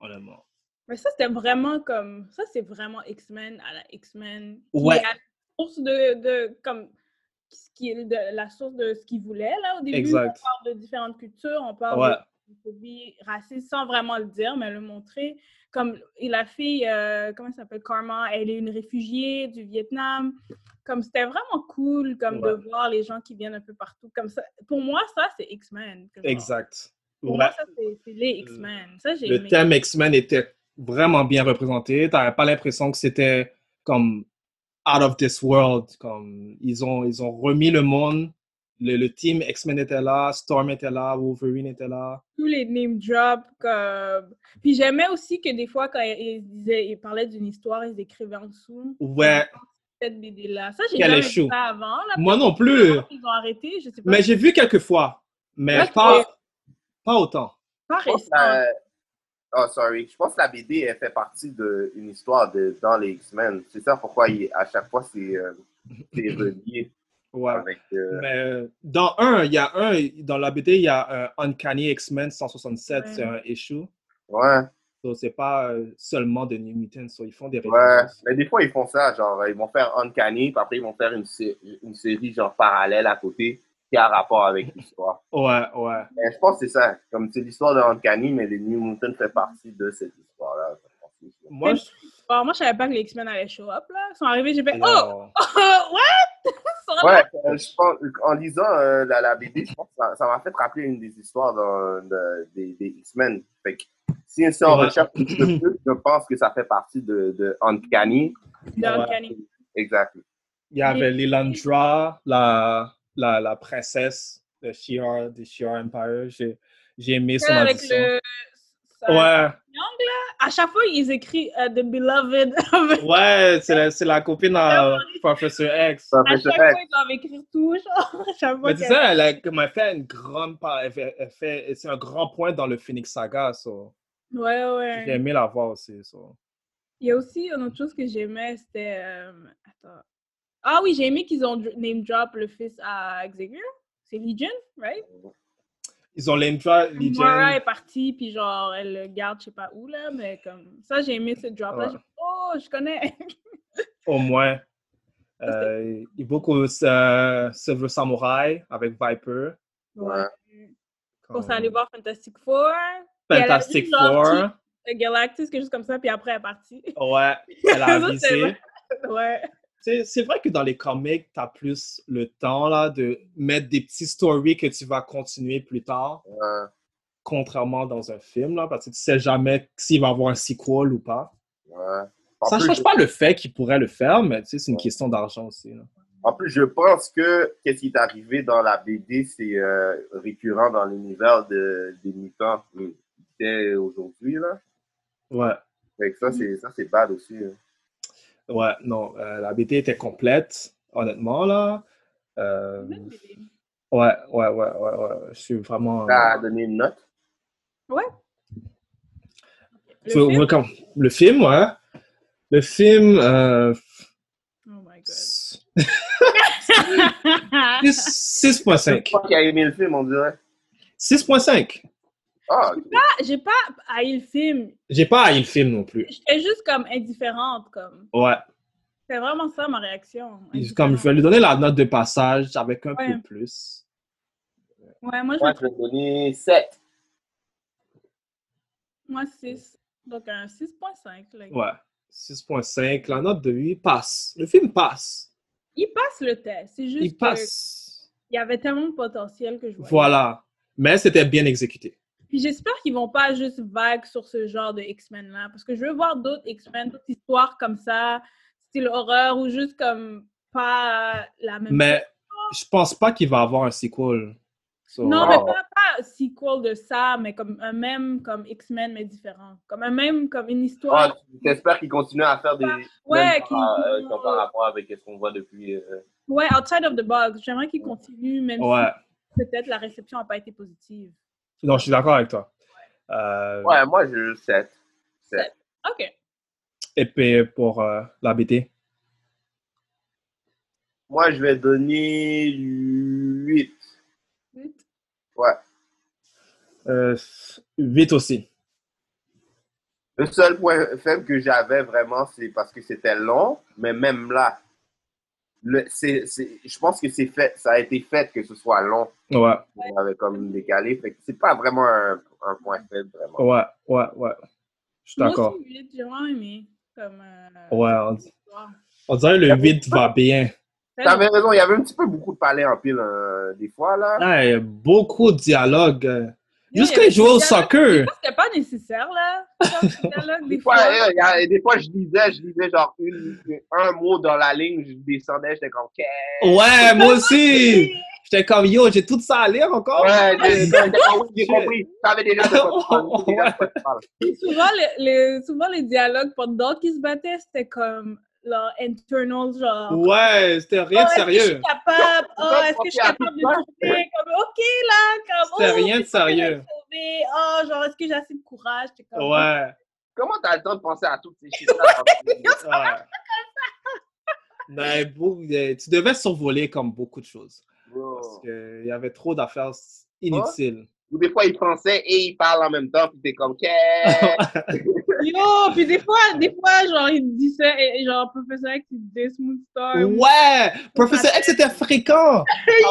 Speaker 4: honnêtement.
Speaker 7: ça, c'était vraiment comme, ça, c'est vraiment X-Men à la X-Men. qui
Speaker 4: Ouais.
Speaker 7: est à la source de, de comme, ce qui est de, la source de ce qu'ils voulaient, là, au début.
Speaker 4: Exact.
Speaker 7: On parle de différentes cultures, on parle
Speaker 4: Ouais.
Speaker 7: de phobie raciste sans vraiment le dire, mais le montrer. Comme et la fille, euh, comment elle s'appelle, Karma, elle est une réfugiée du Vietnam. Comme c'était vraiment cool comme
Speaker 4: Ouais.
Speaker 7: de voir les gens qui viennent un peu partout. Comme ça, pour moi, ça, c'est X-Men. comme-
Speaker 4: Exact.
Speaker 7: Pour
Speaker 4: Ouais.
Speaker 7: moi, ça, c'est c'est les X-Men. Ça, j'ai
Speaker 4: Le
Speaker 7: aimé.
Speaker 4: thème X-Men était vraiment bien représenté. T'avais pas l'impression que c'était comme out of this world. Comme ils ont, ils ont remis le monde. Le, le team X-Men était là, Storm était là, Wolverine était là.
Speaker 7: tous les name drops. Comme... Puis j'aimais aussi que des fois, quand ils, ils disaient, ils parlaient d'une histoire, ils écrivaient en dessous.
Speaker 4: Ouais,
Speaker 7: Cette BD-là. Ça, j'ai
Speaker 4: Quel
Speaker 7: jamais
Speaker 4: est
Speaker 7: vu
Speaker 4: chaud.
Speaker 7: ça avant. Là,
Speaker 4: moi non plus.
Speaker 7: Ils ont arrêté, je sais pas.
Speaker 4: Mais j'ai vu quelques fois, mais
Speaker 7: Ok.
Speaker 4: pas, pas autant.
Speaker 7: pas
Speaker 5: Je pense
Speaker 7: récent.
Speaker 5: que la- Oh, sorry. Je pense que la BD, elle fait partie d'une histoire de, dans les X-Men. C'est ça pourquoi, il- à chaque fois, c'est euh, c'est relié
Speaker 4: Ouais.
Speaker 5: avec... euh,
Speaker 4: Mais euh, dans un, il y a un, dans la BD, il y a un Uncanny X-Men 167,
Speaker 7: Ouais.
Speaker 4: c'est un issue.
Speaker 5: Ouais,
Speaker 4: Donc, c'est pas euh, seulement de New Mutants, so ils font des
Speaker 5: ouais.
Speaker 4: références.
Speaker 5: Mais des fois, ils font ça, genre, ils vont faire Uncanny, puis après, ils vont faire une, sé- une série, genre, parallèle à côté, qui a rapport avec l'histoire.
Speaker 4: Ouais, ouais.
Speaker 5: Mais je pense que c'est ça. Comme c'est l'histoire de Uncanny, mais les New Mutants fait partie de cette histoire-là.
Speaker 4: Moi, je...
Speaker 7: Bon, moi, je savais pas que les X-Men allaient show up. Là. Ils sont arrivés, j'ai fait Oh!
Speaker 4: non.
Speaker 7: What? Ils sont
Speaker 5: Ouais, euh, je pense, en lisant euh, la, la BD, je pense que ça ça m'a fait rappeler une des histoires dans- de- des, des X-Men. Fait que si, si on
Speaker 4: Ouais.
Speaker 5: recherche un petit peu plus, je pense que ça fait partie de, de Uncanny.
Speaker 7: dans
Speaker 4: Ouais.
Speaker 7: Uncanny.
Speaker 5: Exact.
Speaker 4: Il y
Speaker 7: oh,
Speaker 4: avait Lilandra, la, la, la princesse de She-Ra, de She-Ra Empire. J'ai j'ai aimé son
Speaker 7: Avec
Speaker 4: audition.
Speaker 7: le. euh, ça-
Speaker 4: Ouais,
Speaker 7: À chaque fois, ils écrivent euh, The Beloved. à
Speaker 4: ouais, c'est la, c'est la copine à Professor X.
Speaker 5: Ça fait
Speaker 7: chaque
Speaker 5: ça.
Speaker 7: fois, ils doivent écrire tout. Genre, à chaque fois
Speaker 4: Mais tu sais, elle a comme elle fait une grande part, elle fait, elle fait- c'est un grand point dans le Phoenix Saga, so.
Speaker 7: qu'elle- Ouais, ouais.
Speaker 4: J'ai aimé la voir aussi, so.
Speaker 7: Il y a aussi une autre chose que j'aimais, c'était. euh, Attends. Ah oui, j'ai aimé qu'ils ont dr- name drop le fils à Xavier. C'est Legion, right?
Speaker 4: Ils ont l'Indra,
Speaker 7: Moira
Speaker 4: Legion.
Speaker 7: est partie, puis genre, elle le garde, je sais pas où, là, mais comme. Ça, j'ai aimé ce drop-là.
Speaker 4: Ouais.
Speaker 7: J'ai fait, Oh, je connais!
Speaker 4: au moins. Euh, il y a beaucoup euh, Silver Samurai avec Viper.
Speaker 5: Ouais.
Speaker 7: On s'est allé voir Fantastic Four, puis elle a
Speaker 4: Fantastic
Speaker 7: juste genre
Speaker 4: Four.
Speaker 7: le Galactus, quelque chose comme ça, puis après, elle est partie.
Speaker 4: Ouais, elle a
Speaker 7: Ça,
Speaker 4: avisé.
Speaker 7: c'est vrai. ouais.
Speaker 4: C'est c'est vrai que dans les comics, tu as plus le temps là, de mettre des petits stories que tu vas continuer plus tard,
Speaker 5: Euh,
Speaker 4: contrairement dans un film, là, parce que tu sais jamais s'il va y avoir un sequel ou pas.
Speaker 5: ouais. En
Speaker 4: Ça
Speaker 5: plus,
Speaker 4: change pas le fait qu'il pourrait le faire, mais tu sais, c'est une
Speaker 5: Ouais.
Speaker 4: question d'argent aussi. là.
Speaker 5: En plus, je pense que qu'est-ce qui est arrivé dans la BD, c'est euh, récurrent dans l'univers de, des mutants euh, dès aujourd'hui. là.
Speaker 4: Ouais,
Speaker 5: Fait que ça, c'est ça, c'est bad aussi. hein.
Speaker 4: ouais, non, euh, la BD était complète, honnêtement, là. Euh, ouais, ouais, ouais, ouais, ouais, je suis vraiment... euh,
Speaker 5: Ça a donné une note.
Speaker 7: Le
Speaker 4: So,
Speaker 7: film?
Speaker 4: ouais, comme- le film, ouais. Le film, euh,
Speaker 7: Oh my god. Ah,
Speaker 4: s- 6.5.
Speaker 5: Toi qui as aimé le film, on dirait.
Speaker 4: 6.5.
Speaker 5: Ah, ok.
Speaker 7: Ah, j'ai pas haï le film.
Speaker 4: J'ai pas haï le film non plus.
Speaker 7: J'étais juste comme indifférente, comme.
Speaker 4: Ouais.
Speaker 7: C'est vraiment ça ma réaction.
Speaker 4: Comme je vais lui donner la note de passage avec un
Speaker 7: Ouais.
Speaker 4: peu plus.
Speaker 7: Ouais, moi, je
Speaker 5: moi,
Speaker 7: le
Speaker 5: je vais donner 7.
Speaker 7: trouve- moi 6. Donc un 6.5. là.
Speaker 4: Ouais. 6.5. La note de 8 passe. Le film passe.
Speaker 7: Il passe le test. C'est juste
Speaker 4: Il
Speaker 7: que
Speaker 4: passe.
Speaker 7: il y avait tellement de potentiel que je voyais.
Speaker 4: Voilà. Mais c'était bien exécuté.
Speaker 7: Puis j'espère qu'ils vont pas juste vague sur ce genre de X-Men-là. Parce que je veux voir d'autres X-Men, d'autres histoires comme ça, style horreur ou juste comme pas la même
Speaker 4: Mais je pense pas qu'il va avoir un sequel. So,
Speaker 7: Non,
Speaker 5: Wow.
Speaker 7: mais pas, pas sequel de ça, mais comme un même comme X-Men, mais différent. Comme un même, comme une
Speaker 5: Ah,
Speaker 4: Ah.
Speaker 7: histoire.
Speaker 5: J'espère qu'ils continuent à faire des.
Speaker 7: Ouais,
Speaker 5: comparations
Speaker 7: qu'ils-
Speaker 5: par euh, rapport avec ce qu'on voit depuis. euh,
Speaker 7: Ouais, outside of the box. J'aimerais qu'il continue, même
Speaker 4: Ouais.
Speaker 7: si peut-être la réception n'a pas été positive.
Speaker 4: Non, je suis d'accord avec toi. Euh,
Speaker 5: Ouais, moi, je 7.
Speaker 7: OK.
Speaker 4: Et puis pour euh, la BD.
Speaker 5: Moi, je vais donner 8. Ouais.
Speaker 4: Euh, 8 aussi.
Speaker 5: Le seul point faible que j'avais vraiment, c'est parce que c'était long, mais même là, le, c'est- c'est- je pense que c'est fait, ça a été fait que ce soit long.
Speaker 4: Ouais.
Speaker 5: On avait comme décalé. Fait que c'est pas vraiment un un point faible, vraiment.
Speaker 4: Ouais, ouais, ouais. Je suis
Speaker 7: Moi
Speaker 4: d'accord.
Speaker 7: aussi, 8, j'ai vraiment aimé. Comme, euh,
Speaker 4: Ouais, on,
Speaker 7: histoire.
Speaker 4: on dirait le 8 va bien.
Speaker 5: T'avais raison, il y avait un petit peu beaucoup de palais en pile euh, des fois, là.
Speaker 4: Ah, il y a beaucoup de dialogues.
Speaker 7: Yo,
Speaker 4: Jusqu'à
Speaker 7: il y a
Speaker 4: jouer
Speaker 7: des
Speaker 4: au
Speaker 7: dialogues-
Speaker 4: soccer.
Speaker 7: C'était pas nécessaire, là. Comme ce dialogue,
Speaker 5: Des
Speaker 7: des
Speaker 5: fois,
Speaker 7: fois.
Speaker 5: euh, il y a- des fois, je lisais, je lisais genre une, un mot dans la ligne, je descendais, j'étais comme qu'est-ce
Speaker 4: Ouais, moi aussi. J'étais comme, yo, j'ai tout ça à lire encore.
Speaker 5: Ouais, j'ai- j'ai- ah oui, j'ai compris. T'avais déjà de quoi tu parles.
Speaker 7: Puis souvent, les, les- souvent, les dialogues pendant qu'ils se battaient, c'était comme leur internal, genre.
Speaker 4: Ouais, c'était rien
Speaker 7: Oh,
Speaker 4: de
Speaker 7: Est-ce que je
Speaker 4: sérieux.
Speaker 7: suis capable? Oh,
Speaker 5: Ouais,
Speaker 7: est-ce que je suis
Speaker 5: ok,
Speaker 7: capable de
Speaker 5: ouais.
Speaker 7: toucher? Comme, OK, là, comme.
Speaker 4: C'était
Speaker 7: oh,
Speaker 4: rien de
Speaker 7: est-ce que je vais
Speaker 4: sérieux.
Speaker 7: me sauver? Oh, genre, est-ce que j'ai assez de courage? J'étais Comme,
Speaker 4: Ouais.
Speaker 5: Comment t'as le temps de penser à toutes ces choses-là?
Speaker 4: Ouais. Mais beaucoup- euh, tu devais survoler comme beaucoup de choses. Parce
Speaker 5: Oh.
Speaker 4: qu'il y avait trop d'affaires inutiles.
Speaker 5: Ou des fois, ils pensaient et ils parlent en même temps, puis t'es comme qu'est-ce
Speaker 7: Yo, puis des fois, des fois, genre, il dit ça, et, et genre, Professor X, il disait Smooth Star.
Speaker 4: Ouais! Professeur X était fréquent!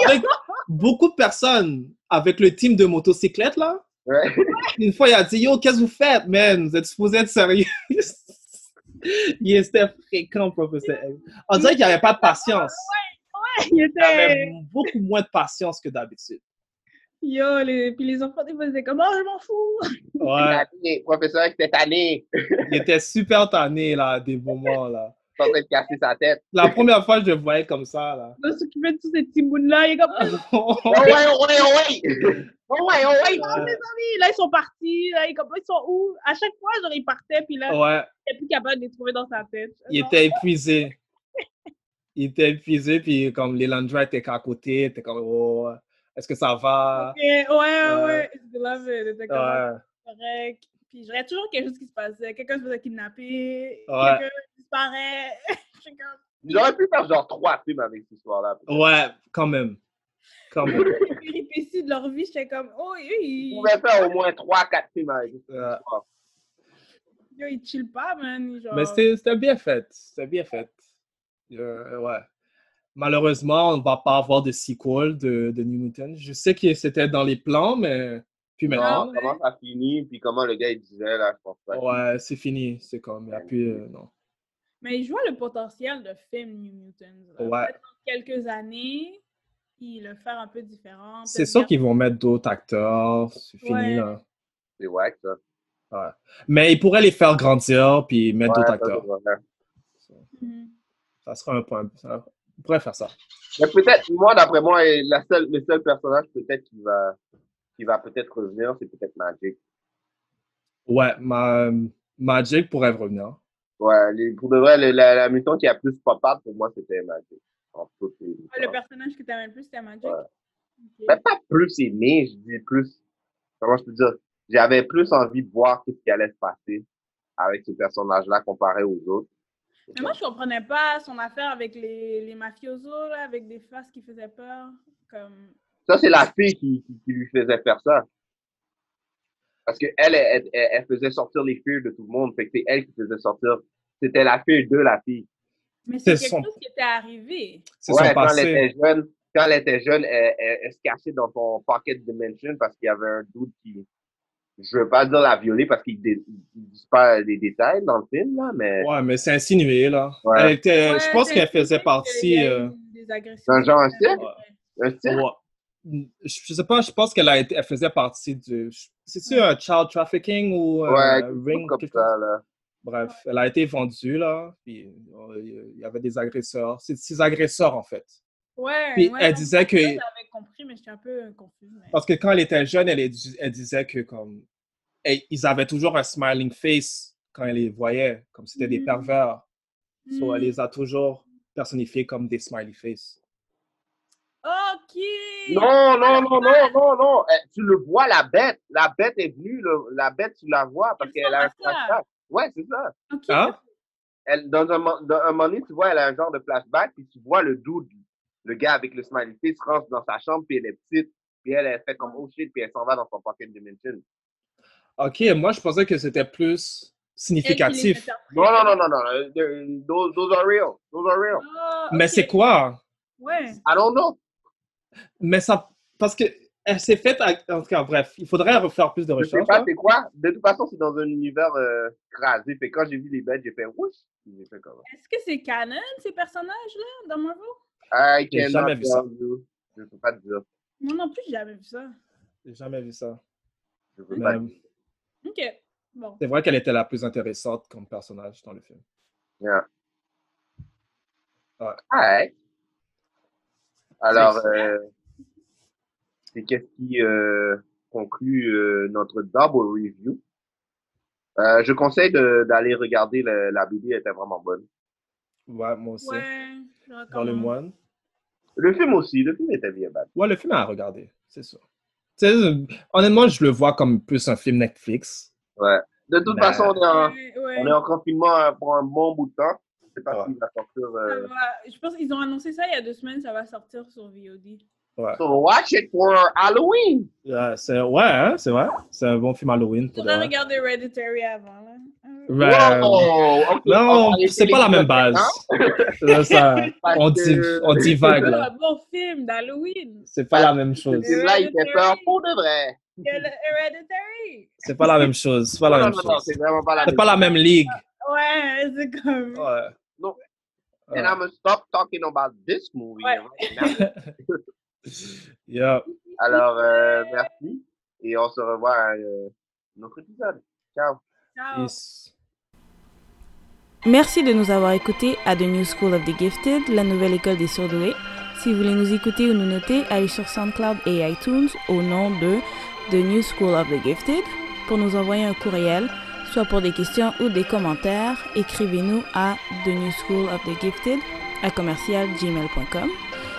Speaker 4: Avec beaucoup de personnes. Avec le team de motocyclettes, là.
Speaker 5: Ouais.
Speaker 4: Une fois, il a dit Yo, qu'est-ce que vous faites, man? Vous êtes supposé être sérieux. il était fréquent, Professeur X. On dirait qu'il n'y avait pas de patience.
Speaker 7: Il
Speaker 4: Il avait
Speaker 7: était.
Speaker 4: beaucoup moins de patience que d'habitude.
Speaker 7: Yo, les, puis les enfants, des fois, ils étaient comme, oh, je m'en fous.
Speaker 4: Ouais.
Speaker 5: Tanné, Professeur, c'était tanné.
Speaker 4: Il était super tanné, là, à des moments, là.
Speaker 5: T'es en train de casser sa tête.
Speaker 4: La première fois que je le voyais comme ça, là.
Speaker 7: Ils doivent s'occuper de tous ces petits bouts-là. Il est comme,
Speaker 4: Ah,
Speaker 7: oh,
Speaker 5: Oh ouais, oh ouais, oh ouais! Oh ouais, oh ouais!
Speaker 7: non, ah, mes amis, là, ils sont partis. Là, ils, comme, ils sont où? À chaque fois, genre, ils partaient, puis là,
Speaker 4: ouais,
Speaker 7: il était plus capable de les trouver dans sa tête.
Speaker 4: Oh. il
Speaker 7: Genre,
Speaker 4: était épuisé. Il était épuisé, puis comme les Landra étaient à côté, était comme, oh, est-ce que ça va?
Speaker 7: Ok, ouais, ouais,
Speaker 4: Ouais.
Speaker 7: ouais. It's the love it. C'était comme
Speaker 4: Ouais,
Speaker 7: correct. Puis j'aurais toujours quelque chose qui se passait. Quelqu'un se faisait kidnapper.
Speaker 4: Ouais.
Speaker 7: Quelqu'un disparaît. Je suis comme,
Speaker 5: J'aurais pu faire genre trois films avec cette histoire-là.
Speaker 4: ouais, quand même. Quand même.
Speaker 7: les péripéties de leur vie, j'étais comme, oh, eux,
Speaker 5: On
Speaker 7: ils,
Speaker 5: pouvait faire au moins trois, quatre films avec cette
Speaker 4: Ouais.
Speaker 5: histoire.
Speaker 7: yo, ils chillent pas, man. ils, Genre,
Speaker 4: Mais c'était c'était bien fait. C'était bien fait. Euh, ouais. Malheureusement, on ne va pas avoir de sequel de, de New Mutant. Je sais que c'était dans les plans, mais puis maintenant,
Speaker 5: Non, comment ça finit, puis comment le gars il disait, là, je pense pas.
Speaker 4: ouais, c'est fini. C'est comme, il n'y a plus, euh, non.
Speaker 7: mais je vois le potentiel de film New Mutants. là.
Speaker 4: Ouais.
Speaker 7: Peut-être dans quelques années, ils le faire un peu différent.
Speaker 4: C'est
Speaker 7: peut-être
Speaker 4: sûr
Speaker 7: garder-
Speaker 4: qu'ils vont mettre d'autres acteurs, c'est fini
Speaker 7: Ouais.
Speaker 4: là.
Speaker 5: C'est wack, ça.
Speaker 4: Mais ils pourraient les faire grandir puis mettre
Speaker 5: Ouais,
Speaker 4: d'autres
Speaker 5: ça,
Speaker 4: acteurs.
Speaker 5: c'est vrai.
Speaker 7: Mhm.
Speaker 4: Ça serait un point. ça- Ils pourraient faire ça.
Speaker 5: Mais peut-être, moi, d'après moi, la seule, le seul personnage peut-être qui va, qui va peut-être revenir, c'est peut-être Magic.
Speaker 4: Ouais, ma... Magic pourrait revenir.
Speaker 5: Ouais, les- pour de vrai, le- la, la mutant qui a plus pop-up, pour moi, c'était Magic. En tout, c'est-
Speaker 7: Ouais, Le personnage que t'aimes le plus, c'était Magic.
Speaker 5: Ouais.
Speaker 7: Ok.
Speaker 5: Ben, pas plus aimé, je dis plus. Comment je peux dire? J'avais plus envie de voir ce qui allait se passer avec ce personnage-là comparé aux autres.
Speaker 7: Mais moi, je comprenais pas son affaire avec les, les mafiosos, là, avec des faces qui faisaient peur. Comme...
Speaker 5: Ça, c'est la fille qui, qui, qui lui faisait faire ça. Parce que elle, elle, elle, elle faisait sortir les filles de tout le monde. Fait que c'est elle qui faisait sortir. C'était la fille de la fille.
Speaker 7: Mais c'est
Speaker 4: C'est
Speaker 7: quelque
Speaker 4: son-
Speaker 7: chose qui était arrivé.
Speaker 4: C'est
Speaker 5: ouais,
Speaker 4: son
Speaker 5: quand elle
Speaker 4: passé.
Speaker 5: était jeune, quand elle était jeune, elle, elle- elle se cachait dans son pocket dimension parce qu'il y avait un doute qui, je veux pas dire la violer parce qu'ils dé- ils disent pas les détails dans le film là, mais
Speaker 4: Ouais, mais c'est insinué là.
Speaker 5: Ouais.
Speaker 4: Elle était... Je
Speaker 7: Ouais,
Speaker 4: pense
Speaker 7: c'est
Speaker 4: qu'elle
Speaker 7: insinué
Speaker 4: faisait
Speaker 7: qu'il
Speaker 4: partie.
Speaker 7: y a eu
Speaker 4: euh,
Speaker 7: Des agressions.
Speaker 5: D'un genre ancien?
Speaker 7: Ouais.
Speaker 5: un style,
Speaker 4: ouais. Je je sais pas, je pense qu'elle a été- elle faisait partie du. C'est-tu un child trafficking ou euh,
Speaker 5: ouais,
Speaker 4: ring?
Speaker 5: comme
Speaker 4: quelque chose?
Speaker 5: ça là.
Speaker 4: Bref, elle a été vendue là. Puis euh, il y avait des agresseurs. C'est ses agresseurs en fait.
Speaker 7: Ouais,
Speaker 4: Puis
Speaker 7: ouais,
Speaker 4: elle Ah,
Speaker 7: non,
Speaker 4: disait que-
Speaker 7: ça, J'avais compris, mais j'étais un peu confuse. mais-
Speaker 4: Parce que quand elle était jeune, elle, est du- elle disait que comme elle- ils avaient toujours un smiling face quand elle les voyait, comme c'était des
Speaker 7: Mhm.
Speaker 4: pervers. So, elle
Speaker 7: Hmm.
Speaker 4: les a toujours personnifiés comme des smiley face.
Speaker 7: Ok!
Speaker 5: Non, non, non, non, non, non. Eh, Tu le vois, la bête. La bête est venue. le- la bête, tu la vois parce
Speaker 7: Elle
Speaker 5: qu'elle a un
Speaker 7: ressemble à ça.
Speaker 5: flashback. Ouais, c'est ça.
Speaker 7: Ok.
Speaker 4: Hein?
Speaker 5: Elle, dans, un, mo- dans un moment donné, tu vois, elle a un genre de flashback, puis tu vois le dude, le gars avec le smiley face, rentre dans sa chambre, puis elle est petite, puis elle, elle fait comme oh shit, puis elle s'en va dans son pocket dimension.
Speaker 4: Ok, moi je pensais que c'était plus
Speaker 7: Elle qui les
Speaker 4: significatif.
Speaker 7: interprète.
Speaker 5: Non, non, non, non, non. euh, they're- Those, those are real. Those are real.
Speaker 7: Ah,
Speaker 4: Mais
Speaker 7: ok.
Speaker 4: c'est quoi
Speaker 7: Ouais.
Speaker 5: I don't know.
Speaker 4: Mais ça, parce que elle s'est faite. à- En tout cas, bref, il faudrait refaire plus de
Speaker 5: Je sais
Speaker 4: recherches. hein.
Speaker 5: pas
Speaker 4: là.
Speaker 5: c'est quoi. De toute façon, c'est dans un univers euh, crasé. Fait que quand j'ai vu les bêtes, j'ai fait ouch. J'ai fait comme
Speaker 7: Est-ce que c'est canon, ces personnages-là, dans Marvel?
Speaker 5: I
Speaker 4: J'ai
Speaker 5: cannot
Speaker 4: jamais vu ça.
Speaker 5: tell you. Je peux pas te dire.
Speaker 7: Moi non plus, j'ai jamais vu ça.
Speaker 4: J'ai jamais vu ça.
Speaker 5: Je peux
Speaker 4: Mais,
Speaker 5: pas.
Speaker 4: euh,
Speaker 7: OK. Bon.
Speaker 4: C'est vrai qu'elle était la plus intéressante comme personnage dans le film.
Speaker 5: Yeah.
Speaker 4: Ouais.
Speaker 5: Alright. Alors,
Speaker 4: Nice.
Speaker 5: euh, c'est qu'est-ce qui euh, conclut euh, notre double review. Euh, je conseille de- d'aller regarder le- la BD, elle était vraiment bonne.
Speaker 4: Ouais, moi aussi.
Speaker 7: Ouais. je
Speaker 4: Dans le
Speaker 7: recommande.
Speaker 4: moine.
Speaker 5: Le film aussi, le film était bien Ben. bad.
Speaker 4: Ouais, le film à regarder, c'est sûr. Tu sais, euh, honnêtement, je le vois comme plus un film Netflix.
Speaker 5: Ouais. De toute
Speaker 4: Ben,
Speaker 5: façon, on est, en,
Speaker 7: Ouais, ouais.
Speaker 5: Ah. on est en confinement euh, pour un bon bout de temps. Je sais pas
Speaker 4: Ouais.
Speaker 5: s'il va sortir
Speaker 7: Ça
Speaker 5: euh,
Speaker 7: va- Je pense qu'ils ont annoncé ça il y a deux semaines, ça va sortir sur VOD.
Speaker 4: Ouais,
Speaker 5: So watch it for Halloween.
Speaker 4: Ouais, c'est ouais, hein, c'est vrai. C'est un bon film Halloween. Pour de
Speaker 7: Faudrait
Speaker 4: vrai.
Speaker 7: regarder Hereditary avant, là. Euh,
Speaker 4: Ouais.
Speaker 5: Wow, ok, on
Speaker 4: Ben, Non,
Speaker 5: va arrêter
Speaker 4: c'est pas la
Speaker 5: les hein?
Speaker 4: même base. C'est ça.
Speaker 5: Parce
Speaker 4: On, dit,
Speaker 5: que-
Speaker 4: on divague,
Speaker 7: C'est
Speaker 4: là.
Speaker 7: un Ah, bon film d'Halloween.
Speaker 4: C'est pas la même chose.
Speaker 5: films là, il fait peur pour de vrai.
Speaker 7: Il y a le Hereditary.
Speaker 4: C'est pas la même chose. C'est pas la
Speaker 5: Non,
Speaker 4: même
Speaker 5: non, non,
Speaker 4: chose.
Speaker 5: c'est vraiment pas la
Speaker 4: C'est
Speaker 5: même.
Speaker 4: pas la même ligue.
Speaker 7: Ouais, c'est comme.
Speaker 4: Ouais.
Speaker 5: Non.
Speaker 4: Ouais.
Speaker 5: And I'm gonna stop talking about this movie.
Speaker 7: Ouais.
Speaker 5: right now.
Speaker 4: Yeah.
Speaker 5: Alors, euh, merci. Et on se revoit à euh, notre épisode. Ciao.
Speaker 7: Ciao.
Speaker 4: Peace.
Speaker 8: Merci de nous avoir écoutés à The New School of the Gifted, la nouvelle école des surdoués. Si vous voulez nous écouter ou nous noter, allez sur SoundCloud et iTunes au nom de The New School of the Gifted pour nous envoyer un courriel, soit pour des questions ou des commentaires. Écrivez-nous à The New School of the Gifted à commercialgmail.com.